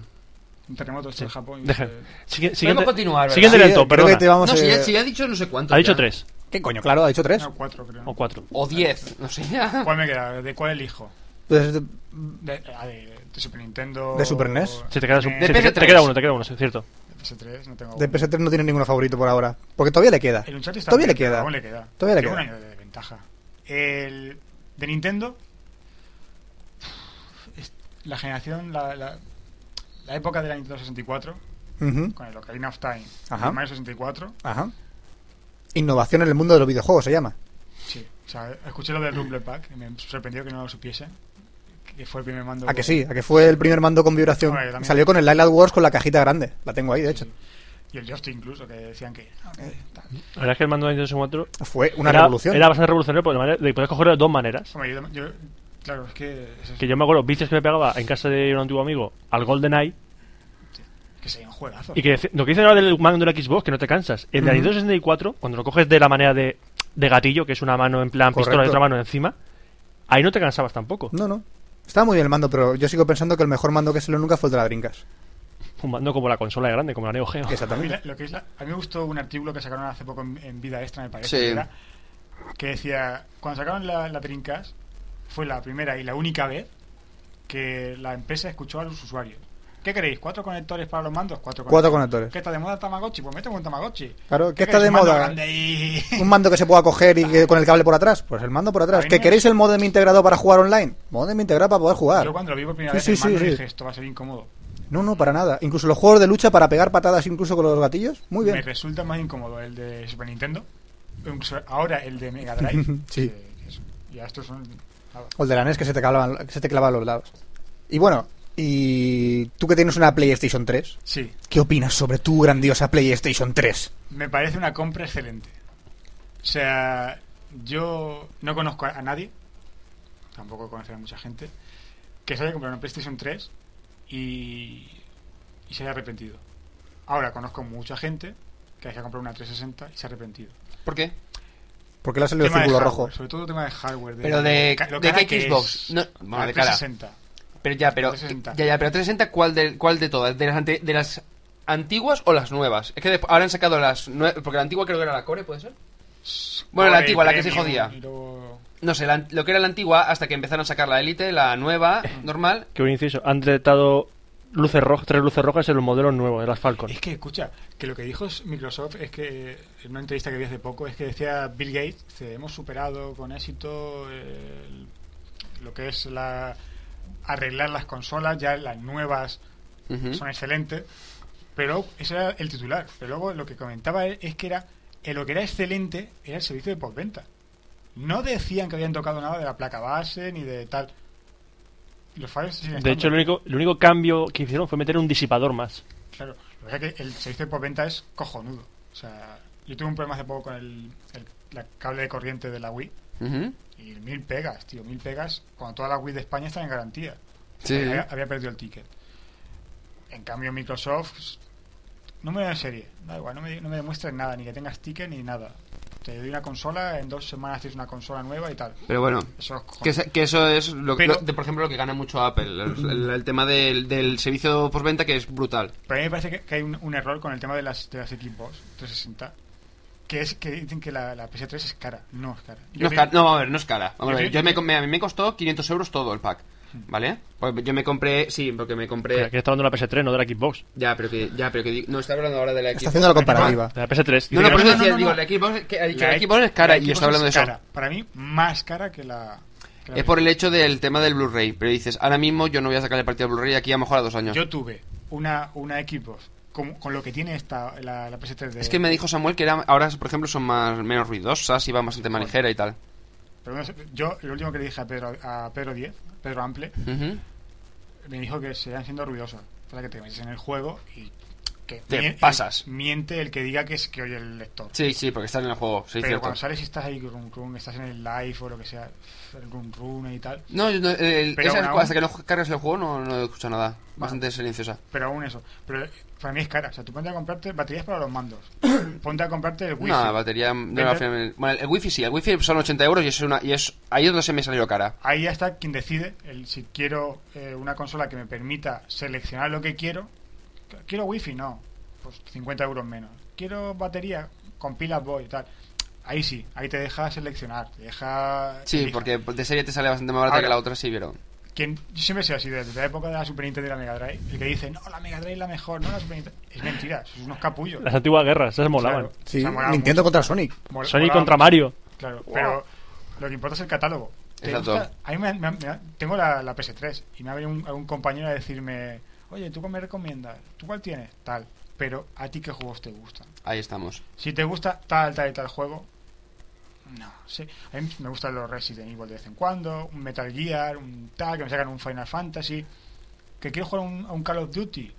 E: Un terremoto este en Japón. y
B: Oh. Deja-
E: se-
B: Sigui-
C: Podemos
B: Siguiente,
C: continuar, ¿verdad?
B: siguiente
D: Sí,
B: lento,
D: creo que
B: perdona.
D: te vamos
C: No,
D: a-
C: si ya, si ya ha dicho no sé cuánto.
B: Ha dicho
C: tres
B: tres,
D: ¿Qué coño? Claro, ha dicho tres.
E: No, cuatro, creo.
B: o cuatro.
C: O 10, no sé. ya.
E: ¿Cuál me queda? ¿De cuál elijo?
D: Pues,
E: De, ah, de, de Super Nintendo.
D: ¿De Super NES?
E: o-
B: Si E te quedas un-
E: NES,
B: si te-
C: PS3.
B: te queda uno, te queda uno, es cierto.
E: de PS3, no tengo.
D: de
E: uno.
D: PS3 no tiene ninguno favorito por ahora. Porque todavía le queda.
E: El Uncharted está
D: Todavía
E: bien,
D: le queda.
E: aún le queda.
D: Todavía le
E: Tiene
D: queda.
E: un año de ventaja. El de Nintendo. es La generación, la, la, la época de la Nintendo 64,
D: Ujú.
E: con el Ocarina of Time,
D: Ajá.
E: el Mario 64.
D: Ajá. Innovación en el mundo de los videojuegos se llama.
E: Sí, o sea, escuché lo del Rumble Pack, y me sorprendió que no lo supiese. Que fue el primer mando.
D: ¿A que sí? ¿A que fue el primer mando con vibración?
E: Hombre, yo también.
D: Salió con el Light Wars con la cajita grande. La tengo ahí, de hecho.
E: Sí. Y el Joystick incluso, que decían que. ah, que tal.
B: La verdad es que el mando de Nintendo 64
D: Fue una
B: era,
D: revolución.
B: Era bastante revolucionario porque de manera- de poder cogerlo de dos maneras.
E: Hombre, yo, yo- claro, es que. eso es-
B: Que yo me acuerdo vicios que me pegaba en casa de un antiguo amigo al Golden Eye.
E: que sería un juegazo.
B: Y que dec- lo que dicen ahora del mando de la Xbox, que no te cansas. El de la
D: Ujú.
B: Nintendo 64, cuando lo coges de la manera de, de gatillo, que es una mano en plan pistola y
D: Correcto. Mm.
B: otra mano encima, ahí no te cansabas tampoco.
D: No, no. Estaba muy bien el mando, pero yo sigo pensando que el mejor mando que salió nunca fue el de la Drinkas.
B: Un mando como la consola grande, como la Neo Geo.
E: A mí, la-
D: Exactamente.
E: lo que es la- a mí me gustó un artículo que sacaron hace poco en, en Vida Extra, me parece.
C: Sí.
E: que era que decía, cuando sacaron la, la Dreamcast, fue la primera y la única vez que la empresa escuchó a los usuarios. ¿Qué queréis? ¿Cuatro conectores para los mandos? Cuatro
D: Cuatro
E: conectores.
D: conectores.
E: ¿Qué está de moda Tamagotchi? Pues mete un Tamagotchi.
D: Claro, ¿qué
E: ¿Qué
D: está
E: queréis,
D: de
E: un mando
D: moda?
E: grande y-
D: Un mando que se pueda coger y que- con el cable por atrás. Pues el mando por atrás.
E: A mí
D: ¿Que
E: me-
D: queréis el modem integrado para jugar online? Modem integrado para poder jugar.
E: Yo cuando lo vi por
D: Sí,
E: primera vez
D: sí,
E: en
D: sí,
E: mando
D: sí.
E: dije, esto va a ser incómodo.
D: No, no, para nada. Incluso los juegos de lucha para pegar patadas incluso con los gatillos. Muy
E: Me
D: bien.
E: resulta más incómodo el de Super Nintendo. Incluso ahora el de Mega Drive.
D: Sí.
E: que- que es- ya estos son... nada.
D: O el de la NES que se te clavan, que se te clava a los lados. Y bueno, y tú que tienes una PlayStation 3,
E: Sí,
D: ¿qué opinas sobre tu grandiosa PlayStation 3?
E: me parece una compra excelente. O sea, yo no conozco a- a nadie, tampoco conoceré a mucha gente, que se haya comprado una PlayStation 3 y, y se haya arrepentido. Ahora conozco mucha gente que haya comprado una 360 y se ha arrepentido.
C: ¿Por qué?
D: Porque le ha salido el
E: Tema de
D: círculo
E: hardware,
D: rojo.
E: Sobre todo tema de hardware.
C: Pero de-
E: ca- lo
C: ¿de
E: cara
C: qué
E: que
C: Xbox?
E: es
C: No, bueno,
E: la
C: de cara.
E: 360.
C: Pero ya, pero
E: 360.
C: ya, ya, pero 360 ¿cuál de cuál de todas? ¿De las ante- de las antiguas o las nuevas? Es que desp- ahora han sacado las nue- porque la antigua creo que era la Core, ¿puede ser? Bueno, la
E: Core,
C: antigua, la que se
E: Premium,
C: jodía.
E: y luego-
C: No sé, la- lo que era la antigua hasta que empezaron a sacar la Elite, la nueva, normal.
B: Que un inciso, han detectado luces rojas, tres luces rojas en los modelos nuevos, de las Falcon.
E: Es que, escucha, que lo que dijo es- Microsoft es que en una entrevista que vi hace poco es que decía Bill Gates, dice, hemos superado con éxito eh, el- lo que es la arreglar las consolas, ya las nuevas
C: Ujú.
E: son excelentes, pero ese era el titular. Pero luego lo que comentaba él es que era eh, lo que era excelente era el servicio de postventa. No decían que habían tocado nada de la placa base ni de tal. Los fallos siguen
B: De hecho,
E: estando.
B: el único, el único cambio que hicieron fue meter un disipador más.
E: Claro, lo que pasa es que el servicio de postventa es cojonudo. O sea, yo tuve un problema hace poco con el, el- la cable de corriente de la Wii
C: Ujú.
E: y mil pegas, tío, mil pegas cuando toda la Wii de España está en garantía.
C: Sí.
E: Había, había perdido el ticket. En cambio, Microsoft, número de serie, da igual, no me, no me demuestres nada, ni que tengas ticket ni nada. Te doy una consola, en dos semanas tienes una consola nueva y tal.
C: Pero bueno,
E: Eso es
C: que,
E: cojonudo.
C: se- que eso es lo,
E: Pero-
C: lo- de, por ejemplo lo que gana mucho Apple, el, el- el tema del, del servicio postventa que es brutal.
E: Pero a mí me parece que, que hay un, un error con el tema de las, de las Xbox 360. Que es que dicen que la, la PS3 es cara. No es cara.
C: No,
E: Yo
C: es
E: vi-
C: cara- no, vamos a ver, no es cara. Vamos a
E: Yo
C: ver,
E: sí-
C: yo me, com- me- a mí me costó 500 euros todo el pack, ¿vale? Porque yo me compré, sí, porque me
B: Que
C: compré...
B: está hablando de la PS3, no de la Xbox.
C: Ya, pero que... Ya, pero que di- no, está hablando ahora de la
D: Está haciendo la comparativa.
B: De la PS3.
C: No, no,
E: Pero
C: por
E: no,
C: eso
E: no,
C: decía,
E: no,
C: digo,
E: no.
C: la Xbox, que, que la
E: La
C: Xbox es cara
E: la
C: y yo estoy
E: Xbox
C: hablando de
E: es
C: eso.
E: cara. Para mí, más cara que la. que la
C: Es por el
E: PS3.
C: hecho del tema del Blu-ray, pero dices, ahora mismo yo no voy a sacar el partido del Blu-ray aquí a lo mejor a dos años.
E: Yo tuve una, una Xbox con, con lo que tiene esta, la, la PS3 de.
C: Es que me dijo Samuel que era, ahora, por ejemplo, son más menos ruidosas y van bastante más
E: Joder.
C: ligera y tal.
E: Pero no sé, yo, lo último que le dije a Pedro, a Pedro 10, Pedro Ample,
C: Ujú.
E: me dijo que seguían siendo ruidosas. Para que te metes en el juego y. Que
C: Te
E: mien-
C: pasas.
E: Miente el que diga que, es, que oye el lector.
C: Sí, sí, porque están en el juego, sí,
E: Pero
C: cierto.
E: cuando sales y estás ahí, rum, rum, estás en el live o lo que sea, el run run y tal.
C: No, yo no, el-
E: Pero
C: esa-
E: aún-
C: hasta que no cargas el juego no, no escucha nada. Bastante silenciosa.
E: Pero aún eso. Pero eh, para mí es cara. O sea, tú ponte a comprarte baterías para los mandos. ponte a comprarte el wifi.
C: Una batería. no era final- bueno, el wifi sí, el wifi son 80 euros y es una. Y es, ahí es donde se me salió cara.
E: Ahí ya está quien decide el, si quiero eh, una consola que me permita seleccionar lo que quiero. Quiero wifi, no. Pues 50 euros menos. Quiero batería con pilas voy y tal. Ahí sí, ahí te deja seleccionar. Te deja.
C: Sí,
E: elija.
C: porque de serie te sale bastante más barata
E: Ahora-
C: que la otra, sí, pero.
E: Quien, yo siempre he sido así, desde la época de la Super Nintendo y la Mega Drive. El que dice, no, la Mega Drive es la mejor, no la Super Nintendo. Es mentira, son unos capullos.
B: Las antiguas guerras, esas molaban.
E: Claro,
D: Sí,
E: o sea, molaba
D: Nintendo
E: mucho.
D: contra Sonic.
E: Mol-
B: Sony
E: molaba
B: contra
E: mucho.
B: Mario.
E: Claro, pero lo que importa es el catálogo. ¿Te
C: Exacto.
E: gusta? A mí me, me- me- tengo la, la PS3 y me ha venido un, algún compañero a decirme, oye, ¿tú qué me recomiendas? ¿Tú cuál tienes? Tal. Pero a ti qué juegos te gustan.
C: Ahí estamos.
E: Si te gusta tal, tal y tal juego, no sé. A mí me gustan los Resident Evil de vez en cuando, un Metal Gear, un tal, que me sacan un Final Fantasy. Que quiero jugar a un, a un Call of Duty,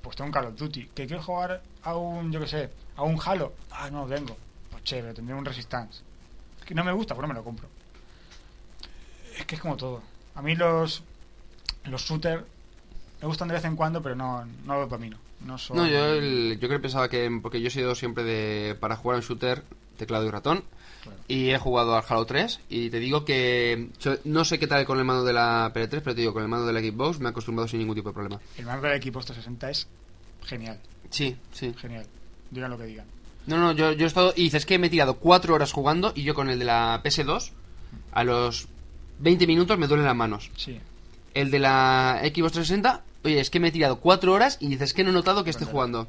E: pues tengo un Call of Duty. Que quiero jugar a un, yo qué sé, a un Halo, ah, no tengo. Pues chévere, tendré un Resistance. Que no me gusta, pero me lo compro. Es que es como todo. A mí los, los shooters me gustan de vez en cuando, pero no, no los domino. No, son,
C: No, yo, el- yo creo que pensaba que. Porque yo he sido siempre de. Para jugar a un shooter, teclado y ratón.
E: Claro.
C: Y he jugado al Halo 3. Y te digo que. yo no sé qué tal con el mando de la PS3, pero te digo, con el mando de la Xbox me he acostumbrado sin ningún tipo de problema.
E: El mando del equipo 360 es genial.
C: Sí, sí.
E: Genial. Digan lo que digan.
C: No, no, yo, yo he estado. Y dices que me he tirado cuatro horas jugando y yo con el de la PS2, a los 20 minutos me duelen las manos.
E: Sí.
C: El de la Xbox 360, oye, es que me he tirado cuatro horas y dices que no he notado que esté jugando.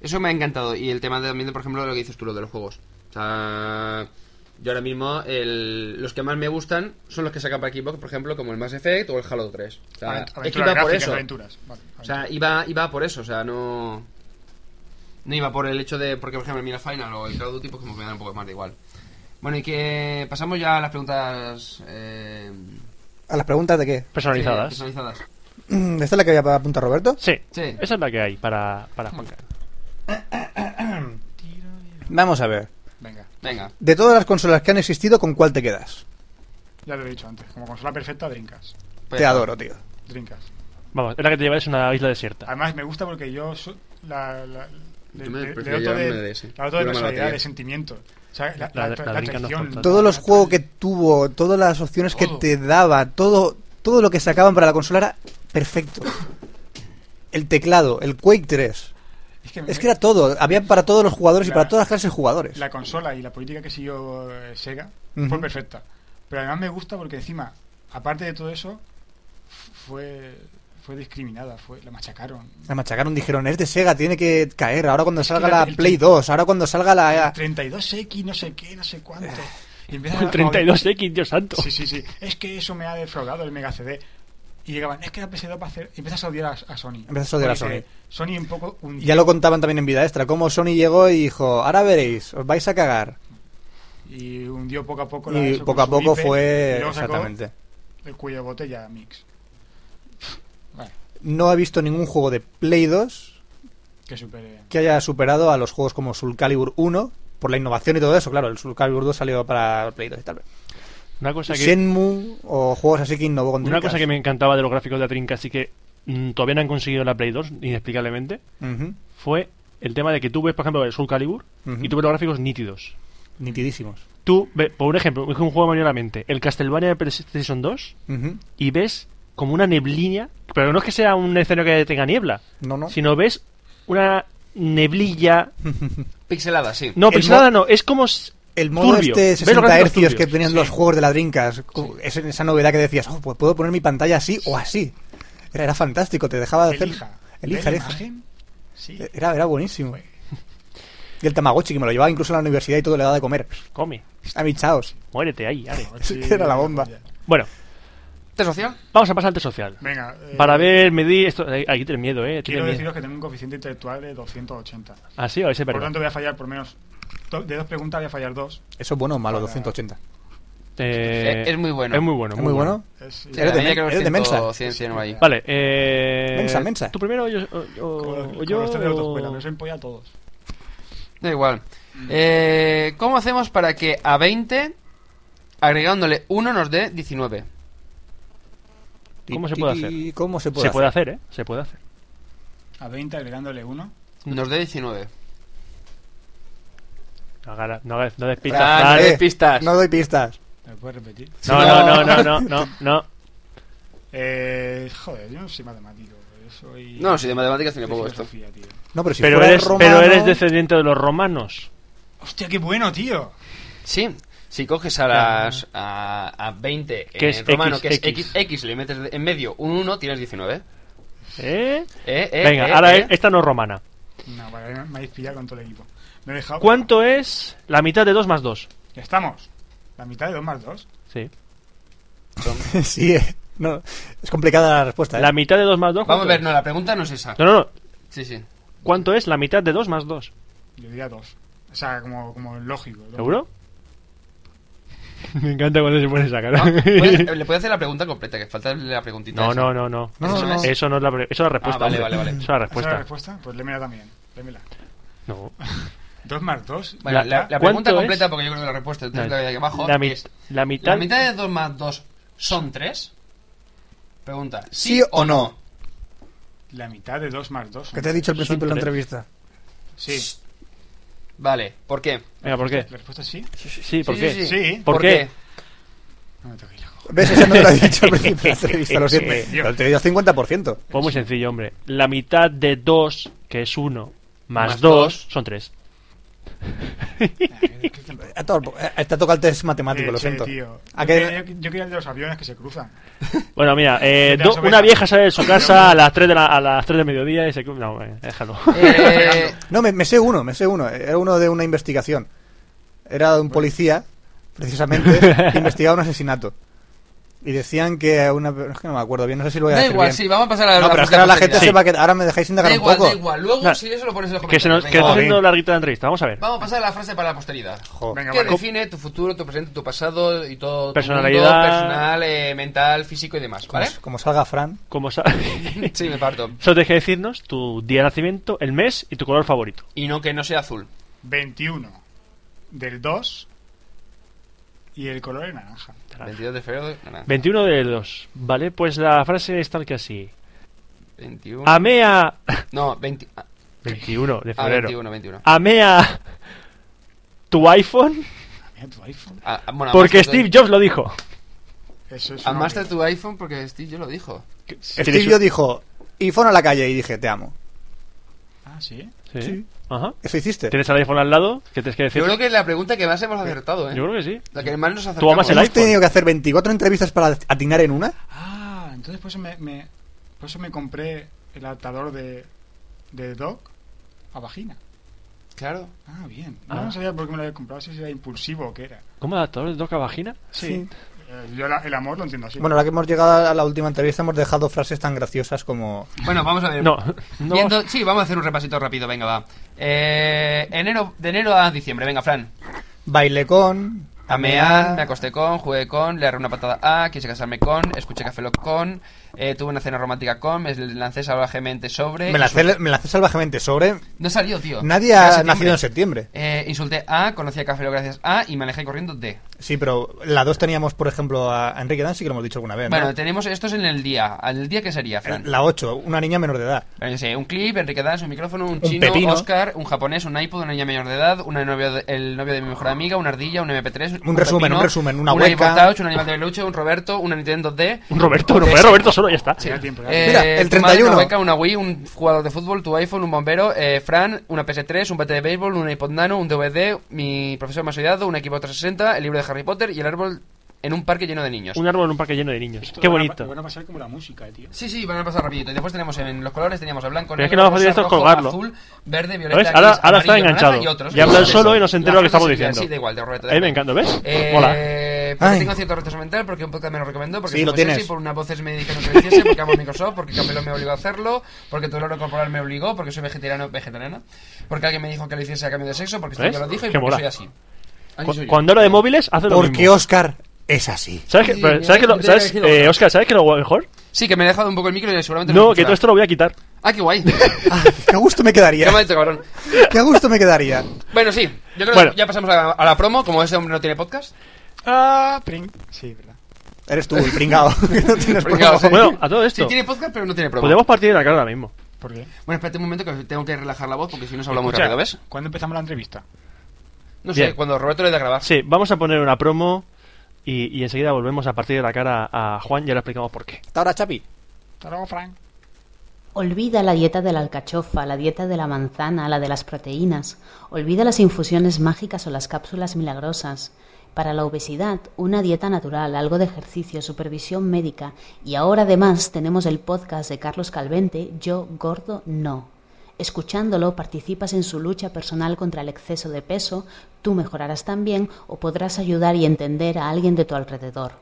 C: Eso me ha encantado. Y el tema de- también, de, por ejemplo, lo que dices tú, lo de los juegos. O sea, yo ahora mismo, el- los que más me gustan son los que sacan para Xbox, por ejemplo, como el Mass Effect o el Halo 3. O sea,
E: Avent-
C: es que
E: aventuras
C: iba por
E: gráficas,
C: eso.
E: aventuras. Vale,
C: O
E: aventuras.
C: sea, iba, iba por eso, o sea, no. No iba por el hecho de. Porque, por ejemplo, mira Final o el Call of Duty, pues como que me dan un poco más de igual. Bueno, y que pasamos ya a las preguntas. Eh,
D: ¿A las preguntas de qué?
B: Personalizadas.
C: sí, personalizadas.
D: Mm, ¿Esta es la que había apuntado Roberto?
B: Sí,
C: Sí.
B: esa es la que hay para, para Juanca.
D: Vamos a ver.
E: Venga,
C: Venga.
D: De todas las consolas que han existido, ¿con cuál te quedas?
E: ya te lo he dicho antes. Como consola perfecta, Drinkas.
C: pues-
D: te adoro, tío.
E: Drinkas.
B: Vamos, es la que te llevarás a una isla desierta.
E: Además, me gusta porque yo. so- la, la, le,
C: Yo me
E: le- le
C: prefiero
E: doto de,
C: llevarme de ese.
E: la doto de
C: Una mala
E: personalidad,
C: batería.
E: de sentimiento. O sea, la,
B: La-
E: la,
B: la Drinkas
E: la
B: no es
E: traición.
B: tonta.
D: Todos los juegos que tuvo, todas las opciones que
C: Todo.
D: te daba, todo, todo lo que sacaban para la consola era perfecto. El teclado, el Quake 3.
E: Es que,
D: Es
E: me-
D: que era todo, había para todos los jugadores y
E: La-
D: para todas las clases de jugadores.
E: la consola y la política que siguió eh, Sega
D: Ujú.
E: fue perfecta. Pero además me gusta porque encima, aparte de todo eso, f- fue fue discriminada, fue la machacaron.
D: La machacaron, dijeron, es de Sega, tiene que caer. Ahora cuando salga
E: la-
D: la
E: el
D: Play
E: tri-
D: 2, ahora cuando salga la...
E: 32X, no sé qué, no sé cuánto. Y empiezan a-
B: Con 32X, Dios santo.
E: Sí, sí, sí. Es que eso me ha defraudado el Mega CD. Y llegaban, es que la PS2 va a hacer. Y empiezas a odiar a, a Sony.
D: Empiezas a odiar a
E: Porque Sony un poco un
D: Ya lo contaban también en vida extra, cómo Sony llegó y dijo, ahora veréis, os vais a cagar.
E: Y hundió poco a poco la
D: Y
E: eso
D: poco a
E: con su
D: poco
E: IP, y
D: fue...
E: luego sacó
D: Exactamente.
E: El cuello de botella Mix. Bueno,
D: No he visto ningún juego de Play 2
E: que supere.
D: que haya superado a los juegos como Soul Calibur 1 por la innovación y todo eso, claro, el Soul Calibur 2 salió para Play 2 y tal.
B: Una cosa que...
D: Shenmue o juegos así que innovó con
B: Una
D: Dreamcast.
B: cosa que me encantaba de los gráficos de Trinca, así que mm, todavía no han conseguido la Play 2, inexplicablemente,
D: Ujú,
B: fue el tema de que tú ves, por ejemplo, el Soul Calibur
D: Ujú.
B: y tú ves los gráficos nítidos.
D: Nitidísimos.
B: Tú, ves, por ejemplo, es un juego mayor la mente, el Castlevania de PlayStation 2
D: Ujú.
B: y ves como una neblina, pero no es que sea un escenario que tenga niebla,
D: No, no.
B: sino ves una neblilla.
C: Pixelada, sí.
B: No,
D: El
B: pero
D: mo-
B: nada, no, es como. s-
D: El modo
B: turbio.
D: este
B: Ves los
D: 60
B: gráficos
D: hercios que
B: turbios.
D: tenían los juegos de la Dreamcast, como es- esa novedad que decías, oh, pues puedo poner mi pantalla así o así. Era, era fantástico, te dejaba de hacer...
E: Elija.
D: Elija,
E: ¿Ve la
D: elija. Eh,
E: imagen? Sí.
D: Era, era buenísimo. Y el Tamagotchi, que me lo llevaba incluso a la universidad y todo le daba de comer.
B: Come,
D: A mis chaos.
B: muérete ahí, ale.
D: Sí, que era la bomba.
B: Bueno,
C: ¿Te social?
B: vamos a pasar al test social.
E: Venga. eh,
B: Para ver, medir esto. eh, Aquí tiene miedo, eh. tiene
E: Quiero
B: miedo.
E: deciros que tengo un coeficiente intelectual de 280.
B: Ah, sí, a ver si es
E: Por lo
B: verdad.
E: tanto, voy a fallar por menos. do- De dos preguntas voy a fallar dos.
D: Eso es bueno o malo,
E: Para-
D: 280.
B: Eh,
C: Es- es muy bueno.
B: Es muy bueno.
D: ¿Es muy bueno?
E: Es,
D: Eres de men- eres de Mensa.
C: ahí.
B: Vale, eh.
D: Mensa, mensa.
B: ¿Tú primero o yo? o- o-
E: como-
B: o
E: como
B: yo
E: los tres de la autoescuela,
B: o-
E: me los empolla a todos.
C: Da igual. Eh, ¿Cómo hacemos para que a 20, agregándole 1, nos dé 19?
B: ¿Cómo se puede
D: Tiki, ¿Cómo se puede
B: Se
D: hacer?
B: puede hacer, eh. Se puede hacer.
E: A 20 agregándole uno.
C: Nos dé 19.
B: No, haga- no, haga- no despistas,
C: Ah,
B: Fran.
C: no des pistas.
D: No doy pistas.
E: ¿Me lo puedes repetir?
B: No, no, no, no, no, no, no.
E: Eh, joder, yo no soy matemático. yo Soy
C: No, si de matemáticas tiene poco esto.
E: filosofía, tío.
D: No, pero si
B: pero,
D: fuera
B: eres,
D: romano,
B: pero eres descendiente de los romanos.
E: Hostia, qué bueno, tío.
C: Sí, si coges a las a, a 20
B: Que
C: en
B: es
C: romano,
B: X,
C: que es
B: X.
C: XX, le metes de- en medio un 1, tienes 19.
B: ¿Eh?
C: Eh, eh,
B: Venga,
C: eh,
B: ahora
C: eh.
B: esta no es romana.
E: No, vale, me- me habéis pillado con todo el equipo. Me he dejado.
B: ¿Cuánto es la mitad de 2 más 2?
E: Ya estamos. La mitad de 2 más 2.
B: Sí.
D: sí, eh, no, es complicada la respuesta. ¿eh?
B: La mitad de 2 más 2.
C: Vamos a ver, no, la pregunta no es esa.
B: No, no, no.
C: Sí, sí.
B: ¿Cuánto es la mitad de 2 más 2?
E: Yo diría 2. O sea, como, como lógico. ¿no?
B: ¿Seguro? Me encanta cuando se pone esa cara.
C: No, puede- le puedes hacer la pregunta completa, que falta la preguntita.
B: No,
C: esa.
B: no, no, no.
D: No, no, no.
B: Eso no es la, pre- eso es la respuesta.
C: Ah, vale,
B: hombre.
C: vale, vale.
B: Eso es la
E: ¿Esa es la
B: respuesta.
E: respuesta? Pues lémela también. Lémela.
B: No.
E: 2 más 2.
C: Bueno,
B: La-
C: la, la
B: ¿cuánto
C: pregunta
B: es?
C: completa, porque yo creo que la respuesta es la de aquí abajo.
B: La mi-
C: es,
B: la
C: ¿La
B: mitad.
C: mitad de 2 más 2 son 3? Pregunta.
D: ¿Sí o no?
E: La mitad de 2 más 2.
D: Que te he dicho al principio de la
B: tres.
D: entrevista.
E: Sí.
C: Vale, ¿por qué?
B: Venga, ¿por qué?
E: La respuesta es sí.
B: Sí, ¿por
C: Sí,
B: qué?
C: sí,
E: Sí.
B: ¿Por qué?
E: No me tengo que ir lejos.
D: ¿Ves? Eso no te lo he dicho al principio de la entrevista, lo siento.
E: Sí, Dios.
D: Pero Te he dicho 50%.
B: Pues muy sencillo, hombre. La mitad de 2, que es 1, más
C: Más
B: 2,
C: dos.
B: son 3.
D: Ah, A todo el po- eh, Te ha tocado el test matemático, lo
E: Leche,
D: siento.
E: eh, tío.
D: ¿A
E: Yo
D: qué-
E: quería- Yo quería el de los aviones que se cruzan.
B: Bueno, mira, eh,
E: Mira,
B: do-
E: sobre-
B: una vieja sale de su casa a las 3 de la, a las 3 del mediodía y se... No, eh, déjalo.
C: Eh,
D: No, me, me sé uno, me sé uno. Era uno de una investigación. Era de
C: Pues
D: un policía, precisamente, que investigaba un asesinato. Y decían que una. Es que no me acuerdo bien, no sé si lo voy a
C: da
D: decir
C: igual,
D: bien.
C: sí, vamos a pasar a la
D: No, pero es que ahora la gente
B: Sí.
D: se va a quedar. Ahora me dejáis indagar
C: Da
D: un
C: igual,
D: poco.
C: da igual. Luego,
B: No.
C: si eso lo pones en los
B: Que se nos
C: comentarios.
B: que
C: Venga,
B: está
C: va.
D: Joder.
B: haciendo larguita la entrevista, vamos a ver.
C: Vamos a pasar a la frase para la posteridad.
D: Jo.
E: Venga,
C: ¿Qué
E: vale.
C: define tu futuro, tu presente, tu pasado y todo tu
B: Personalidad.
C: mundo personal, eh, mental, físico y demás,
D: Como,
C: ¿vale?
D: como salga Fran.
B: Como sa-
C: Sí, me parto.
B: Solo tienes que decirnos tu día de nacimiento, el mes y tu color favorito.
C: Y no que no sea azul.
E: 21 del 2 y el color es naranja.
C: 22 de febrero, nada.
B: 21 de los, ¿vale? Pues la frase es tal que así.
C: 21.
B: Amé a...
C: No, 20. ah,
B: 21 de
C: Ah,
B: febrero.
C: 21, 21.
B: Amé a... Tu iPhone,
E: Ah, Mira tu iPhone.
C: Ah, ah, bueno,
B: porque
C: amaste tu-
B: Steve Jobs lo dijo.
E: Eso es
C: Amaste
E: una-
C: tu iPhone porque Steve yo lo dijo.
D: Steve yo dijo. Y fueron a la calle y dije, te amo.
E: Ah, sí.
B: Sí. Ajá.
D: Eso hiciste.
B: ¿Tienes al iPhone al lado? ¿Qué tienes que decir?
C: Yo creo que es la pregunta que más hemos acertado, ¿eh?
B: Yo creo que sí.
C: La que más nos acertamos.
B: amas el
D: ¿Hemos
B: iPhone.
D: tenido que hacer 24 entrevistas para atinar en una?
E: Ah, entonces por eso me, me- por eso me compré el adaptador de, de Doc a vagina.
C: Claro.
E: Ah, bien.
B: Ah.
E: No, no sabía por qué me lo había comprado, si era impulsivo o qué era.
B: ¿Cómo adaptador de toca vagina?
D: Sí.
E: Eh, yo la- el amor lo entiendo así.
D: Bueno, ahora que hemos llegado a la última entrevista, hemos dejado frases tan graciosas como.
C: Bueno, vamos a ver.
B: No, no.
C: Eh, Viendo- Sí, vamos a hacer un repasito rápido, venga, va. Eh, enero, de enero a diciembre, venga, Fran.
D: Baile con.
C: Amean, me acosté con, jugué con, le agarré una patada a, quise casarme con, escuché Café Lock con, eh, tuve una cena romántica con, me lancé salvajemente sobre...
D: Me lancé, me lancé salvajemente sobre.
C: No salió, tío.
D: Nadie
C: Era
D: ha
C: septiembre.
D: nacido en septiembre.
C: Eh, insulté a, conocí a Café Lock gracias a y me alejé corriendo de.
D: Sí, pero la dos teníamos, por ejemplo, a Enrique Dan, sí que lo hemos dicho alguna vez. ¿no?
C: Bueno, tenemos estos en el día. ¿Al día qué sería, Fran?
D: la 8, una niña menor de edad.
C: Yo qué sé, un clip, Enrique Dans, un micrófono, un,
D: Un
C: chino,
D: pepino.
C: Oscar, un japonés, un iPod, una niña mayor de edad, una novia de- el novio de mi mejor amiga, una ardilla, un MP3,
D: Un resumen, un resumen, una
C: un
D: hueca.
C: iPod Touch, un animal de peluche, un Roberto, una Nintendo D,
B: Un Roberto, no puede Roberto solo, ya está.
E: Ya tiempo, ya.
C: eh,
D: Mira, el
C: tu madre,
D: 31.
C: una hueca, una Wii, un jugador de fútbol, tu iPhone, un bombero, eh, Fran, una PS3, un bate de béisbol, un iPod Nano, un DVD, mi profesor me ha ayudado, un equipo 360, el libro de Harry Potter y el árbol en un parque lleno de niños.
B: Un árbol en un parque lleno de niños.
E: Esto
B: Qué
E: van a-
B: bonito.
E: Van a pasar como la música, eh, tío.
C: Sí, sí, van a pasar rapidito. Y después tenemos en los colores, teníamos a blanco,
B: Pero es que
C: negro,
B: lo más fácil
C: rosa,
B: es
C: rojo,
B: colgarlo.
C: azul, verde, violeta,
B: ¿Ves? Ahora,
C: gris,
B: ahora está
C: amarillo, naranja
B: enganchado.
C: y otros.
B: Ya habla él
C: Eso.
B: solo y no se entera
C: La
B: lo que estamos
C: frase sería
B: diciendo.
C: así, da igual, de Roberto. da
B: A mí me
C: igual.
B: encanta, ¿ves?
C: Eh,
B: Hola.
C: porque
D: Ay.
C: tengo cierto retraso mental, porque un podcast me lo recomendó, porque
D: Sí,
C: soy
D: lo
C: José,
D: tienes.
C: sí, por unas voces médicas no te hiciese, porque amo Microsoft, porque Camelo me obligó a hacerlo, porque tu olor corporal me obligó, porque soy vegetariano, vegetariana, porque alguien me dijo que lo hiciese a cambio de sexo, porque esto
B: ¿Ves?
C: ya lo dijo y
B: Qué
C: porque
B: mola.
C: soy así. Así
B: Cu-
C: soy yo.
B: Cuando habla de móviles, hace lo
D: Porque
B: mismo.
D: Oscar es así.
B: ¿Sabes qué?
C: Sí,
B: pero-
C: me-
B: ¿Sabes qué lo,
C: me tenía
B: sabes,
C: que decir
B: eh,
C: otra.
B: Oscar, ¿sabes qué lo mejor?
C: Sí, que me he dejado un poco el micro y seguramente
B: No,
C: me
B: que todo esto
C: escuchará.
B: lo voy a quitar.
C: Ah, qué guay.
D: Ah, qué a gusto me
C: Qué
D: quedaría.
C: mal hecho, cabrón.
D: Qué a gusto me quedaría.
C: Bueno, sí, yo creo
B: Bueno.
C: que ya pasamos a la, a la promo, como ese hombre no tiene podcast.
E: Ah, pring. Sí, verdad.
D: Eres tú, el pringao. que no tienes
C: Pringao,
D: promo.
C: sí.
B: Bueno, a todo esto,
C: Sí, tiene podcast, pero no tiene promo.
B: podemos partir de la cara ahora mismo.
E: ¿Por qué?
C: Bueno, espérate un momento que tengo que relajar la voz porque si no se habla muy
E: Escucha,
C: rápido, ¿ves?
E: ¿Cuándo empezamos la entrevista?
C: No sé,
B: Bien.
C: cuando Roberto le dé a grabar.
B: Sí, vamos a poner una promo y, y enseguida volvemos a partir de la cara a Juan y ahora explicamos por qué.
D: Hasta ahora, Chapi.
E: Hasta luego, Frank.
A: Olvida la dieta de la alcachofa, la dieta de la manzana, la de las proteínas. Olvida las infusiones mágicas o las cápsulas milagrosas. Para la obesidad, una dieta natural, algo de ejercicio, supervisión médica. Y ahora además tenemos el podcast de Carlos Calvente, Yo Gordo No. Escuchándolo participas en su lucha personal contra el exceso de peso, tú mejorarás también o podrás ayudar y entender a alguien de tu alrededor.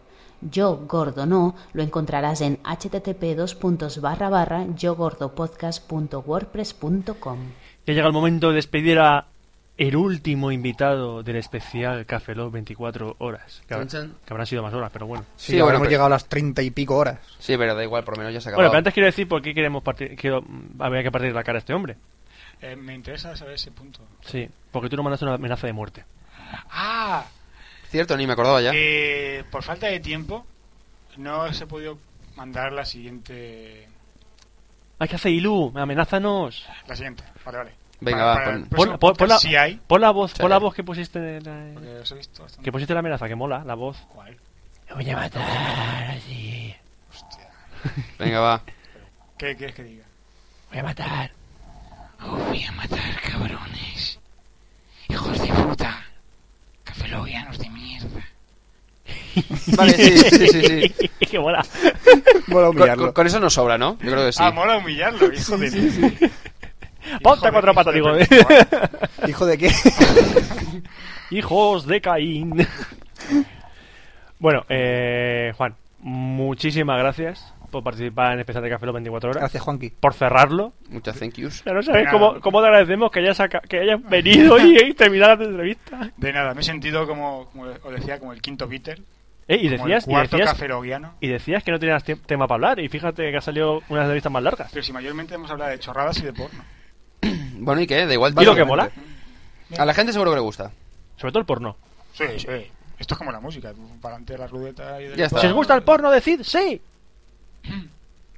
A: Yo Gordo No lo encontrarás en http yogordopodcast.wordpress.com.
B: Ya llega el momento de despedir a el último invitado del especial Café Lock 24 horas. Que, habrá-
C: Chan, chan.
B: que habrán sido más horas, pero bueno.
C: Sí,
D: Sí, ahora
C: bueno,
D: hemos
C: pero-
D: llegado a las treinta y pico horas.
C: Sí, pero da igual, por lo menos ya se ha
B: Bueno,
C: acabado.
B: pero antes quiero decir por qué queremos partir, quiero, había que partir de la cara a este hombre.
E: Eh, me interesa saber ese punto.
B: Sí, porque tú no mandaste una amenaza de muerte.
E: Ah,
C: Cierto, ni me acordaba ya.
E: eh, por falta de tiempo, no se ha podido mandar la siguiente.
B: Hay que hacer Ilu, amenázanos.
E: La siguiente, vale, vale.
C: Venga,
E: Para-
C: va,
E: para
C: pon-
E: el
B: Pon,
E: próximo
B: pon- pon la,
E: podcast, Pues sí hay.
B: pon la voz, pon
C: Sí.
B: la voz que pusiste en la-
E: Porque los he visto bastante.
B: que pusiste en la amenaza, que mola, la voz.
E: ¿Cuál?
B: voy a matar, sí.
E: Hostia.
C: Venga, va.
E: ¿Qué quieres que diga?
B: Voy a matar.
E: Os voy a matar, cabrones. Hijos hijos de puta. Cafelogianos de mierda.
C: Vale, sí, sí, sí. sí.
B: ¡Qué mola!
D: Mola
C: Con,
D: humillarlo.
C: con- con eso nos sobra, ¿no? Yo
B: Pues
C: creo que sí.
E: Ah, mola humillarlo, hijo de
B: Ponte a cuatro patas, digo.
D: ¿Hijo de qué?
B: Hijos de Caín. bueno, eh, Juan, muchísimas gracias por participar en el especial de Café Los 24 horas.
D: Gracias, Juanqui.
B: Por cerrarlo.
C: Muchas thank yous.
B: Ya no sabes
E: Nada.
B: cómo, cómo te agradecemos que hayas, saca- que hayas venido y, y terminado la entrevista.
E: De nada, me he sentido como, como os decía, como el quinto Beatle.
B: Eh, y
E: Como el
B: decías, y
E: cuarto
B: decías,
E: cafelogiano.
B: y decías que no tenías tie- tema para hablar. Y fíjate que ha salido unas entrevistas más largas.
E: Pero si mayormente hemos hablado de chorradas y de porno.
C: Bueno, ¿y qué? Da igual.
B: Y lo que
C: tío.
B: mola,
C: A la gente seguro que le gusta.
B: sobre todo el porno.
E: Sí, sí. Ah, Esto es como la música, tú para adelante de la ruleta y del
C: Ya está.
B: Si os gusta el porno, decid sí.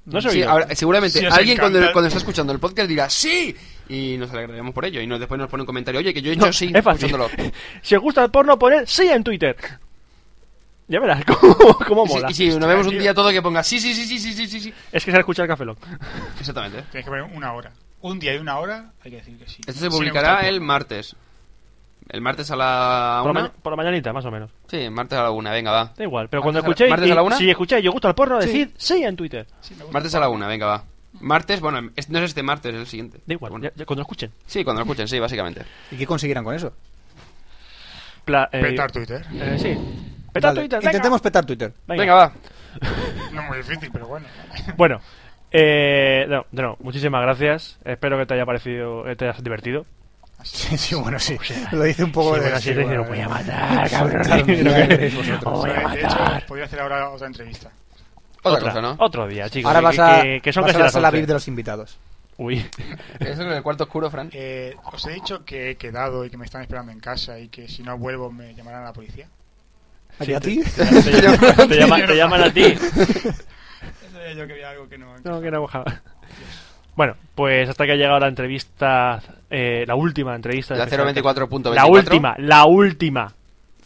B: No soy
C: Mm. Sí,
B: yo.
C: ahora, eh, seguramente
E: Sí, os
C: alguien cuando,
E: encanta.
C: cuando está escuchando el podcast dirá ¡Sí! Y nos alegraremos por ello. Y nos, después nos pone un comentario, oye, que yo he hecho
B: No,
C: sí
B: es fácil.
C: escuchándolo.
B: Si os gusta el porno, poned sí en Twitter. Ya verás cómo, cómo
C: Y si-
B: mola.
C: Y si nos vemos un
E: tío.
C: día todo que ponga sí, sí, sí, sí, sí, sí, sí, sí.
B: Es que se ha escuchado el Café Lock.
C: Exactamente.
E: Tienes que poner una hora. Un día y una hora, hay que decir que sí.
C: Esto se
E: Sí me
C: publicará
E: gusta
C: el
E: porno.
C: martes. El martes a la
B: Por la,
C: una.
B: ma- por la mañanita, más o menos.
C: Sí, martes a la una, venga, va.
B: Da igual. Pero cuando
C: ¿Martes a la-
B: escuchéis,
C: martes a la
B: y-
C: una?
B: si escucháis, yo gusta el porno,
C: Sí.
B: decid sí en Twitter.
E: Sí, me gusta.
C: Martes a la una, venga, va. Martes, bueno, es- no es este martes, es el siguiente.
B: Da igual,
C: Bueno.
B: ya- ya cuando lo escuchen.
C: Sí, cuando lo escuchen, sí, básicamente.
D: ¿Y qué conseguirán con eso?
B: Pla- eh,
E: Petar Twitter.
B: eh, sí. Petar
D: Vale,
B: Twitter, venga.
D: Intentemos petar Twitter.
B: Venga.
C: Venga, va.
E: No es muy difícil, pero bueno.
B: Bueno, eh, no, de nuevo, muchísimas gracias. Espero que te haya parecido, que te hayas divertido.
D: Sí, sí, bueno, sí.
E: Pues
D: Lo dice un
B: Sí,
D: poco de. ¿eh?
B: bueno, así
D: sí,
B: te dicen,
D: bueno,
B: "Os voy a
D: bueno.
B: matar, cabrón.
D: Soltarme, ya veréis vosotros.
B: Os voy
E: O
B: a
E: sea, Eh, de hecho,
B: matar.
E: podría hacer ahora otra entrevista.
C: Otra, cosa, ¿no?
B: Otro día, chicos.
D: Ahora
B: que-
D: vas a,
B: que, que son
D: vas
B: casi
D: a la
B: las
D: sala
B: 11.
D: VIP de los invitados.
B: Uy.
C: Eso es el cuarto oscuro, Fran.
E: Eh, os he dicho que he quedado y que me están esperando en casa y que si no vuelvo me llamarán a la policía.
D: ¿A
B: Sí,
D: ti? a
B: te-
D: ti?
B: Te, llaman- te llaman- te llaman a ti.
E: Ya sabía yo que había algo que no.
B: No, que no mojaba. Bueno, pues hasta que ha llegado la entrevista, eh, la última entrevista. de
C: La
B: Especial
C: 024.24.
B: Café. La última, la última.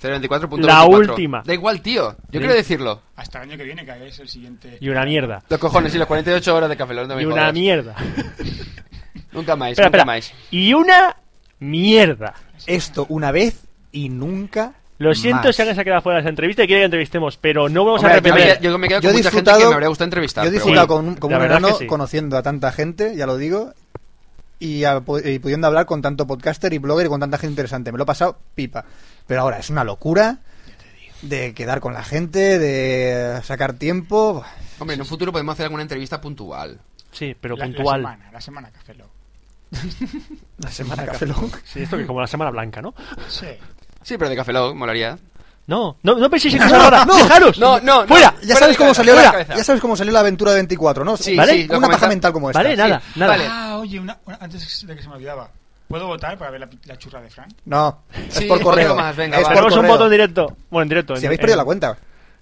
C: 024.24.
B: La última.
C: Da igual, tío. Yo
B: Sí.
C: quiero decirlo.
E: Hasta el año que viene que hagáis el siguiente.
B: Y una mierda.
C: Los cojones y los 48 horas de café. Lock, no me
B: Y una
C: jodas.
B: mierda.
C: Nunca más,
B: espera,
C: nunca
B: espera.
C: más.
B: Y una mierda.
D: Esto una vez y nunca.
B: Lo siento
D: más.
B: si alguien se ha quedado fuera de esa entrevista y quiere que entrevistemos, pero no vamos
C: Hombre,
B: a repetir.
C: yo, yo me quedo
D: Yo
C: con
D: he
C: mucha gente
D: disfrutado-
C: que me habría gustado entrevistar.
D: Yo he
C: pero
D: disfrutado
B: bueno.
D: con, un- como
B: La
D: un
B: verdad es que
D: enano
B: sí.
D: conociendo a tanta gente, ya lo digo, y, a- y pudiendo hablar con tanto podcaster y blogger y con tanta gente interesante. Me lo he pasado pipa. Pero ahora es una locura de quedar con la gente, de sacar tiempo.
C: bueno. Hombre, en un futuro podemos hacer alguna entrevista puntual.
B: Sí, pero
E: la, la
B: puntual.
E: semana, la semana Café Lock.
D: La semana Café Lock.
B: sí, esto que es como la semana blanca, ¿no?
E: Sí.
C: Sí, pero de Café Lock, molaría.
B: No, no, no penséis en cosas raras.
D: no,
B: ¡Dejaros!
C: no, no, no.
B: ¡Fuera!
D: Ya
C: Fuera
D: sabes
C: de cabeza,
D: cómo salió
C: fuera de
D: la,
C: cabeza.
D: ya sabes cómo salió la aventura de 24, ¿no?
C: Sí,
B: ¿Vale?
C: sí, lo
D: una paja
C: comenta-
D: mental como esta.
B: Vale, nada,
C: Sí,
B: nada.
C: vale.
E: Ah, oye, una, una- antes de que se me olvidaba. ¿Puedo votar para ver la, la churra de Frank?
D: No, es
C: Sí,
D: por correo.
C: otro más, venga,
D: es
C: va.
D: por
B: Tenemos un
D: correo.
B: voto en directo. Bueno, en directo.
D: Si
B: en-
D: habéis perdido
C: Eh,
B: en-
D: la cuenta.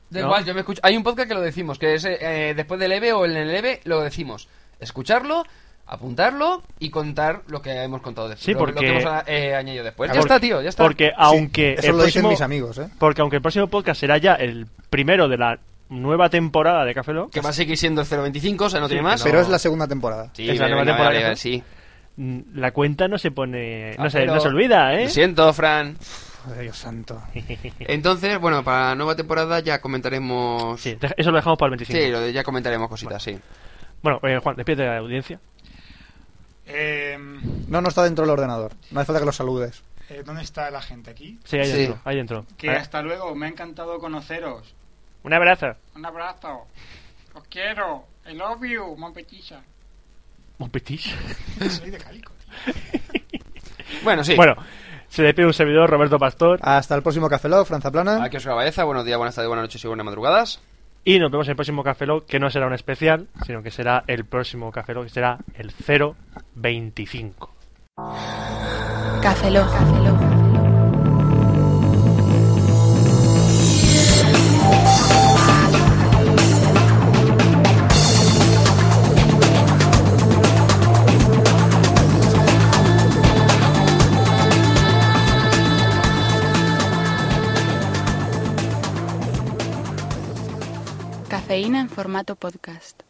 C: Da
B: No.
C: igual, yo me escucho. Hay un podcast que lo decimos, que es eh, eh, después del EVE o en el EVE lo decimos. Escucharlo, apuntarlo y contar lo que hemos contado después.
B: Sí,
C: lo- Lo,
B: porque-
C: que hemos eh, añadido después.
B: Ah,
C: Ya
B: porque-
C: está, tío, ya está.
B: Porque aunque
D: Sí, eso
B: el
D: lo dicen
B: próximo-
D: mis amigos, ¿eh?
B: Porque aunque el próximo podcast será ya el primero de la nueva temporada de Café Lock,
C: Que va a seguir siendo el 025, o sea, no
B: Sí,
C: tiene más.
D: Pero es la segunda temporada.
C: Sí,
B: es la
C: venga,
B: nueva
C: venga,
B: temporada,
C: venga,
B: ¿no?
C: sí.
B: mm, la cuenta no se pone. No,
C: Ah,
B: se,
C: pero-
B: no se olvida, ¿eh?
C: Lo siento, Fran.
D: Joder, Dios santo.
C: Entonces, bueno, para la nueva temporada ya comentaremos.
B: Sí, deja- eso lo dejamos para el
C: Sí,
B: 25.
C: lo de- ya comentaremos cositas, sí.
B: Bueno, eh, Juan, despídete de la audiencia.
E: Eh,
D: No, no está dentro del ordenador. No hace falta que lo saludes.
E: eh, ¿Dónde está la gente aquí?
B: Sí, ahí
C: Sí.
B: dentro. Ahí dentro.
E: Que
B: Ah,
E: hasta luego, me ha encantado conoceros.
B: Un abrazo.
E: Un abrazo. Os quiero. I love you, Montpechicha.
B: Un petis.
E: Soy de Calico, tío.
C: Bueno, sí.
B: Bueno, se despide un servidor, Roberto Pastor.
D: Hasta el próximo Café Log, Franza Plana.
C: Aquí os Baeza, buenos días, buenas tardes, buenas noches y buenas madrugadas.
B: Y nos vemos en el próximo Café Lock, que no será un especial, sino que será el próximo Café Lock, que será el 025.
G: Café Lock. Cafeína en formato podcast.